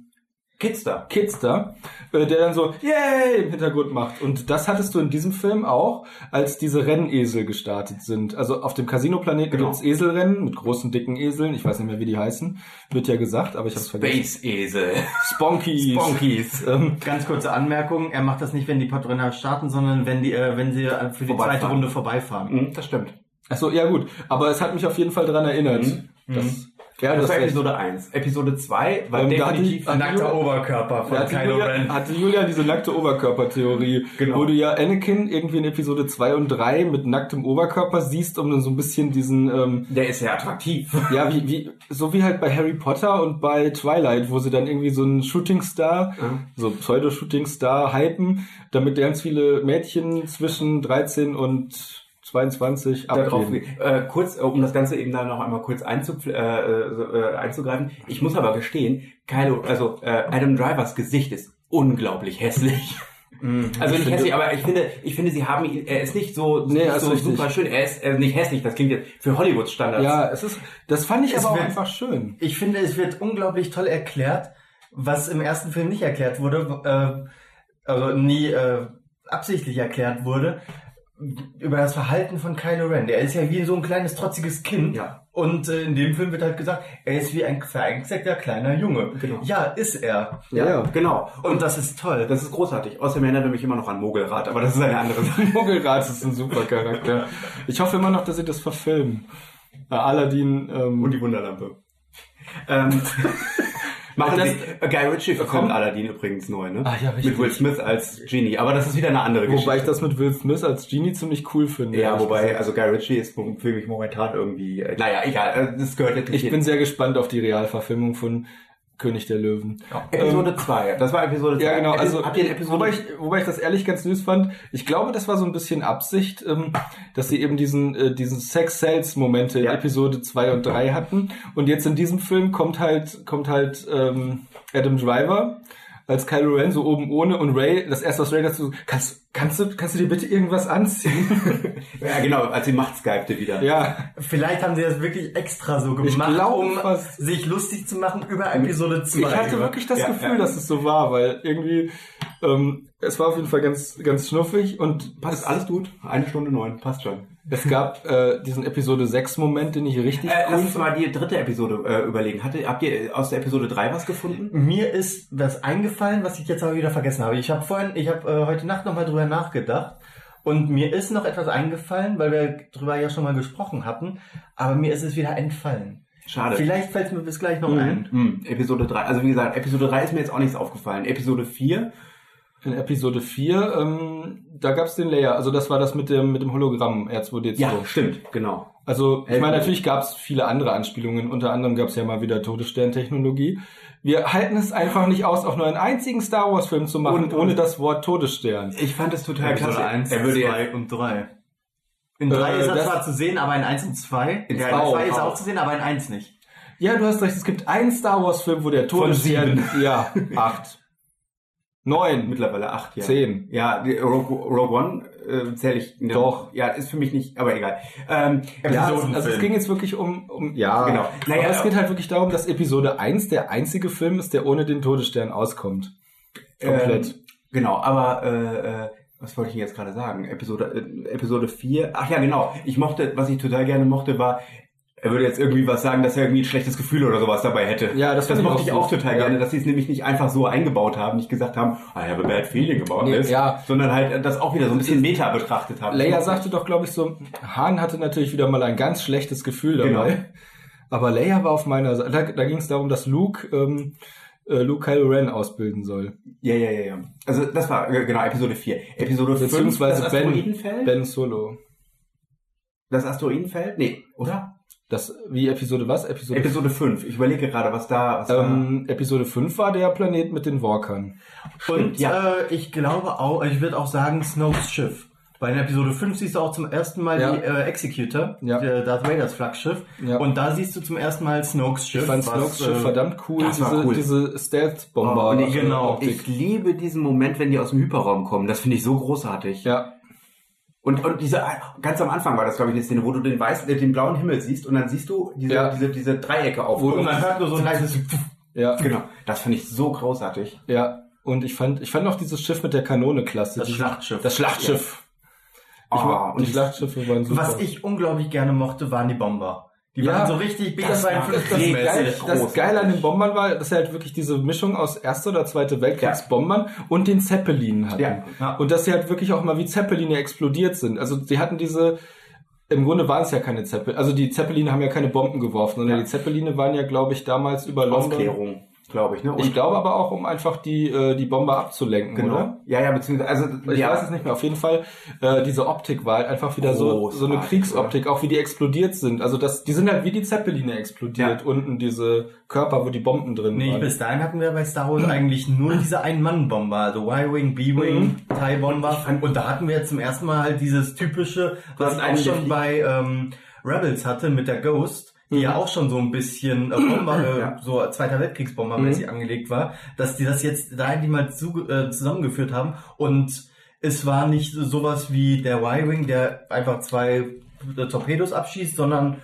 [SPEAKER 3] Kidster.
[SPEAKER 1] Kidster, äh, der dann so, yay, im Hintergrund macht. Und das hattest du in diesem Film auch, als diese Rennesel gestartet sind. Also auf dem Casino-Planeten
[SPEAKER 3] Genau.
[SPEAKER 1] gibt's Eselrennen mit großen, dicken Eseln. Ich weiß nicht mehr, wie die heißen. Wird ja gesagt, aber ich hab's vergessen.
[SPEAKER 3] Space-Esel.
[SPEAKER 1] Sponkies.
[SPEAKER 3] Bonkies.
[SPEAKER 1] Ähm,
[SPEAKER 2] Ganz kurze Anmerkung, er macht das nicht, wenn die Podrenner starten, sondern wenn die, äh, wenn sie äh, für die
[SPEAKER 3] Vorbeifahren.
[SPEAKER 2] zweite Runde vorbeifahren.
[SPEAKER 3] Mhm, das stimmt.
[SPEAKER 1] achso, ja gut. Aber es hat mich auf jeden Fall dran erinnert. Das, Ja,
[SPEAKER 3] Mhm. Das
[SPEAKER 1] das,
[SPEAKER 3] war
[SPEAKER 1] ist
[SPEAKER 3] Episode 1. Episode 2 war
[SPEAKER 1] Ähm, da hat die-
[SPEAKER 3] definitiv...
[SPEAKER 1] hat die- Nackter
[SPEAKER 2] Oberkörper
[SPEAKER 1] Da hatte Julia, hatte Julia diese nackte Oberkörpertheorie,
[SPEAKER 3] Genau.
[SPEAKER 1] wo du ja Anakin irgendwie in Episode 2 und 3 mit nacktem Oberkörper siehst, um dann so ein bisschen diesen, ähm,
[SPEAKER 3] der ist sehr attraktiv.
[SPEAKER 1] ja, wie, wie, so wie halt bei Harry Potter und bei Twilight, wo sie dann irgendwie so einen Shootingstar,
[SPEAKER 3] Ja.
[SPEAKER 1] so Pseudo-Shootingstar hypen, damit ganz viele Mädchen zwischen 13 und 22
[SPEAKER 3] Da drauf,
[SPEAKER 1] abgehen.
[SPEAKER 3] äh, kurz, äh, um das Ganze eben da noch einmal kurz einzupf- äh, äh, so, äh, einzugreifen. Ich muss aber gestehen, Kylo, also äh, Adam Drivers Gesicht ist unglaublich hässlich.
[SPEAKER 1] Mhm.
[SPEAKER 3] Also nicht hässlich, aber ich finde, ich finde, sie haben ihn, er ist nicht so,
[SPEAKER 1] Nee,
[SPEAKER 3] nicht
[SPEAKER 1] er ist
[SPEAKER 3] so
[SPEAKER 1] richtig.
[SPEAKER 3] super schön. Er ist äh, nicht hässlich, das klingt jetzt für Hollywood-Standards.
[SPEAKER 1] Ja, es ist, das fand ich
[SPEAKER 2] Es
[SPEAKER 1] aber auch
[SPEAKER 2] wird-
[SPEAKER 1] einfach schön.
[SPEAKER 2] Ich finde, es wird unglaublich toll erklärt, was im ersten Film nicht erklärt wurde, äh, also nie äh, absichtlich erklärt wurde, über das Verhalten von Kylo Ren. Der ist ja wie so ein kleines trotziges Kind.
[SPEAKER 3] Ja.
[SPEAKER 2] Und äh, in dem Film wird halt gesagt, er ist wie ein verängstigter kleiner Junge.
[SPEAKER 3] Genau.
[SPEAKER 2] Ja, ist er.
[SPEAKER 1] Ja, ja.
[SPEAKER 3] genau.
[SPEAKER 2] Und das ist toll.
[SPEAKER 3] Das ist großartig. Außerdem erinnert er mich immer noch an Mogelrad, aber das ist eine andere Sache.
[SPEAKER 1] Vogelrad ist ein super Charakter. Ich hoffe immer noch, dass sie das verfilmen. Äh, Aladdin ähm,
[SPEAKER 3] Und die Wunderlampe. Ähm, machen
[SPEAKER 1] Das-
[SPEAKER 3] das, Sie, Guy Ritchie kommt Aladdin übrigens neu, ne?
[SPEAKER 2] Ah, ja, richtig.
[SPEAKER 3] Mit Will Smith als Genie. Aber das ist wieder eine andere Geschichte.
[SPEAKER 1] Wobei ich das mit Will Smith als Genie ziemlich cool finde.
[SPEAKER 3] ja,
[SPEAKER 1] ehrlich
[SPEAKER 3] wobei,
[SPEAKER 1] gesagt.
[SPEAKER 3] also Guy Ritchie ist für mich momentan irgendwie, äh, naja, egal, äh, das gehört jetzt nicht
[SPEAKER 1] Ich bin sehr gespannt auf die Realverfilmung von König der Löwen.
[SPEAKER 3] Episode 2, das war Episode 2.
[SPEAKER 1] Ja, genau. Also,
[SPEAKER 3] Habt ihr eine Episode?
[SPEAKER 1] wobei, ich, wobei ich das ehrlich ganz süß fand. Ich glaube, das war so ein bisschen Absicht, ähm, dass sie eben diesen, äh, diesen Sex-Sales-Momente in
[SPEAKER 3] Ja.
[SPEAKER 1] Episode 2 und 3 hatten. Und jetzt in diesem Film kommt halt, kommt halt ähm, Adam Driver als Kylo Ren so oben ohne und Ray, das erste, was Ray dazu, kannst, kannst, du, kannst du dir bitte irgendwas anziehen?
[SPEAKER 3] ja, genau, als sie Macht skypte wieder.
[SPEAKER 1] ja,
[SPEAKER 2] Vielleicht haben sie das wirklich extra so
[SPEAKER 1] Ich
[SPEAKER 2] gemacht,
[SPEAKER 1] glaub
[SPEAKER 2] um
[SPEAKER 1] fast.
[SPEAKER 2] sich lustig zu machen über Episode 2.
[SPEAKER 1] ich hatte wirklich das
[SPEAKER 3] Ja,
[SPEAKER 1] Gefühl,
[SPEAKER 3] ja.
[SPEAKER 1] dass es so war, weil irgendwie, ähm, es war auf jeden Fall ganz, ganz schnuffig und
[SPEAKER 3] Passt alles gut, eine Stunde neun, passt schon.
[SPEAKER 1] Es gab äh, diesen Episode 6 Moment, den ich richtig
[SPEAKER 3] Äh, lass
[SPEAKER 1] cool
[SPEAKER 3] uns mal die dritte Episode äh, überlegen. Hatte, habt ihr aus der Episode 3 was
[SPEAKER 1] Hm.
[SPEAKER 3] gefunden?
[SPEAKER 2] Mir ist was eingefallen, was ich jetzt aber wieder vergessen habe. Ich habe vorhin, ich habe äh, heute Nacht nochmal drüber nachgedacht und mir ist noch etwas eingefallen, weil wir drüber ja schon mal gesprochen hatten, aber mir ist es wieder entfallen.
[SPEAKER 3] Schade.
[SPEAKER 2] Vielleicht fällt es mir bis gleich noch ein.
[SPEAKER 3] Mhm. Episode 3. Also wie gesagt, Episode 3 ist mir jetzt auch nichts aufgefallen. Episode 4,
[SPEAKER 1] in Episode 4. Ähm, da gab es den Layer. Also das war das mit dem, mit dem Hologramm R2D2.
[SPEAKER 3] stimmt, genau.
[SPEAKER 1] Also ich
[SPEAKER 3] Helfen.
[SPEAKER 1] meine, natürlich gab es viele andere Anspielungen. Unter anderem gab es ja mal wieder Todessterntechnologie. Wir halten es einfach nicht aus, auch nur einen einzigen Star Wars Film zu machen,
[SPEAKER 3] Und- und-
[SPEAKER 1] ohne das Wort Todesstern.
[SPEAKER 3] Ich fand es total klasse.
[SPEAKER 2] er
[SPEAKER 3] er würde jetzt,
[SPEAKER 2] und 3. In 3
[SPEAKER 1] Äh,
[SPEAKER 2] ist er
[SPEAKER 1] das-
[SPEAKER 2] zwar zu sehen, aber in 1 und 2. In
[SPEAKER 1] zwei auch.
[SPEAKER 2] 2 ist er auch zu sehen, aber in 1 nicht.
[SPEAKER 1] Ja, du hast recht. Es gibt einen Star Wars Film, wo der Todesstern... Ja, acht, neun,
[SPEAKER 3] mittlerweile 8, ja.
[SPEAKER 1] zehn.
[SPEAKER 3] Ja, die Rogue, Rogue One äh, zähle ich. Ne,
[SPEAKER 1] Doch.
[SPEAKER 3] Ja, ist für mich nicht, aber egal. Ähm,
[SPEAKER 1] Ja,
[SPEAKER 3] ja,
[SPEAKER 1] also,
[SPEAKER 2] Episodenfilm.
[SPEAKER 1] also es ging jetzt wirklich um, um ja,
[SPEAKER 3] Genau. Naja,
[SPEAKER 1] Naja, aber es
[SPEAKER 3] ja.
[SPEAKER 1] geht halt wirklich darum, dass Episode 1 der einzige Film ist, der ohne den Todesstern auskommt. Komplett.
[SPEAKER 3] Ähm, genau, aber äh, äh, was wollte ich jetzt gerade sagen? Episode, äh, Episode 4. Ach ja, genau. Ich mochte, was ich total gerne mochte, war, er würde jetzt irgendwie was sagen, dass er irgendwie ein schlechtes Gefühl oder sowas dabei hätte.
[SPEAKER 1] Ja, das fand ich
[SPEAKER 3] mochte
[SPEAKER 1] auch
[SPEAKER 3] ich auch
[SPEAKER 1] gut.
[SPEAKER 3] total
[SPEAKER 1] Ja.
[SPEAKER 3] gerne, dass sie es nämlich nicht einfach so eingebaut haben, nicht gesagt haben, I have a bad feeling about
[SPEAKER 1] Nee,
[SPEAKER 3] this,
[SPEAKER 1] ja.
[SPEAKER 3] sondern halt äh, das auch wieder so ein bisschen Meta betrachtet haben.
[SPEAKER 1] Leia sagte doch, glaube ich, so, Han hatte natürlich wieder mal ein ganz schlechtes Gefühl
[SPEAKER 3] Genau.
[SPEAKER 1] dabei. Aber Leia war auf meiner Seite. Da, da ging es darum, dass Luke ähm, äh, Luke Kylo Ren ausbilden soll.
[SPEAKER 3] Ja, ja, ja, ja. Also das war, äh, genau, Episode 4. Episode 5,
[SPEAKER 1] Beziehungsweise
[SPEAKER 3] das
[SPEAKER 1] Ben,
[SPEAKER 3] Asteroidenfeld?
[SPEAKER 1] ben Solo.
[SPEAKER 3] Das Asteroidenfeld? Nee, oder?
[SPEAKER 1] Das, wie Episode was? Episode,
[SPEAKER 3] Episode 5. Ich überlege gerade, was da... Was da
[SPEAKER 1] ähm, Episode 5 war der Planet mit den Walkern.
[SPEAKER 2] Und
[SPEAKER 3] ja.
[SPEAKER 2] äh, ich glaube auch, ich würde auch sagen, Snopes Schiff. Bei in Episode 5 siehst du auch zum ersten Mal
[SPEAKER 1] Ja.
[SPEAKER 2] die äh, Executor,
[SPEAKER 1] Ja.
[SPEAKER 2] die, Darth Vaders Flaggschiff.
[SPEAKER 1] Ja.
[SPEAKER 2] Und da siehst du zum ersten Mal Snokes Schiff.
[SPEAKER 1] Ich fand
[SPEAKER 2] was,
[SPEAKER 1] Snokes Schiff
[SPEAKER 2] äh,
[SPEAKER 1] verdammt cool.
[SPEAKER 3] das war
[SPEAKER 1] Diese,
[SPEAKER 3] cool.
[SPEAKER 1] diese Stealth-Bomber.
[SPEAKER 3] Oh, nee,
[SPEAKER 2] genau.
[SPEAKER 1] Optik.
[SPEAKER 3] Ich liebe diesen Moment, wenn die aus dem Hyperraum kommen. Das finde ich so großartig.
[SPEAKER 1] ja,
[SPEAKER 3] Und, und diese, ganz am Anfang war das, glaube ich, eine Szene, wo du den weißen, äh, den blauen Himmel siehst und dann siehst du diese,
[SPEAKER 1] Ja.
[SPEAKER 3] diese, diese Dreiecke auf.
[SPEAKER 1] Wo-
[SPEAKER 2] Und man hört nur so ein leises.
[SPEAKER 1] ja.
[SPEAKER 3] genau. Das finde ich so großartig.
[SPEAKER 1] Ja, und ich fand, ich fand auch dieses Schiff mit der Kanone-Klasse.
[SPEAKER 2] Das
[SPEAKER 1] die-
[SPEAKER 2] Schlachtschiff.
[SPEAKER 1] Das Schlachtschiff. Ich,
[SPEAKER 3] Ah,
[SPEAKER 1] mag- die
[SPEAKER 3] und
[SPEAKER 1] Schlachtschiffe waren super.
[SPEAKER 2] Was ich unglaublich gerne mochte, waren die Bomber. Die
[SPEAKER 1] Ja.
[SPEAKER 2] waren so richtig
[SPEAKER 3] Das war-
[SPEAKER 1] das, das,
[SPEAKER 3] Krieg-
[SPEAKER 1] geil,
[SPEAKER 3] mäßig
[SPEAKER 1] das
[SPEAKER 3] groß.
[SPEAKER 1] Geile an den Bombern war, dass er halt wirklich diese Mischung aus Erster oder Zweite Weltkriegsbombern und den Zeppelinen hatten.
[SPEAKER 3] Ja,
[SPEAKER 2] ja.
[SPEAKER 1] Und dass sie halt wirklich auch mal wie Zeppeline explodiert sind. Also sie hatten diese, im Grunde waren es ja keine Zeppeline, also die Zeppeline haben ja keine Bomben geworfen, sondern
[SPEAKER 3] Ja.
[SPEAKER 1] die Zeppeline waren ja, glaube ich, damals über London.
[SPEAKER 3] Aufklärung, glaube ich, ne?
[SPEAKER 1] Ich glaube aber auch, um einfach die, äh, die Bomber abzulenken,
[SPEAKER 3] genau.
[SPEAKER 1] oder?
[SPEAKER 3] Ja, ja, beziehungsweise, also,
[SPEAKER 1] Ich
[SPEAKER 3] ja,
[SPEAKER 1] weiß es nicht mehr. Auf jeden Fall, äh, diese Optik war halt einfach wieder so,
[SPEAKER 3] Großartig,
[SPEAKER 1] so eine Kriegsoptik, auch wie die explodiert sind. Also das, die sind halt wie die Zeppeline explodiert, unten diese Körper, wo die Bomben drin
[SPEAKER 2] Nee,
[SPEAKER 1] waren.
[SPEAKER 2] bis dahin hatten wir bei Star Wars eigentlich nur diese Ein-Mann-Bomber, also Y-Wing,
[SPEAKER 1] Mhm.
[SPEAKER 2] B-Wing, TIE-Bomber. Und da hatten wir zum ersten Mal halt dieses typische, was
[SPEAKER 3] sind
[SPEAKER 2] ich auch
[SPEAKER 3] einige
[SPEAKER 2] schon
[SPEAKER 3] Flie-
[SPEAKER 2] bei ähm, Rebels hatte mit der Ghost, die
[SPEAKER 1] Mhm.
[SPEAKER 2] ja auch schon so ein bisschen äh, Bomber, äh,
[SPEAKER 3] Ja.
[SPEAKER 2] so Zweiter Weltkriegsbomber mäßig
[SPEAKER 1] Mhm.
[SPEAKER 2] angelegt war, dass die das jetzt dahin die mal zu, äh, zusammengeführt haben und es war nicht sowas wie der Y-Wing, der einfach zwei äh, Torpedos abschießt, sondern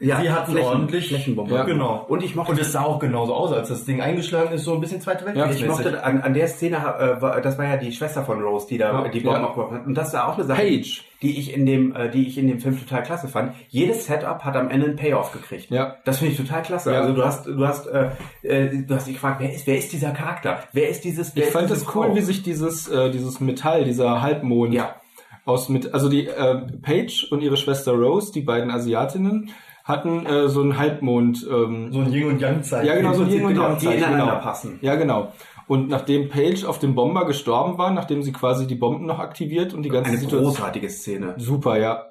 [SPEAKER 3] Ja,
[SPEAKER 2] Sie hatten
[SPEAKER 3] Flächen-
[SPEAKER 2] ordentlich.
[SPEAKER 3] Flächenbombardement.
[SPEAKER 2] Genau.
[SPEAKER 3] Und ich mochte-
[SPEAKER 2] Und es sah auch genauso aus, als das Ding eingeschlagen ist, so ein bisschen Zweite Weltkrieg.
[SPEAKER 1] Ja,
[SPEAKER 3] Ich mochte an, an der Szene, äh, war, das war ja die Schwester von Rose, die da
[SPEAKER 2] Ja,
[SPEAKER 3] die Bomben
[SPEAKER 1] ja.
[SPEAKER 3] abgeworfen hat. Und das war auch eine Sache,
[SPEAKER 1] Paige.
[SPEAKER 3] die ich in dem, äh, die ich in dem Film total klasse fand. Jedes Setup hat am Ende einen Payoff gekriegt.
[SPEAKER 1] Ja.
[SPEAKER 3] Das finde ich total klasse.
[SPEAKER 1] Ja.
[SPEAKER 3] Also du hast, du hast, äh, äh, du hast dich gefragt, wer ist, wer ist dieser Charakter? Wer ist dieses? Wer
[SPEAKER 1] Ich
[SPEAKER 3] ist
[SPEAKER 1] fand
[SPEAKER 3] diese
[SPEAKER 1] es cool,
[SPEAKER 3] Frau?
[SPEAKER 1] wie sich dieses, äh, dieses Metall, dieser Halbmond
[SPEAKER 3] Ja.
[SPEAKER 1] aus mit, also die äh, Paige und ihre Schwester Rose, die beiden Asiatinnen, hatten äh, so einen Halbmond. Ähm,
[SPEAKER 2] So ein Yin und Yang Zeichen.
[SPEAKER 1] ja, genau, so ein Yin und
[SPEAKER 3] genau,
[SPEAKER 1] Yang
[SPEAKER 3] die
[SPEAKER 1] Zeichen,
[SPEAKER 3] ineinander
[SPEAKER 1] genau.
[SPEAKER 3] passen.
[SPEAKER 1] Ja, genau. Und nachdem Paige auf dem Bomber gestorben war, nachdem sie quasi die Bomben noch aktiviert und die ganze
[SPEAKER 3] eine
[SPEAKER 1] Situation.
[SPEAKER 3] großartige Szene.
[SPEAKER 1] Super, ja.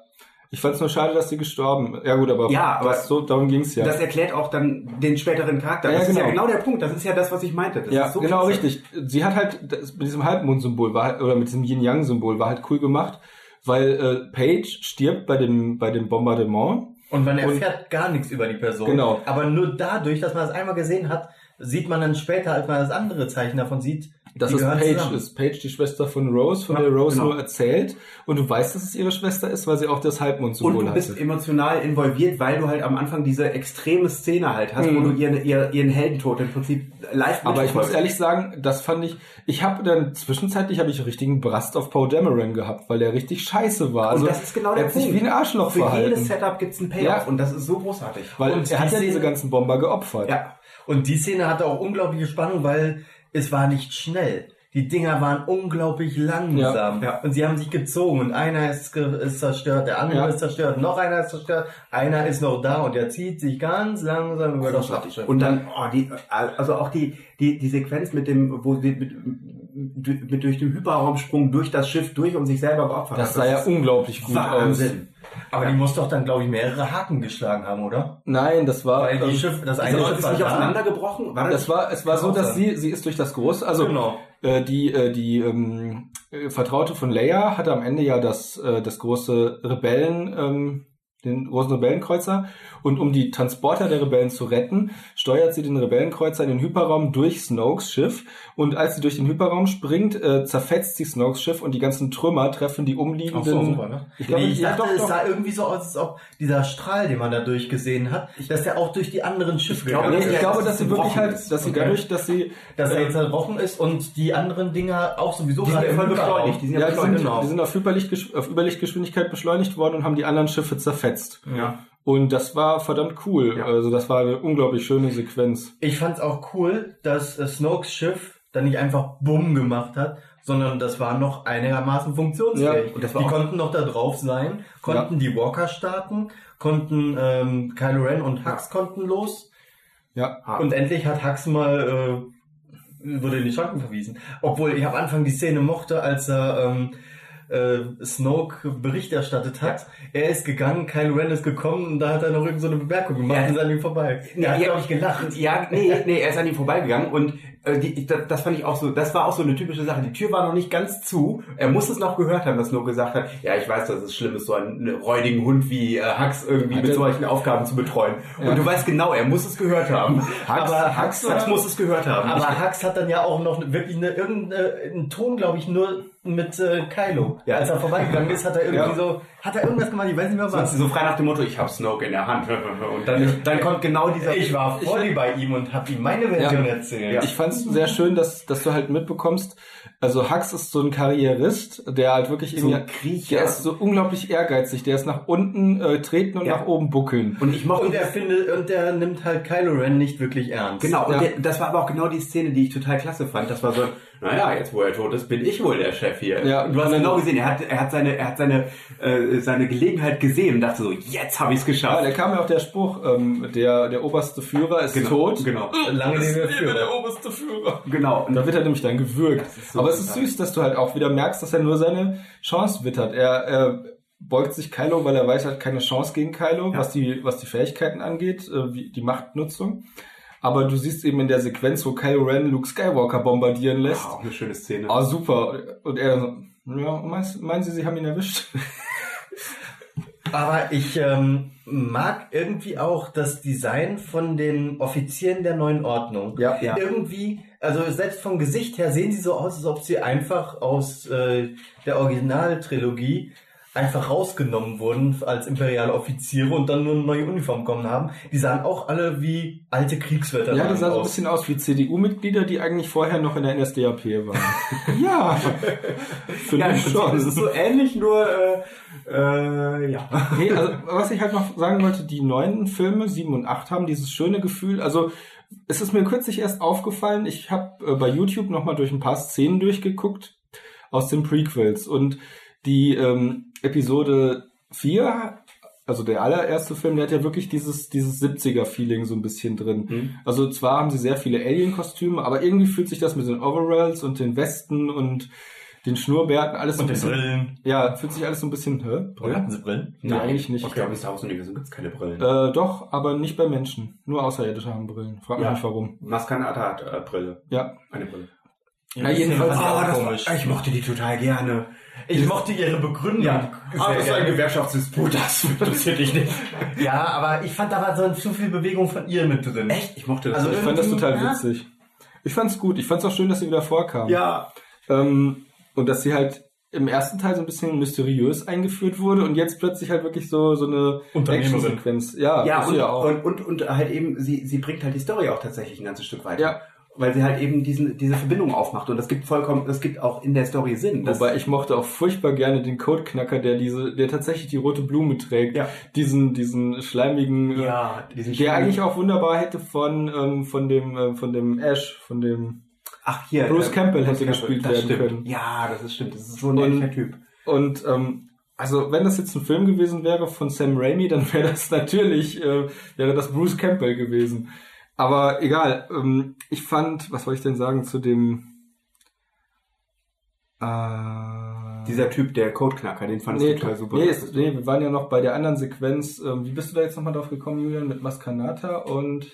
[SPEAKER 1] Ich fand's nur schade, dass sie gestorben. Ja gut, aber,
[SPEAKER 3] Ja, aber-
[SPEAKER 1] das, so, darum ging's ja.
[SPEAKER 3] Das erklärt auch dann den späteren Charakter.
[SPEAKER 1] Ja,
[SPEAKER 3] das ist ja
[SPEAKER 1] genau.
[SPEAKER 3] genau der Punkt. Das ist ja das, was ich meinte. Das
[SPEAKER 1] ja,
[SPEAKER 3] ist so
[SPEAKER 1] genau
[SPEAKER 3] klasse.
[SPEAKER 1] richtig. Sie hat halt das, mit diesem Halbmond-Symbol war halt, oder mit diesem Yin-Yang-Symbol war halt cool gemacht, weil äh, Paige stirbt bei dem bei dem Bombardement.
[SPEAKER 2] Und man erfährt gar nichts über die Person.
[SPEAKER 1] Genau.
[SPEAKER 2] Aber nur dadurch, dass man das einmal gesehen hat, sieht man dann später, als man das andere Zeichen davon sieht,
[SPEAKER 1] Dass
[SPEAKER 2] die
[SPEAKER 1] es
[SPEAKER 2] gehören
[SPEAKER 1] Paige
[SPEAKER 2] zusammen.
[SPEAKER 1] ist. Paige, die Schwester von Rose, von
[SPEAKER 3] Ja,
[SPEAKER 1] der Rose
[SPEAKER 3] genau.
[SPEAKER 1] nur erzählt. Und du weißt, dass es ihre Schwester ist, weil sie auch das
[SPEAKER 3] Und
[SPEAKER 1] Halbmond-Symbol
[SPEAKER 3] du bist
[SPEAKER 1] hatte.
[SPEAKER 3] emotional involviert, weil du halt am Anfang diese extreme Szene halt hast, wo
[SPEAKER 1] Mhm.
[SPEAKER 3] du ihren, ihr- ihren Heldentod im Prinzip live
[SPEAKER 1] Aber ich muss
[SPEAKER 3] mitverfolgst.
[SPEAKER 1] ehrlich sagen, das fand ich, ich habe dann zwischenzeitlich habe ich einen richtigen Brast auf Paul Dameron gehabt, weil der richtig scheiße war.
[SPEAKER 3] Und
[SPEAKER 1] also,
[SPEAKER 3] das ist genau
[SPEAKER 1] er
[SPEAKER 3] der
[SPEAKER 1] hat
[SPEAKER 3] Punkt.
[SPEAKER 1] sich wie ein Arschloch
[SPEAKER 3] Für
[SPEAKER 1] verhalten.
[SPEAKER 3] jedes Setup gibt's einen Payoff
[SPEAKER 1] Ja.
[SPEAKER 3] und das ist so großartig.
[SPEAKER 1] weil
[SPEAKER 2] Und
[SPEAKER 1] er hat
[SPEAKER 2] die
[SPEAKER 1] ja diese
[SPEAKER 2] Szene-
[SPEAKER 1] ganzen Bomber geopfert.
[SPEAKER 3] ja.
[SPEAKER 2] Und die Szene hatte auch unglaubliche Spannung, weil es war nicht schnell. Die Dinger waren unglaublich
[SPEAKER 3] Ja,
[SPEAKER 2] langsam.
[SPEAKER 3] ja.
[SPEAKER 2] Und sie haben sich gezogen und einer ist, ge- ist zerstört, der andere
[SPEAKER 1] Ja.
[SPEAKER 2] ist zerstört, noch einer ist zerstört, einer ist noch da und der zieht sich ganz langsam über das Schlachtschiff.
[SPEAKER 3] Und dann, oh, die, also auch die, die, die Sequenz mit dem, wo sie mit, mit durch den Hyperraumsprung durch das Schiff durch und sich selber geopfert
[SPEAKER 1] Das
[SPEAKER 3] hat.
[SPEAKER 1] sah ja
[SPEAKER 3] ist
[SPEAKER 1] unglaublich gut aus.
[SPEAKER 3] Wahnsinn.
[SPEAKER 2] Aber die muss doch dann, glaube ich, mehrere Haken geschlagen haben, oder?
[SPEAKER 1] Nein, das war.
[SPEAKER 2] Weil die
[SPEAKER 1] ähm,
[SPEAKER 2] Schiff, das
[SPEAKER 3] Also,
[SPEAKER 2] eine
[SPEAKER 3] ist
[SPEAKER 2] Schiff
[SPEAKER 3] es
[SPEAKER 2] war
[SPEAKER 3] nicht
[SPEAKER 2] da.
[SPEAKER 3] auseinandergebrochen? War
[SPEAKER 1] das war, es war so,
[SPEAKER 2] Kann auch
[SPEAKER 1] dass sie, sie ist durch das große, also
[SPEAKER 2] Genau.
[SPEAKER 1] äh, die, äh, die ähm, äh, Vertraute von Leia hatte am Ende ja das, äh, das große Rebellen, ähm, den großen Rebellenkreuzer. Und um die Transporter der Rebellen zu retten, steuert sie den Rebellenkreuzer in den Hyperraum durch Snokes Schiff. Und als sie durch den Hyperraum springt, äh, zerfetzt sie Snokes Schiff und die ganzen Trümmer treffen die umliegenden.
[SPEAKER 2] Ach so, super, ne?
[SPEAKER 1] Ich glaube,
[SPEAKER 2] ich
[SPEAKER 1] ja,
[SPEAKER 2] dachte,
[SPEAKER 1] doch,
[SPEAKER 2] es
[SPEAKER 1] doch.
[SPEAKER 2] sah irgendwie so aus, als ob dieser Strahl, den man da durchgesehen hat, dass der auch durch die anderen Schiffe
[SPEAKER 3] glaube,
[SPEAKER 2] gegangen
[SPEAKER 1] Nee,
[SPEAKER 2] ist.
[SPEAKER 1] ich
[SPEAKER 3] Ja, dass
[SPEAKER 1] glaube, dass
[SPEAKER 3] es
[SPEAKER 1] sie wirklich
[SPEAKER 3] gebrochen
[SPEAKER 1] halt,
[SPEAKER 3] ist.
[SPEAKER 1] dass sie
[SPEAKER 2] Okay.
[SPEAKER 1] dadurch, dass sie
[SPEAKER 2] dass er jetzt zerbrochen ist und die anderen Dinger auch sowieso
[SPEAKER 3] Die sind
[SPEAKER 2] gerade
[SPEAKER 3] voll
[SPEAKER 2] im Hyperraum.
[SPEAKER 3] beschleunigt, die sind
[SPEAKER 1] Ja, die sind,
[SPEAKER 2] genau.
[SPEAKER 1] die sind auf, Überlichtgesch auf Überlichtgeschwindigkeit beschleunigt worden und haben die anderen Schiffe zerfetzt.
[SPEAKER 3] Ja.
[SPEAKER 1] Und das war verdammt cool.
[SPEAKER 3] Ja.
[SPEAKER 1] Also das war eine unglaublich schöne Sequenz.
[SPEAKER 2] Ich fand's auch cool, dass äh, Snokes Schiff dann nicht einfach bumm gemacht hat, sondern das war noch einigermaßen funktionsfähig.
[SPEAKER 1] Ja,
[SPEAKER 3] und das war
[SPEAKER 2] die
[SPEAKER 3] auch-
[SPEAKER 2] konnten noch da drauf sein, konnten die Walker starten, konnten ähm, Kylo Ren und Hux konnten los
[SPEAKER 1] Ja.
[SPEAKER 3] Ah.
[SPEAKER 2] und endlich hat Hux mal äh, wurde in die Schranken verwiesen. Obwohl ich am Anfang die Szene mochte, als er ähm, äh, Snoke Bericht erstattet hat. Er ist gegangen, Kylo Ren ist gekommen und da hat er noch irgendeine so eine Bemerkung gemacht
[SPEAKER 3] Ja.
[SPEAKER 2] und ist an ihm vorbei. Er hat, glaube ich, gelacht.
[SPEAKER 3] Ja, nee, nee, er ist an ihm vorbeigegangen und äh, die, das, das fand ich auch so, das war auch so eine typische Sache. Die Tür war noch nicht ganz zu. Er muss es noch gehört haben, dass Snoke gesagt hat, ja, ich weiß, dass es schlimm ist, so einen ne, räudigen Hund wie äh, Hux irgendwie
[SPEAKER 1] Hat
[SPEAKER 3] mit
[SPEAKER 1] er-
[SPEAKER 3] solchen Aufgaben zu betreuen.
[SPEAKER 1] Ja.
[SPEAKER 3] Und du weißt genau, er muss es gehört haben. Hux,
[SPEAKER 2] Aber
[SPEAKER 3] Hux,
[SPEAKER 2] Hux-
[SPEAKER 3] Hux muss es gehört haben.
[SPEAKER 2] Aber Hux hat dann ja auch noch wirklich eine, irgendeinen Ton, glaube ich, nur mit äh, Kylo.
[SPEAKER 3] Ja.
[SPEAKER 2] Als er vorbeigegangen ist, hat er irgendwie
[SPEAKER 1] Ja.
[SPEAKER 2] so, hat er irgendwas gemacht, ich weiß nicht mehr
[SPEAKER 3] Ich,
[SPEAKER 2] was.
[SPEAKER 3] so frei nach dem Motto, ich hab Snoke in der Hand. Und dann, dann kommt genau dieser...
[SPEAKER 2] Ich war voll bei ihm und habe ihm meine Version
[SPEAKER 1] Ja.
[SPEAKER 2] erzählt.
[SPEAKER 1] Ich fand es sehr schön, dass, dass du halt mitbekommst, also Hux ist so ein Karrierist, der halt wirklich
[SPEAKER 3] So ein
[SPEAKER 1] irgendwie-
[SPEAKER 3] Kriecher.
[SPEAKER 1] der ist so unglaublich ehrgeizig, der ist nach unten äh, treten und
[SPEAKER 3] Ja.
[SPEAKER 1] nach oben buckeln.
[SPEAKER 3] und ich mochte
[SPEAKER 2] Und er findet, und er nimmt halt Kylo Ren nicht wirklich ernst.
[SPEAKER 3] Genau, und
[SPEAKER 1] Ja.
[SPEAKER 3] der, das war aber auch genau die Szene, die ich total klasse fand. Das war so, naja, jetzt wo er tot ist, bin ich wohl der Chef hier.
[SPEAKER 1] Ja.
[SPEAKER 3] Und du hast genau gesehen, er hat, er hat seine, er hat seine, äh, seine Gelegenheit gesehen und dachte so, jetzt habe ich es
[SPEAKER 1] Ja,
[SPEAKER 3] geschafft.
[SPEAKER 1] da kam ja auch der Spruch, ähm, der, der oberste Führer ist
[SPEAKER 3] genau,
[SPEAKER 1] tot.
[SPEAKER 3] Genau.
[SPEAKER 2] Lange Lebe Führer.
[SPEAKER 1] oberste Führer.
[SPEAKER 3] genau.
[SPEAKER 1] Und da wird er nämlich dann gewürgt.
[SPEAKER 3] Das ist so
[SPEAKER 1] Aber es ist
[SPEAKER 3] total.
[SPEAKER 1] süß, dass du halt auch wieder merkst, dass er nur seine Chance wittert. Er, er beugt sich Kylo, weil er weiß, er hat keine Chance gegen Kylo,
[SPEAKER 3] Ja.
[SPEAKER 1] was, die, was die Fähigkeiten angeht, äh, wie, die Machtnutzung. Aber du siehst eben in der Sequenz, wo Kylo Ren Luke Skywalker bombardieren lässt.
[SPEAKER 3] Ah, auch eine schöne Szene.
[SPEAKER 1] Ah, super. Und er dann so, ja, meinst, meinen Sie, Sie haben ihn erwischt?
[SPEAKER 2] Aber ich ähm, mag irgendwie auch das Design von den Offizieren der neuen Ordnung.
[SPEAKER 1] Ja, ja.
[SPEAKER 2] Irgendwie, also selbst vom Gesicht her sehen sie so aus, als ob sie einfach aus äh, der Originaltrilogie einfach rausgenommen wurden als imperiale Offiziere und dann nur eine neue Uniform bekommen haben. Die sahen auch alle wie alte Kriegsveteranen
[SPEAKER 1] Ja, die sahen so ein
[SPEAKER 2] aus.
[SPEAKER 1] bisschen aus wie CDU-Mitglieder, die eigentlich vorher noch in der NSDAP waren.
[SPEAKER 3] Ja,
[SPEAKER 1] ja, finde
[SPEAKER 3] im
[SPEAKER 1] ich
[SPEAKER 3] Prinzip ist es
[SPEAKER 1] schon.
[SPEAKER 3] so ähnlich, nur äh, äh, ja.
[SPEAKER 1] Nee, also, was ich halt noch sagen wollte, die neuen Filme, sieben und acht, haben dieses schöne Gefühl. Also, es ist mir kürzlich erst aufgefallen, ich habe äh, bei YouTube nochmal durch ein paar Szenen durchgeguckt aus den Prequels. Und die ähm, Episode 4, also der allererste Film, der hat ja wirklich dieses, dieses 70er-Feeling so ein bisschen drin.
[SPEAKER 2] Mhm.
[SPEAKER 1] Also zwar haben sie sehr viele Alien-Kostüme, aber irgendwie fühlt sich das mit den Overalls und den Westen und den Schnurrbärten alles so ein
[SPEAKER 2] Und den
[SPEAKER 1] bisschen,
[SPEAKER 2] Brillen.
[SPEAKER 1] ja, fühlt sich alles so ein bisschen, hä?
[SPEAKER 2] Oder hatten sie Brillen?
[SPEAKER 1] Nee, eigentlich nicht.
[SPEAKER 3] Ich glaube, im Star Wars-Universum gibt es keine Brillen.
[SPEAKER 1] Äh, doch, aber nicht bei Menschen. Nur Außerirdische haben Brillen. Frag mich
[SPEAKER 3] Ja.
[SPEAKER 1] nicht warum.
[SPEAKER 3] Maskanata hat äh, Brille.
[SPEAKER 1] Ja.
[SPEAKER 3] Eine Brille. Ah,
[SPEAKER 1] Na, jedenfalls-
[SPEAKER 2] das
[SPEAKER 1] Oh,
[SPEAKER 2] war
[SPEAKER 3] das war-
[SPEAKER 2] komisch.
[SPEAKER 3] ich mochte die total gerne.
[SPEAKER 2] Ich mochte ihre Begründung.
[SPEAKER 3] aber
[SPEAKER 2] sehr
[SPEAKER 3] Ah, das war ein
[SPEAKER 2] gerne.
[SPEAKER 3] Gewerkschaftsdisput, das interessiert dich nicht.
[SPEAKER 2] ja, aber ich fand, da war so zu viel Bewegung von ihr mit drin.
[SPEAKER 3] Echt? Ich mochte das.
[SPEAKER 2] Also
[SPEAKER 1] Ich
[SPEAKER 3] nicht.
[SPEAKER 1] fand das total
[SPEAKER 2] Ja.
[SPEAKER 1] witzig. Ich fand's gut. Ich fand's auch schön, dass sie wieder vorkam.
[SPEAKER 3] ja.
[SPEAKER 1] Ähm, und dass sie halt im ersten Teil so ein bisschen mysteriös eingeführt wurde und jetzt plötzlich halt wirklich so, so eine
[SPEAKER 2] Unternehmerin.
[SPEAKER 1] Actionsequenz. Ja,
[SPEAKER 3] Ja,
[SPEAKER 1] ist
[SPEAKER 3] und,
[SPEAKER 1] sie ja auch.
[SPEAKER 3] Und, und, und halt eben, sie, sie bringt halt die Story auch tatsächlich ein ganzes Stück weiter.
[SPEAKER 1] Ja.
[SPEAKER 3] Weil sie halt eben diesen, diese Verbindung aufmacht. Und das gibt vollkommen, das gibt auch in der Story Sinn. Das,
[SPEAKER 1] Wobei ich mochte auch furchtbar gerne den Codeknacker, der diese, der tatsächlich die rote Blume trägt.
[SPEAKER 3] Ja.
[SPEAKER 1] Diesen, diesen schleimigen, äh,
[SPEAKER 3] ja, diesen
[SPEAKER 1] der eigentlich auch wunderbar hätte von, ähm, von dem, äh, von dem Ash, von dem,
[SPEAKER 3] Ach, hier.
[SPEAKER 1] Bruce Campbell hätte
[SPEAKER 3] Äh, Campbell,
[SPEAKER 1] gespielt
[SPEAKER 3] das
[SPEAKER 1] werden
[SPEAKER 3] stimmt.
[SPEAKER 1] können.
[SPEAKER 3] Ja, das ist stimmt. Das ist so ein
[SPEAKER 1] Und-
[SPEAKER 3] ähnlicher Typ.
[SPEAKER 1] Und ähm, also wenn das jetzt ein Film gewesen wäre von Sam Raimi, dann wäre das natürlich äh, wäre das Bruce Campbell gewesen. Aber egal. Ähm, ich fand, was soll ich denn sagen zu dem? Äh,
[SPEAKER 3] Dieser Typ, der Codeknacker, den fand
[SPEAKER 1] nee,
[SPEAKER 3] ich total super.
[SPEAKER 1] Nee, ist, nee, wir waren ja noch bei der anderen Sequenz. Ähm, wie bist du da jetzt nochmal drauf gekommen, Julian, mit Maskanata und? äh,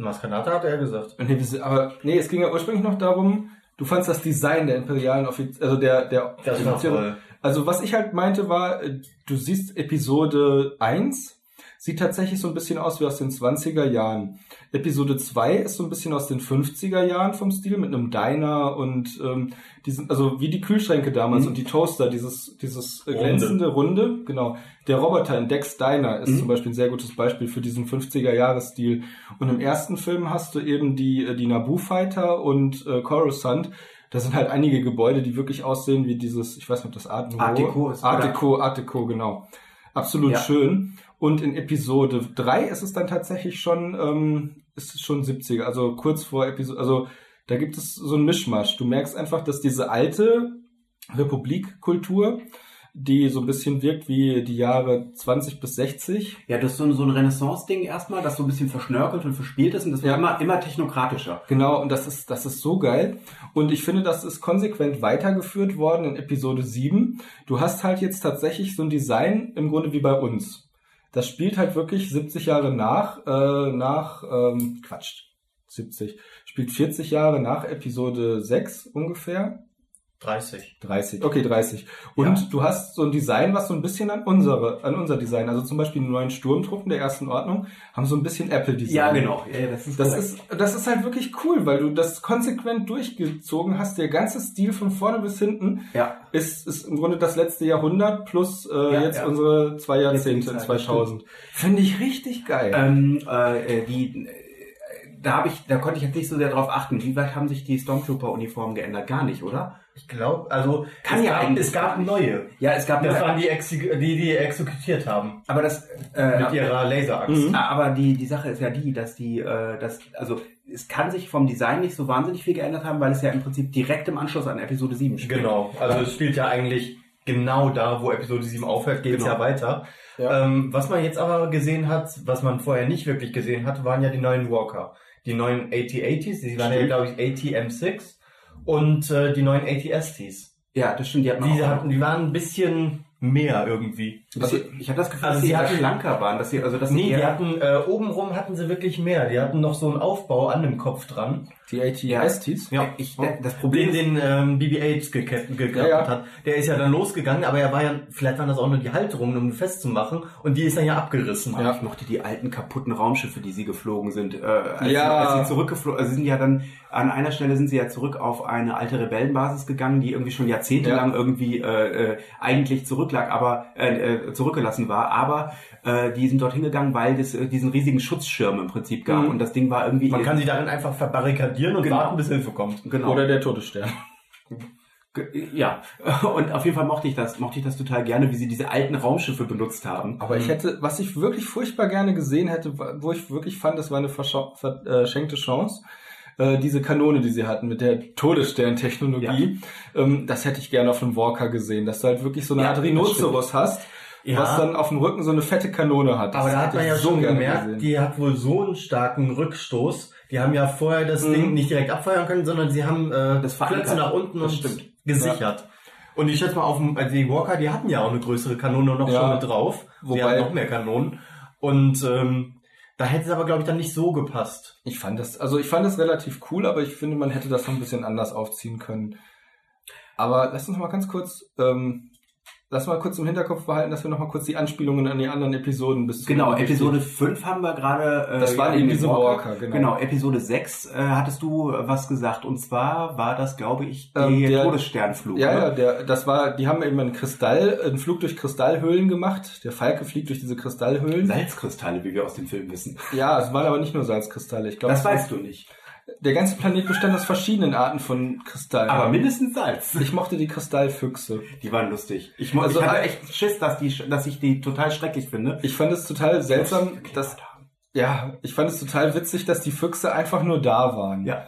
[SPEAKER 2] Maskanata hat er gesagt.
[SPEAKER 1] Nee, wir sind- aber nee, es ging ja ursprünglich noch darum. Du fandst das Design der imperialen Offiziere, also der der
[SPEAKER 2] Das war toll.
[SPEAKER 1] Also was ich halt meinte war, äh, du siehst Episode 1 sieht tatsächlich so ein bisschen aus wie aus den 20er Jahren. Episode 2 ist so ein bisschen aus den 50er Jahren vom Stil mit einem Diner und ähm, diesen, also wie die Kühlschränke damals
[SPEAKER 3] Mhm.
[SPEAKER 1] und die Toaster, dieses, dieses äh,
[SPEAKER 2] Runde.
[SPEAKER 1] glänzende Runde, genau. Der Roboter in Dex Diner ist
[SPEAKER 3] Mhm.
[SPEAKER 1] zum Beispiel ein sehr gutes Beispiel für diesen 50er Jahres Stil. Und im ersten Film hast du eben die, äh, die Naboo Fighter und äh, Coruscant. Das sind halt einige Gebäude, die wirklich aussehen wie dieses, ich weiß nicht, ob das Art Nouveau.
[SPEAKER 3] Art Deco ist-
[SPEAKER 1] Art
[SPEAKER 3] oder-
[SPEAKER 1] Deco, Art Deco, genau. Absolut
[SPEAKER 3] Ja.
[SPEAKER 1] schön. Und in Episode 3 ist es dann tatsächlich schon, ähm, ist es schon 70er, also kurz vor Episode, also da gibt es so einen Mischmasch. Du merkst einfach, dass diese alte Republikkultur, die so ein bisschen wirkt wie die Jahre 20 bis 60,
[SPEAKER 3] Ja, das ist so ein, so ein Renaissance-Ding erstmal, das so ein bisschen verschnörkelt und verspielt ist und das wird
[SPEAKER 1] Ja.
[SPEAKER 3] immer, immer technokratischer.
[SPEAKER 1] Genau, und das ist, das ist so geil. Und ich finde, das ist konsequent weitergeführt worden in Episode 7. Du hast halt jetzt tatsächlich so ein Design im Grunde wie bei uns. Das spielt halt wirklich 70 Jahre nach, äh, nach, ähm, Quatsch, 70. Spielt 40 Jahre nach Episode 6 ungefähr.
[SPEAKER 2] 30.
[SPEAKER 1] 30, okay, 30. Und du hast so ein Design, was so ein bisschen an unsere, an unser Design, also zum Beispiel die neuen Sturmtruppen der ersten Ordnung, haben so ein bisschen Apple-Design.
[SPEAKER 3] Ja, genau. das ist,
[SPEAKER 1] genau. Das
[SPEAKER 3] korrekt.
[SPEAKER 1] ist, das ist halt wirklich cool, weil du das konsequent durchgezogen hast. Der ganze Stil von vorne bis hinten
[SPEAKER 3] ja.
[SPEAKER 1] ist, ist im Grunde das letzte Jahrhundert plus äh,
[SPEAKER 3] Ja, halt,
[SPEAKER 1] jetzt
[SPEAKER 3] ja.
[SPEAKER 1] unsere zwei Jahrzehnte,
[SPEAKER 3] Jahrzehnte,
[SPEAKER 1] 2000. Finde ich richtig geil.
[SPEAKER 3] Ähm, äh, äh, die, äh, da habe ich, da konnte ich jetzt nicht so sehr drauf achten. Wie weit haben sich die Stormtrooper-Uniformen geändert? Gar nicht, oder?
[SPEAKER 2] Ich glaube, also
[SPEAKER 3] Kann
[SPEAKER 2] es,
[SPEAKER 3] ja
[SPEAKER 2] gab,
[SPEAKER 3] eigentlich
[SPEAKER 2] es gab
[SPEAKER 3] gar nicht.
[SPEAKER 2] neue.
[SPEAKER 3] Ja, es gab,
[SPEAKER 2] Das waren die, Exek- die, die exekutiert haben.
[SPEAKER 3] aber das,
[SPEAKER 2] Mit
[SPEAKER 3] äh,
[SPEAKER 2] ihrer Laseraxt.
[SPEAKER 1] Mhm.
[SPEAKER 3] aber die, die Sache ist ja die, dass die, äh, dass, also es kann sich vom Design nicht so wahnsinnig viel geändert haben, weil es ja im Prinzip direkt im Anschluss an Episode 7 spielt.
[SPEAKER 2] Genau. Also es spielt ja eigentlich genau da, wo Episode 7 aufhört, geht es
[SPEAKER 3] Genau.
[SPEAKER 2] ja weiter.
[SPEAKER 1] Ja.
[SPEAKER 3] äh,
[SPEAKER 2] Ähm, was man jetzt aber gesehen hat, was man vorher nicht wirklich gesehen hat, waren ja die neuen Walker. Die neuen AT-80s, die waren ja,
[SPEAKER 3] Stimmt.
[SPEAKER 2] glaube ich, AT-M6 und äh, die neuen AT-STs.
[SPEAKER 3] Ja, das stimmt. Die
[SPEAKER 1] Genau.
[SPEAKER 3] hat man
[SPEAKER 2] Die,
[SPEAKER 3] auch-
[SPEAKER 2] hatten, die waren ein bisschen mehr irgendwie.
[SPEAKER 3] Also, ich habe das Gefühl,
[SPEAKER 2] also
[SPEAKER 3] dass sie
[SPEAKER 2] sie
[SPEAKER 3] eher
[SPEAKER 2] hatten-
[SPEAKER 3] schlanker waren, dass sie also dass
[SPEAKER 2] Nee,
[SPEAKER 3] sie
[SPEAKER 2] die
[SPEAKER 3] eher,
[SPEAKER 2] hatten, äh, obenrum hatten sie wirklich mehr. Die hatten noch so einen Aufbau an dem Kopf dran.
[SPEAKER 1] Die ATSTs?
[SPEAKER 2] Ja.
[SPEAKER 3] Ich, das
[SPEAKER 2] den
[SPEAKER 3] Problem ist,
[SPEAKER 2] den ähm, BB-8 geka- gekappt
[SPEAKER 1] Ja, ja.
[SPEAKER 2] hat. Der ist ja dann losgegangen, aber er war ja, vielleicht waren das auch nur die Halterungen, um ihn festzumachen, und die ist dann ja abgerissen.
[SPEAKER 1] Ja.
[SPEAKER 3] ich mochte die alten kaputten Raumschiffe, die sie geflogen sind. Äh, als,
[SPEAKER 1] Ja.
[SPEAKER 3] sie, als sie zurückgeflogen, also sie sind ja dann an einer Stelle sind sie ja zurück auf eine alte Rebellenbasis gegangen, die irgendwie schon jahrzehntelang irgendwie äh, äh, eigentlich zurücklag, aber äh, äh, zurückgelassen war. Aber äh, die sind dort hingegangen, weil es äh, diesen riesigen Schutzschirm im Prinzip gab
[SPEAKER 1] Mhm.
[SPEAKER 3] und das Ding war irgendwie
[SPEAKER 2] Man kann sie darin einfach verbarrikadieren und
[SPEAKER 3] Genau.
[SPEAKER 2] warten, bis Hilfe kommt.
[SPEAKER 3] genau.
[SPEAKER 1] Oder der Todesstern.
[SPEAKER 3] Ge- Ja, und auf jeden Fall mochte ich das, mochte ich das total gerne, wie sie diese alten Raumschiffe benutzt haben.
[SPEAKER 1] Aber
[SPEAKER 2] Mhm.
[SPEAKER 1] ich hätte, was ich wirklich furchtbar gerne gesehen hätte, wa- wo ich wirklich fand, das war eine verscha- ver- äh, verschenkte Chance, äh, diese Kanone, die sie hatten mit der Todessterntechnologie, ähm, das hätte ich gerne auf einem Walker gesehen, dass du halt wirklich so eine
[SPEAKER 3] Ja,
[SPEAKER 1] Art
[SPEAKER 3] das
[SPEAKER 1] Rhinoceros hast,
[SPEAKER 2] Ja.
[SPEAKER 1] was dann auf dem Rücken so eine fette Kanone hat. Das
[SPEAKER 2] Aber da hat
[SPEAKER 1] hätte
[SPEAKER 2] man
[SPEAKER 1] ich
[SPEAKER 2] ja schon
[SPEAKER 1] gerne
[SPEAKER 2] gemerkt,
[SPEAKER 1] gesehen.
[SPEAKER 2] die hat wohl so einen starken Rückstoß. Die haben ja vorher das
[SPEAKER 1] Mhm.
[SPEAKER 2] Ding nicht direkt abfeuern können, sondern sie haben äh,
[SPEAKER 3] Das verankert.
[SPEAKER 2] Plätze nach unten
[SPEAKER 3] Das
[SPEAKER 2] und
[SPEAKER 3] stimmt.
[SPEAKER 2] gesichert. Und ich schätze mal, auf dem, also die Walker, die hatten ja auch eine größere Kanone noch
[SPEAKER 1] Ja.
[SPEAKER 2] schon mit drauf. Wobei, die
[SPEAKER 1] Wobei-
[SPEAKER 2] hatten noch mehr Kanonen. Und ähm, da hätte es aber, glaube ich, dann nicht so gepasst.
[SPEAKER 1] ich fand das, also ich fand das relativ cool, aber ich finde, man hätte das noch ein bisschen anders aufziehen können. Aber lass uns noch mal ganz kurz, ähm, lass mal kurz im Hinterkopf behalten, dass wir noch mal kurz die Anspielungen an die anderen Episoden bis zu-
[SPEAKER 3] Genau, Episode 5 haben wir gerade. äh,
[SPEAKER 1] Das waren
[SPEAKER 3] ja,
[SPEAKER 1] eben
[SPEAKER 3] den
[SPEAKER 1] diese Walker, genau.
[SPEAKER 3] Episode 6 äh, hattest du äh, was gesagt. Und zwar war das, glaube ich, der,
[SPEAKER 1] Ähm, der-
[SPEAKER 3] Todessternflug.
[SPEAKER 1] Ja,
[SPEAKER 3] ne?
[SPEAKER 1] ja, der, das war, die haben eben einen Kristall, einen Flug durch Kristallhöhlen gemacht. Der Falke fliegt durch diese Kristallhöhlen.
[SPEAKER 3] Salzkristalle, wie wir aus dem Film wissen.
[SPEAKER 1] Ja, es waren aber nicht nur Salzkristalle. Ich glaube,
[SPEAKER 3] Das weißt du nicht.
[SPEAKER 1] der ganze Planet bestand aus verschiedenen Arten von Kristallen.
[SPEAKER 3] Aber mindestens Salz.
[SPEAKER 1] ich mochte die Kristallfüchse.
[SPEAKER 3] Die waren lustig. Ich, mo-
[SPEAKER 1] Also,
[SPEAKER 3] ich hatte
[SPEAKER 1] äh,
[SPEAKER 3] echt Schiss, dass, die, dass ich die total schrecklich finde.
[SPEAKER 1] Ich fand es total seltsam, dass, ja, ich fand es total witzig, dass die Füchse einfach nur da waren.
[SPEAKER 3] Ja.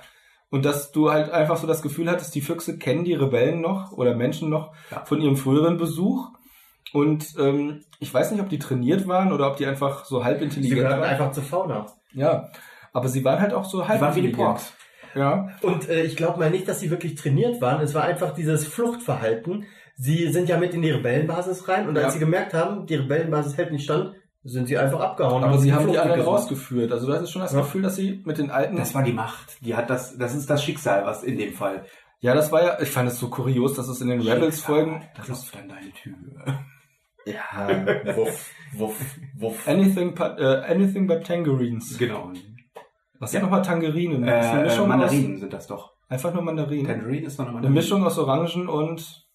[SPEAKER 1] Und dass du halt einfach so das Gefühl hattest, die Füchse kennen die Rebellen noch oder Menschen noch
[SPEAKER 3] Ja.
[SPEAKER 1] von ihrem früheren Besuch. Und ähm, ich weiß nicht, ob die trainiert waren oder ob die einfach so halb
[SPEAKER 2] Die
[SPEAKER 1] intelligent
[SPEAKER 2] gehörten
[SPEAKER 1] waren.
[SPEAKER 2] einfach zur Fauna.
[SPEAKER 1] Ja, aber sie waren halt auch so halb
[SPEAKER 3] Die waren wie die
[SPEAKER 1] intelligent.
[SPEAKER 3] Porks.
[SPEAKER 1] Ja,
[SPEAKER 2] Und äh, ich glaube mal nicht, dass sie wirklich trainiert waren. Es war einfach dieses Fluchtverhalten. Sie sind ja mit in die Rebellenbasis rein und
[SPEAKER 1] Ja.
[SPEAKER 2] als sie gemerkt haben, die Rebellenbasis hält nicht stand, sind sie einfach abgehauen.
[SPEAKER 1] aber sie haben die
[SPEAKER 2] Flucht
[SPEAKER 1] anderen
[SPEAKER 2] mitgenommen.
[SPEAKER 1] rausgeführt. Also du hattest schon das
[SPEAKER 2] Ja.
[SPEAKER 1] Gefühl, dass sie mit den alten...
[SPEAKER 3] Das war die Macht. Die hat das, das ist das Schicksal, was in dem Fall.
[SPEAKER 1] ja, das war ja... Ich fand es so kurios, dass es in den Rebels-Folgen...
[SPEAKER 3] Das ist dann deine Tür.
[SPEAKER 1] Ja.
[SPEAKER 2] Wuff, wuff, wuff.
[SPEAKER 1] anything, but, äh, anything but Tangerines.
[SPEAKER 3] Genau.
[SPEAKER 1] Was sind nochmal Tangerinen? Das ist eine
[SPEAKER 3] Äh, äh,
[SPEAKER 1] Mischung
[SPEAKER 3] Mandarinen sind das doch.
[SPEAKER 1] Aus, einfach nur Mandarinen.
[SPEAKER 3] Tangerine ist doch eine
[SPEAKER 1] Eine
[SPEAKER 3] Mandarine.
[SPEAKER 1] Mischung aus Orangen und...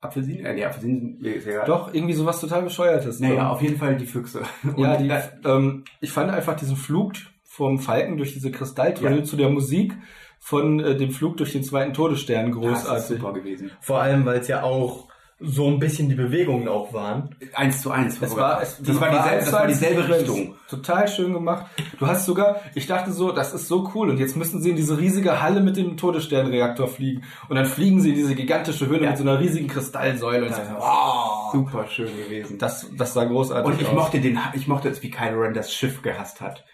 [SPEAKER 3] Apfelsinen? Äh, nee, Apfelsinen sind ist ja egal.
[SPEAKER 1] Doch, irgendwie sowas total bescheuertes. Ähm,
[SPEAKER 3] Naja, auf jeden Fall die Füchse. Und
[SPEAKER 1] Ja, die,
[SPEAKER 3] da-
[SPEAKER 1] ähm, ich fand einfach diesen Flug vom Falken durch diese Kristalltunnel zu der Musik von äh, dem Flug durch den zweiten Todesstern
[SPEAKER 3] Das ist
[SPEAKER 1] großartig.
[SPEAKER 3] super gewesen.
[SPEAKER 2] Vor allem, weil es ja auch so ein bisschen die Bewegungen auch waren.
[SPEAKER 3] Eins zu eins.
[SPEAKER 1] Es war, es,
[SPEAKER 3] das, war dieselbe, das war dieselbe Richtung.
[SPEAKER 1] Total schön gemacht. Du hast sogar, ich dachte so, das ist so cool und jetzt müssen sie in diese riesige Halle mit dem Todessternreaktor fliegen und dann fliegen sie in diese gigantische Höhle
[SPEAKER 3] Ja.
[SPEAKER 1] mit so einer riesigen Kristallsäule und so, wow.
[SPEAKER 3] Super schön gewesen.
[SPEAKER 1] das, das sah großartig
[SPEAKER 3] und ich
[SPEAKER 1] aus.
[SPEAKER 3] mochte den, ich mochte es, wie Kylo Ren das Schiff gehasst hat.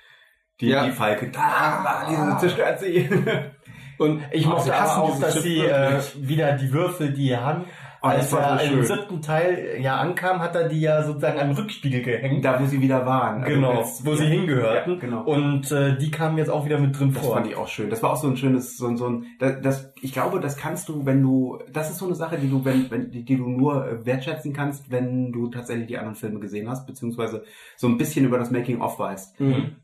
[SPEAKER 3] Die,
[SPEAKER 1] Ja.
[SPEAKER 3] die Falke. Ah, diese zerstört sie.
[SPEAKER 1] und
[SPEAKER 2] Ich mochte
[SPEAKER 1] sie hassen
[SPEAKER 2] aber auch,
[SPEAKER 1] dieses
[SPEAKER 2] dass
[SPEAKER 1] Schiff
[SPEAKER 2] sie äh,
[SPEAKER 1] wirklich.
[SPEAKER 2] wieder die Würfel, die er hat.
[SPEAKER 3] Oh, das
[SPEAKER 2] als
[SPEAKER 3] war
[SPEAKER 2] er
[SPEAKER 3] so
[SPEAKER 2] im
[SPEAKER 3] schön.
[SPEAKER 2] siebten Teil ja ankam, hat er die ja sozusagen an den Rückspiegel gehängt.
[SPEAKER 3] da, wo sie wieder waren. Also
[SPEAKER 2] genau,
[SPEAKER 3] das-
[SPEAKER 2] wo sie
[SPEAKER 3] ja,
[SPEAKER 2] hingehörten.
[SPEAKER 3] Ja, genau.
[SPEAKER 2] Und äh, die kamen jetzt auch wieder mit drin
[SPEAKER 3] Das
[SPEAKER 2] vor.
[SPEAKER 3] fand ich auch schön. Das war auch so ein schönes, so ein, so ein das, das, ich glaube, das kannst du, wenn du, das ist so eine Sache, die du, wenn, wenn, die, die du nur äh, wertschätzen kannst, wenn du tatsächlich die anderen Filme gesehen hast, beziehungsweise so ein bisschen über das Making-of weißt.
[SPEAKER 1] Mhm.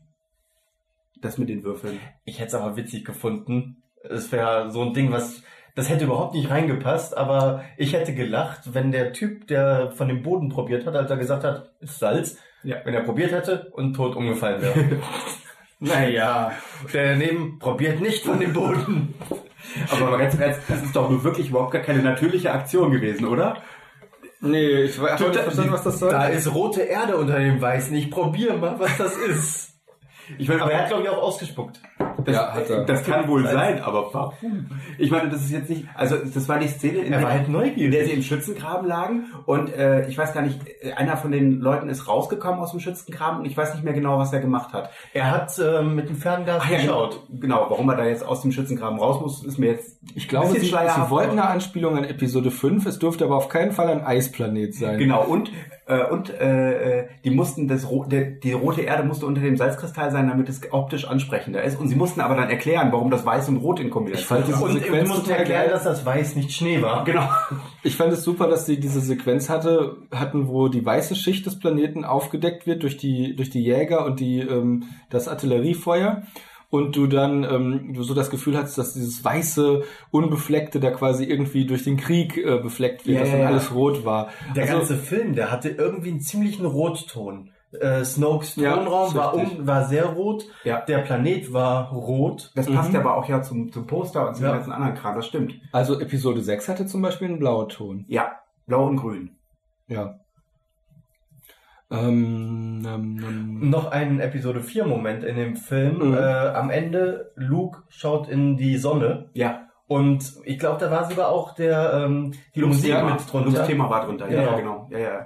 [SPEAKER 3] Das mit den Würfeln.
[SPEAKER 2] Ich hätte es aber witzig gefunden. Es wäre so ein Ding, was. Das hätte überhaupt nicht reingepasst, aber ich hätte gelacht, wenn der Typ, der von dem Boden probiert hat, als er gesagt hat, ist Salz,
[SPEAKER 3] Ja.
[SPEAKER 2] wenn er probiert hätte und tot umgefallen wäre. naja, der daneben probiert nicht von dem Boden.
[SPEAKER 3] Aber mal ganz im Ernst, das ist doch nur wirklich überhaupt gar keine natürliche Aktion gewesen, oder?
[SPEAKER 1] Nee, ich habe nicht verstanden, was das soll.
[SPEAKER 2] Da ist rote Erde unter dem Weißen. Ich probiere mal, was das ist.
[SPEAKER 3] Ich meine,
[SPEAKER 2] Aber er hat, glaube ich, auch ausgespuckt.
[SPEAKER 3] das,
[SPEAKER 1] Ja, hat er.
[SPEAKER 3] das kann wohl sein, aber warum? Ich meine, das ist jetzt nicht, also das war die Szene, in
[SPEAKER 2] Er war
[SPEAKER 3] der,
[SPEAKER 2] halt neugierig.
[SPEAKER 3] in der sie im Schützengraben lagen und äh, ich weiß gar nicht, äh, einer von den Leuten ist rausgekommen aus dem Schützengraben und ich weiß nicht mehr genau, was er gemacht hat.
[SPEAKER 2] Er hat ähm, mit dem Fernglas
[SPEAKER 3] Ach ja, genau. genau, warum er da jetzt aus dem Schützengraben raus muss, ist mir jetzt
[SPEAKER 1] Ich glaube, sie, sie
[SPEAKER 3] schleierhaft,
[SPEAKER 1] wollten eine Anspielung an Episode 5, es dürfte aber auf keinen Fall ein Eisplanet sein.
[SPEAKER 3] Genau, und, äh, und äh, äh, die mussten das Ro der, die rote Erde musste unter dem Salzkristall sein, damit es optisch ansprechender ist. Und sie mussten aber dann erklären, warum das Weiß und Rot in
[SPEAKER 2] Ich
[SPEAKER 3] Kombination
[SPEAKER 2] fand diese
[SPEAKER 1] Und
[SPEAKER 2] Sequenz
[SPEAKER 1] musst
[SPEAKER 2] total
[SPEAKER 1] erklären,
[SPEAKER 2] geil, dass das Weiß nicht Schnee war.
[SPEAKER 3] Genau.
[SPEAKER 1] Ich fand es super, dass sie diese Sequenz hatte, hatten, wo die weiße Schicht des Planeten aufgedeckt wird durch die, durch die Jäger und die, ähm, das Artilleriefeuer. Und du dann ähm, du so das Gefühl hast, dass dieses weiße, unbefleckte da quasi irgendwie durch den Krieg äh, befleckt wird,
[SPEAKER 2] Ja,
[SPEAKER 1] dass
[SPEAKER 2] ja,
[SPEAKER 1] dann
[SPEAKER 2] ja.
[SPEAKER 1] alles rot war.
[SPEAKER 2] Der
[SPEAKER 1] Also,
[SPEAKER 2] ganze Film, der hatte irgendwie einen ziemlichen Rotton. Äh, Snokes
[SPEAKER 1] Ja,
[SPEAKER 2] Thronraum war,
[SPEAKER 1] richtig.
[SPEAKER 2] um, war sehr rot.
[SPEAKER 3] Ja.
[SPEAKER 2] Der Planet war rot.
[SPEAKER 3] Das passt aber auch ja zum, zum Poster und zum
[SPEAKER 2] Mhm. Ja.
[SPEAKER 3] ganzen anderen Kram, das stimmt.
[SPEAKER 1] also Episode 6 hatte zum Beispiel einen blauen Ton.
[SPEAKER 3] Ja, blau und grün.
[SPEAKER 1] Ja. Ähm, ähm, ähm,
[SPEAKER 2] Noch ein Episode 4 Moment in dem Film.
[SPEAKER 1] Mhm.
[SPEAKER 2] Äh, am Ende, Luke schaut in die Sonne.
[SPEAKER 3] Ja,
[SPEAKER 2] Und ich glaube, da war sogar auch der, ähm, die
[SPEAKER 3] Lux
[SPEAKER 2] Musik
[SPEAKER 3] Thema.
[SPEAKER 2] mit drunter.
[SPEAKER 3] Lux Thema war drunter, ja,
[SPEAKER 2] Ja.
[SPEAKER 3] ja, genau. Ja, ja.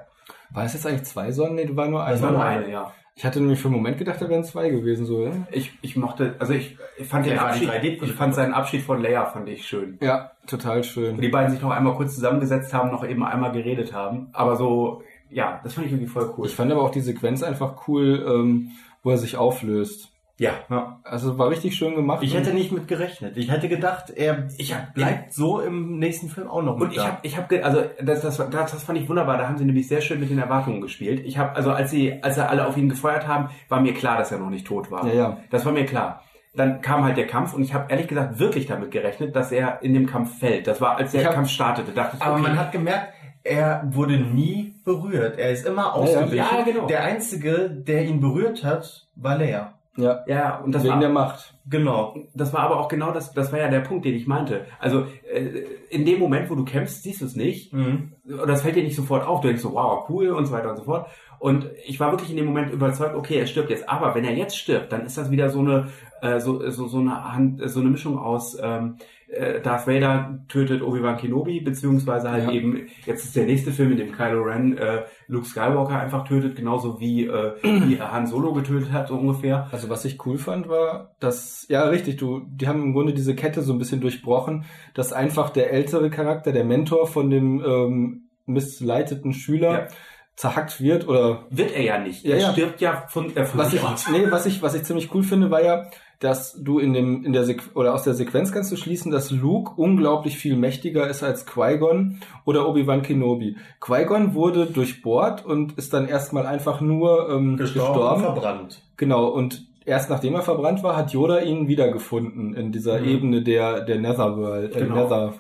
[SPEAKER 1] war es jetzt eigentlich zwei Sonnen? Nee, war nur eine.
[SPEAKER 2] Das
[SPEAKER 3] Das war nur
[SPEAKER 2] eine.
[SPEAKER 3] eine, ja.
[SPEAKER 1] Ich hatte nämlich für einen Moment gedacht, da wären zwei gewesen. So, ne? ja?
[SPEAKER 3] Ich, ich mochte, also ich, ich fand
[SPEAKER 2] Ja,
[SPEAKER 3] den
[SPEAKER 2] war die
[SPEAKER 3] Abschied,
[SPEAKER 2] 3D-Brille.
[SPEAKER 3] ich fand seinen Abschied von Leia fand ich schön.
[SPEAKER 1] ja, total
[SPEAKER 3] Wo
[SPEAKER 1] schön.
[SPEAKER 3] die beiden sich noch einmal kurz zusammengesetzt haben, noch eben einmal geredet haben. Aber so, ja, das fand ich irgendwie voll cool.
[SPEAKER 1] Ich fand aber auch die Sequenz einfach cool, ähm, wo er sich auflöst.
[SPEAKER 3] ja,
[SPEAKER 1] Ja, also war richtig schön gemacht.
[SPEAKER 2] Ich hätte nicht mit gerechnet. Ich hätte gedacht, er
[SPEAKER 3] Mhm. Ich hab-
[SPEAKER 2] bleibt so im nächsten Film auch noch mit
[SPEAKER 3] Und ich
[SPEAKER 2] da.
[SPEAKER 3] habe, ich hab, ge- also das, das, das, das fand ich wunderbar. Da haben sie nämlich sehr schön mit den Erwartungen gespielt. Ich habe, also als sie, als sie alle auf ihn gefeuert haben, war mir klar, dass er noch nicht tot war.
[SPEAKER 1] Ja, ja.
[SPEAKER 3] Das war mir klar. Dann kam halt der Kampf und ich habe ehrlich gesagt wirklich damit gerechnet, dass er in dem Kampf fällt. Das war, als der
[SPEAKER 1] Ich hab-
[SPEAKER 3] Kampf startete, dachte ich,
[SPEAKER 2] Aber
[SPEAKER 3] okay,
[SPEAKER 2] man hat gemerkt, er wurde nie berührt. Er ist immer
[SPEAKER 1] ja.
[SPEAKER 2] ausgewichen.
[SPEAKER 3] Ja, genau.
[SPEAKER 2] Der Einzige, der ihn berührt hat, war Leia.
[SPEAKER 1] ja,
[SPEAKER 3] ja, und das
[SPEAKER 1] wegen
[SPEAKER 3] war,
[SPEAKER 1] der Macht.
[SPEAKER 2] Genau.
[SPEAKER 3] das war aber auch genau das, das war ja der Punkt, den ich meinte. Also äh, in dem Moment, wo du kämpfst, siehst du es nicht.
[SPEAKER 2] Mhm.
[SPEAKER 3] Und das fällt dir nicht sofort auf. Du denkst so, wow, cool und so weiter und so fort. Und ich war wirklich in dem Moment überzeugt, okay, er stirbt jetzt. Aber wenn er jetzt stirbt, dann ist das wieder so eine, äh, so, so, so eine Hand, so eine Mischung aus ähm, äh, Darth Vader tötet Obi-Wan Kenobi, beziehungsweise halt
[SPEAKER 1] Ja.
[SPEAKER 3] eben, jetzt ist der nächste Film, in dem Kylo Ren äh, Luke Skywalker einfach tötet, genauso wie, äh, wie er Han Solo getötet hat, so ungefähr.
[SPEAKER 1] Also was ich cool fand, war, dass, ja richtig, du, die haben im Grunde diese Kette so ein bisschen durchbrochen, dass einfach der ältere Charakter, der Mentor von dem ähm, missleiteten Schüler,
[SPEAKER 3] Ja.
[SPEAKER 1] zerhackt wird oder
[SPEAKER 3] Wird er ja nicht.
[SPEAKER 1] Ja,
[SPEAKER 3] er
[SPEAKER 1] ja.
[SPEAKER 3] stirbt ja von, äh, von
[SPEAKER 1] Was
[SPEAKER 3] sich
[SPEAKER 1] ich,
[SPEAKER 3] aus.
[SPEAKER 1] nee, was ich, was ich ziemlich cool finde, war ja, dass du in dem, in der Sequ oder aus der Sequenz kannst du schließen, dass Luke unglaublich viel mächtiger ist als Qui-Gon oder Obi-Wan Kenobi. Qui-Gon wurde durchbohrt und ist dann erstmal einfach nur ähm,
[SPEAKER 2] Gestorben,
[SPEAKER 1] gestorben.
[SPEAKER 2] verbrannt.
[SPEAKER 1] Genau, und erst nachdem er verbrannt war, hat Yoda ihn wiedergefunden in dieser
[SPEAKER 2] Mhm.
[SPEAKER 1] Ebene der, der Netherworld, äh,
[SPEAKER 3] Genau.
[SPEAKER 1] Nether.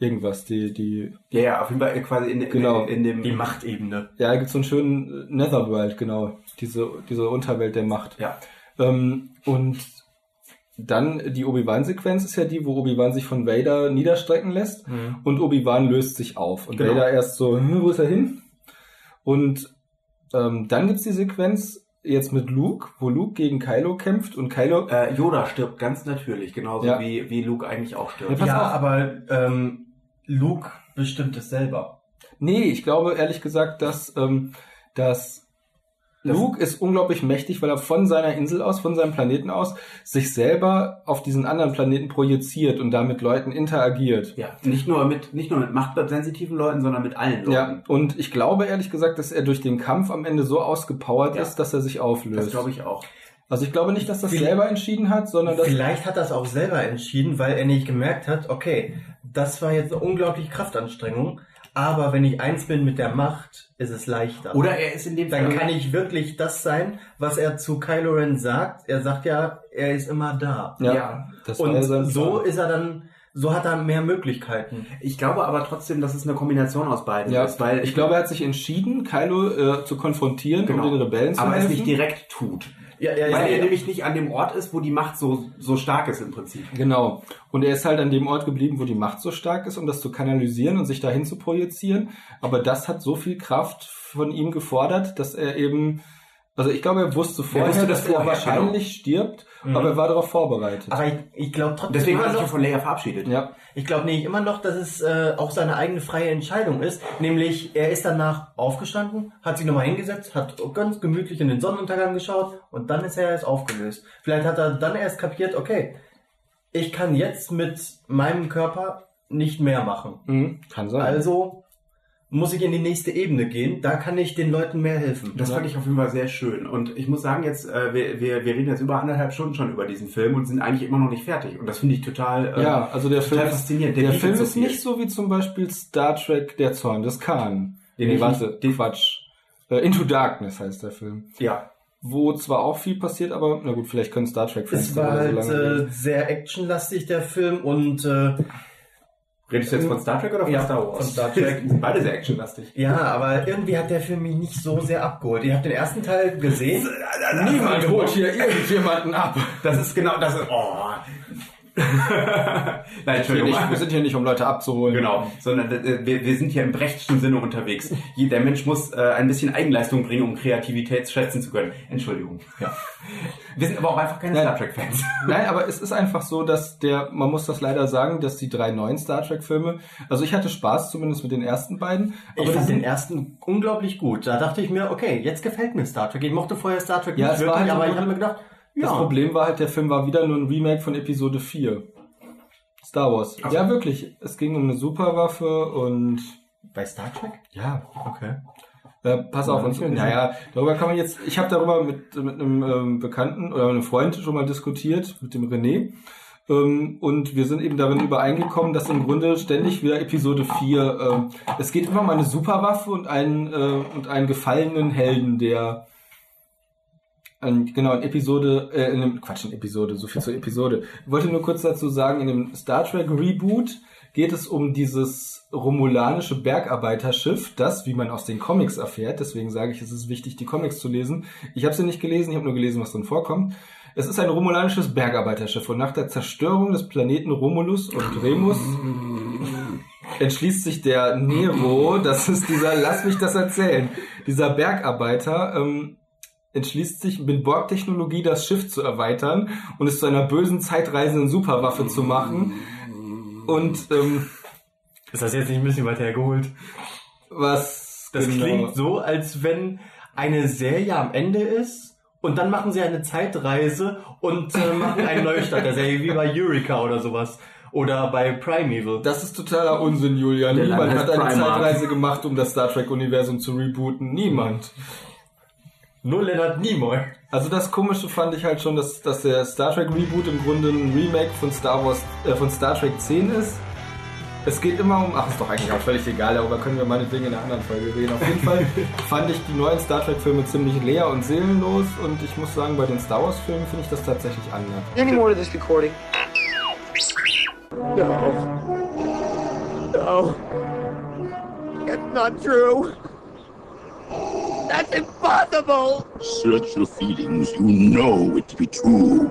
[SPEAKER 1] Irgendwas, die, die,
[SPEAKER 3] Ja, ja, auf jeden Fall äh, quasi in,
[SPEAKER 1] Genau.
[SPEAKER 3] in, in dem...
[SPEAKER 2] Die Machtebene.
[SPEAKER 1] ja, gibt's so einen schönen äh, Netherworld, genau. Diese, diese Unterwelt der Macht.
[SPEAKER 3] Ja.
[SPEAKER 1] Ähm, und dann die Obi-Wan-Sequenz ist ja die, wo Obi-Wan sich von Vader niederstrecken lässt und Obi-Wan löst sich auf. Und
[SPEAKER 3] Genau.
[SPEAKER 1] Vader erst so, hm, wo ist er hin? Und ähm, dann gibt's die Sequenz jetzt mit Luke, wo Luke gegen Kylo kämpft und Kylo.
[SPEAKER 3] Äh, Yoda stirbt ganz natürlich, genauso
[SPEAKER 1] Ja.
[SPEAKER 3] wie, wie Luke eigentlich auch stirbt.
[SPEAKER 1] Ja, pass
[SPEAKER 2] ja,
[SPEAKER 1] auf.
[SPEAKER 2] aber ähm, Luke bestimmt es selber.
[SPEAKER 1] Nee, ich glaube ehrlich gesagt, dass, ähm, dass
[SPEAKER 3] Das-
[SPEAKER 1] Luke ist unglaublich mächtig, weil er von seiner Insel aus, von seinem Planeten aus, sich selber auf diesen anderen Planeten projiziert und da mit Leuten interagiert.
[SPEAKER 3] Ja, nicht nur mit nicht nur mit machtsensitiven Leuten, sondern mit allen Leuten.
[SPEAKER 1] Ja, und ich glaube ehrlich gesagt, dass er durch den Kampf am Ende so ausgepowert
[SPEAKER 3] Ja.
[SPEAKER 1] ist, dass er sich auflöst.
[SPEAKER 3] Das glaube ich auch.
[SPEAKER 1] Also ich glaube nicht, dass das
[SPEAKER 2] Viel-
[SPEAKER 1] selber entschieden hat, sondern dass
[SPEAKER 2] Vielleicht hat er es auch selber entschieden, weil er nicht gemerkt hat, okay, das war jetzt eine unglaubliche Kraftanstrengung, aber wenn ich eins bin mit der Macht, ist es leichter.
[SPEAKER 3] Oder er ist in dem
[SPEAKER 2] Dann
[SPEAKER 3] Fall
[SPEAKER 2] kann ich wirklich das sein, was er zu Kylo Ren sagt. Er sagt ja, er ist immer da.
[SPEAKER 1] ja,
[SPEAKER 3] ja.
[SPEAKER 1] das war
[SPEAKER 2] Und
[SPEAKER 1] ja sein
[SPEAKER 2] so
[SPEAKER 1] Plan.
[SPEAKER 2] ist er dann, so hat er mehr Möglichkeiten.
[SPEAKER 3] Ich glaube aber trotzdem, dass es eine Kombination aus beiden
[SPEAKER 1] ja,
[SPEAKER 3] ist, weil
[SPEAKER 1] ich glaube, er hat sich entschieden, Kylo äh, zu konfrontieren
[SPEAKER 3] Genau.
[SPEAKER 1] und den Rebellen zu
[SPEAKER 3] aber es
[SPEAKER 1] helfen.
[SPEAKER 3] nicht direkt tut.
[SPEAKER 2] Ja, ja,
[SPEAKER 3] weil
[SPEAKER 2] ja,
[SPEAKER 3] er
[SPEAKER 2] ja.
[SPEAKER 3] nämlich nicht an dem Ort ist, wo die Macht so so stark ist im Prinzip.
[SPEAKER 1] Genau. Und er ist halt an dem Ort geblieben, wo die Macht so stark ist, um das zu kanalisieren und sich dahin zu projizieren. Aber das hat so viel Kraft von ihm gefordert, dass er eben, also ich glaube, er wusste vorher,
[SPEAKER 3] wusste das
[SPEAKER 1] dass er
[SPEAKER 3] vorher, genau. Mhm. Also
[SPEAKER 1] wahrscheinlich stirbt, aber er war darauf vorbereitet.
[SPEAKER 2] Aber ich, ich glaube trotzdem
[SPEAKER 3] Deswegen
[SPEAKER 2] immer
[SPEAKER 1] also-
[SPEAKER 3] hat er sich ja
[SPEAKER 2] noch,
[SPEAKER 3] von Leia verabschiedet.
[SPEAKER 1] ja,
[SPEAKER 2] ich glaube nämlich immer noch, dass es äh, auch seine eigene freie Entscheidung ist. Nämlich, er ist danach aufgestanden, hat sich nochmal hingesetzt, hat ganz gemütlich in den Sonnenuntergang geschaut und dann ist er erst aufgelöst. Vielleicht hat er dann erst kapiert, okay, ich kann jetzt mit meinem Körper nicht mehr machen.
[SPEAKER 1] mhm. kann sein.
[SPEAKER 2] Also muss ich in die nächste Ebene gehen. Da kann ich den Leuten mehr helfen.
[SPEAKER 3] Das fand ich auf jeden Fall sehr schön. Und ich muss sagen, jetzt, äh, wir, wir, wir reden jetzt über anderthalb Stunden schon über diesen Film und sind eigentlich immer noch nicht fertig. Und das finde ich total, äh,
[SPEAKER 1] Ja, also der
[SPEAKER 3] total
[SPEAKER 1] Film ist,
[SPEAKER 3] faszinierend.
[SPEAKER 1] der
[SPEAKER 3] bietet
[SPEAKER 1] Film
[SPEAKER 3] so
[SPEAKER 1] ist
[SPEAKER 3] viel.
[SPEAKER 1] nicht so wie zum Beispiel Star Trek Der Zorn des Khan.
[SPEAKER 3] Den
[SPEAKER 1] nee,
[SPEAKER 3] ich
[SPEAKER 1] warte,
[SPEAKER 3] nicht-
[SPEAKER 1] den Quatsch. Äh, Into Darkness heißt der Film.
[SPEAKER 3] Ja.
[SPEAKER 1] Wo zwar auch viel passiert, aber na gut, vielleicht können Star Trek-Fans
[SPEAKER 2] Es
[SPEAKER 1] darüber
[SPEAKER 2] war
[SPEAKER 1] so
[SPEAKER 2] halt
[SPEAKER 1] lange reden.
[SPEAKER 2] äh, sehr actionlastig, der Film, und äh,
[SPEAKER 3] Redest du
[SPEAKER 1] Äh,
[SPEAKER 3] jetzt von Star Trek oder von
[SPEAKER 2] Ja,
[SPEAKER 3] Star Wars?
[SPEAKER 2] von Star Trek.
[SPEAKER 3] Die sind Beide sehr actionlastig.
[SPEAKER 2] ja, aber irgendwie hat der Film mich nicht so sehr abgeholt. Ihr habt den ersten Teil gesehen.
[SPEAKER 1] Niemand holt hier irgendjemanden ab.
[SPEAKER 3] Das ist genau, das ist, oh. Nein,
[SPEAKER 1] Wir,
[SPEAKER 3] Entschuldigung.
[SPEAKER 1] nicht, wir sind hier nicht, um Leute abzuholen.
[SPEAKER 3] Genau, sondern äh, wir, wir sind hier im brechtschen Sinne unterwegs. Jeder Mensch muss äh, ein bisschen Eigenleistung bringen, um Kreativität schätzen zu können. Entschuldigung. Ja. Wir sind aber auch einfach keine
[SPEAKER 1] Nein.
[SPEAKER 3] Star Trek-Fans.
[SPEAKER 1] Nein, aber es ist einfach so, dass der, man muss das leider sagen, dass die drei neuen Star Trek-Filme, also ich hatte Spaß zumindest mit den ersten beiden, aber
[SPEAKER 2] Ich
[SPEAKER 1] die
[SPEAKER 2] fand
[SPEAKER 1] sind-
[SPEAKER 2] den ersten unglaublich gut. Da dachte ich mir, okay, jetzt gefällt mir Star Trek. Ich mochte vorher Star Trek
[SPEAKER 1] Ja,
[SPEAKER 2] nicht
[SPEAKER 1] es war halt
[SPEAKER 2] wirklich,
[SPEAKER 1] so
[SPEAKER 2] aber
[SPEAKER 1] gut.
[SPEAKER 2] ich habe mir gedacht,
[SPEAKER 1] Das
[SPEAKER 2] ja,
[SPEAKER 1] Problem war halt, der Film war wieder nur ein Remake von Episode 4. Star Wars.
[SPEAKER 3] Ach.
[SPEAKER 1] Ja, wirklich. Es ging um eine Superwaffe und
[SPEAKER 2] bei Star Trek?
[SPEAKER 1] ja,
[SPEAKER 2] Okay.
[SPEAKER 1] äh, pass auf.
[SPEAKER 3] Ja,
[SPEAKER 1] Und,
[SPEAKER 3] okay.
[SPEAKER 1] naja, darüber kann man jetzt. Ich habe darüber mit mit einem ähm, Bekannten oder einem Freund schon mal diskutiert mit dem René. Ähm, und wir sind eben darin übereingekommen, dass im Grunde ständig wieder Episode 4, ähm, es geht immer um eine Superwaffe und einen, äh, und einen gefallenen Helden, der Ähm, genau, in Episode, äh, in dem, Quatsch, in Episode, so viel zur Episode. Ich wollte nur kurz dazu sagen, in dem Star Trek Reboot geht es um dieses romulanische Bergarbeiterschiff, das, wie man aus den Comics erfährt, deswegen sage ich, es ist wichtig, die Comics zu lesen. Ich habe sie nicht gelesen, ich habe nur gelesen, was drin vorkommt. Es ist ein romulanisches Bergarbeiterschiff und nach der Zerstörung des Planeten Romulus und Remus entschließt sich der Nero, das ist dieser, lass mich das erzählen, dieser Bergarbeiter, ähm, entschließt sich mit Borg-Technologie das Schiff zu erweitern und es zu einer bösen, zeitreisenden Superwaffe zu machen. Und ähm,
[SPEAKER 2] Ist das jetzt nicht ein bisschen weit hergeholt?
[SPEAKER 1] was
[SPEAKER 2] Das
[SPEAKER 1] genau-
[SPEAKER 2] klingt so, als wenn eine Serie am Ende ist und dann machen sie eine Zeitreise und äh, machen einen Neustart der Serie, wie bei Eureka oder sowas. Oder bei Primeval.
[SPEAKER 1] Das ist totaler Unsinn, Julian.
[SPEAKER 3] Der Laden
[SPEAKER 1] Niemand hat
[SPEAKER 3] heißt
[SPEAKER 1] eine
[SPEAKER 3] Primark.
[SPEAKER 1] Zeitreise gemacht, um das Star Trek-Universum zu rebooten. Niemand.
[SPEAKER 2] Nur Leonard Nimoy.
[SPEAKER 1] Also das Komische fand ich halt schon, dass, dass der Star Trek Reboot im Grunde ein Remake von Star Wars, äh, von Star Trek 10 ist. Es geht immer um, ach ist doch eigentlich auch völlig egal, darüber können wir meinetwegen in einer anderen Folge reden. Auf jeden Fall fand ich die neuen Star Trek Filme ziemlich leer und seelenlos und ich muss sagen, bei den Star Wars Filmen finde ich das tatsächlich anders.
[SPEAKER 4] Any more to this recording?
[SPEAKER 5] No. It's not true. That's impossible.
[SPEAKER 6] Search your feelings. You know it to be true.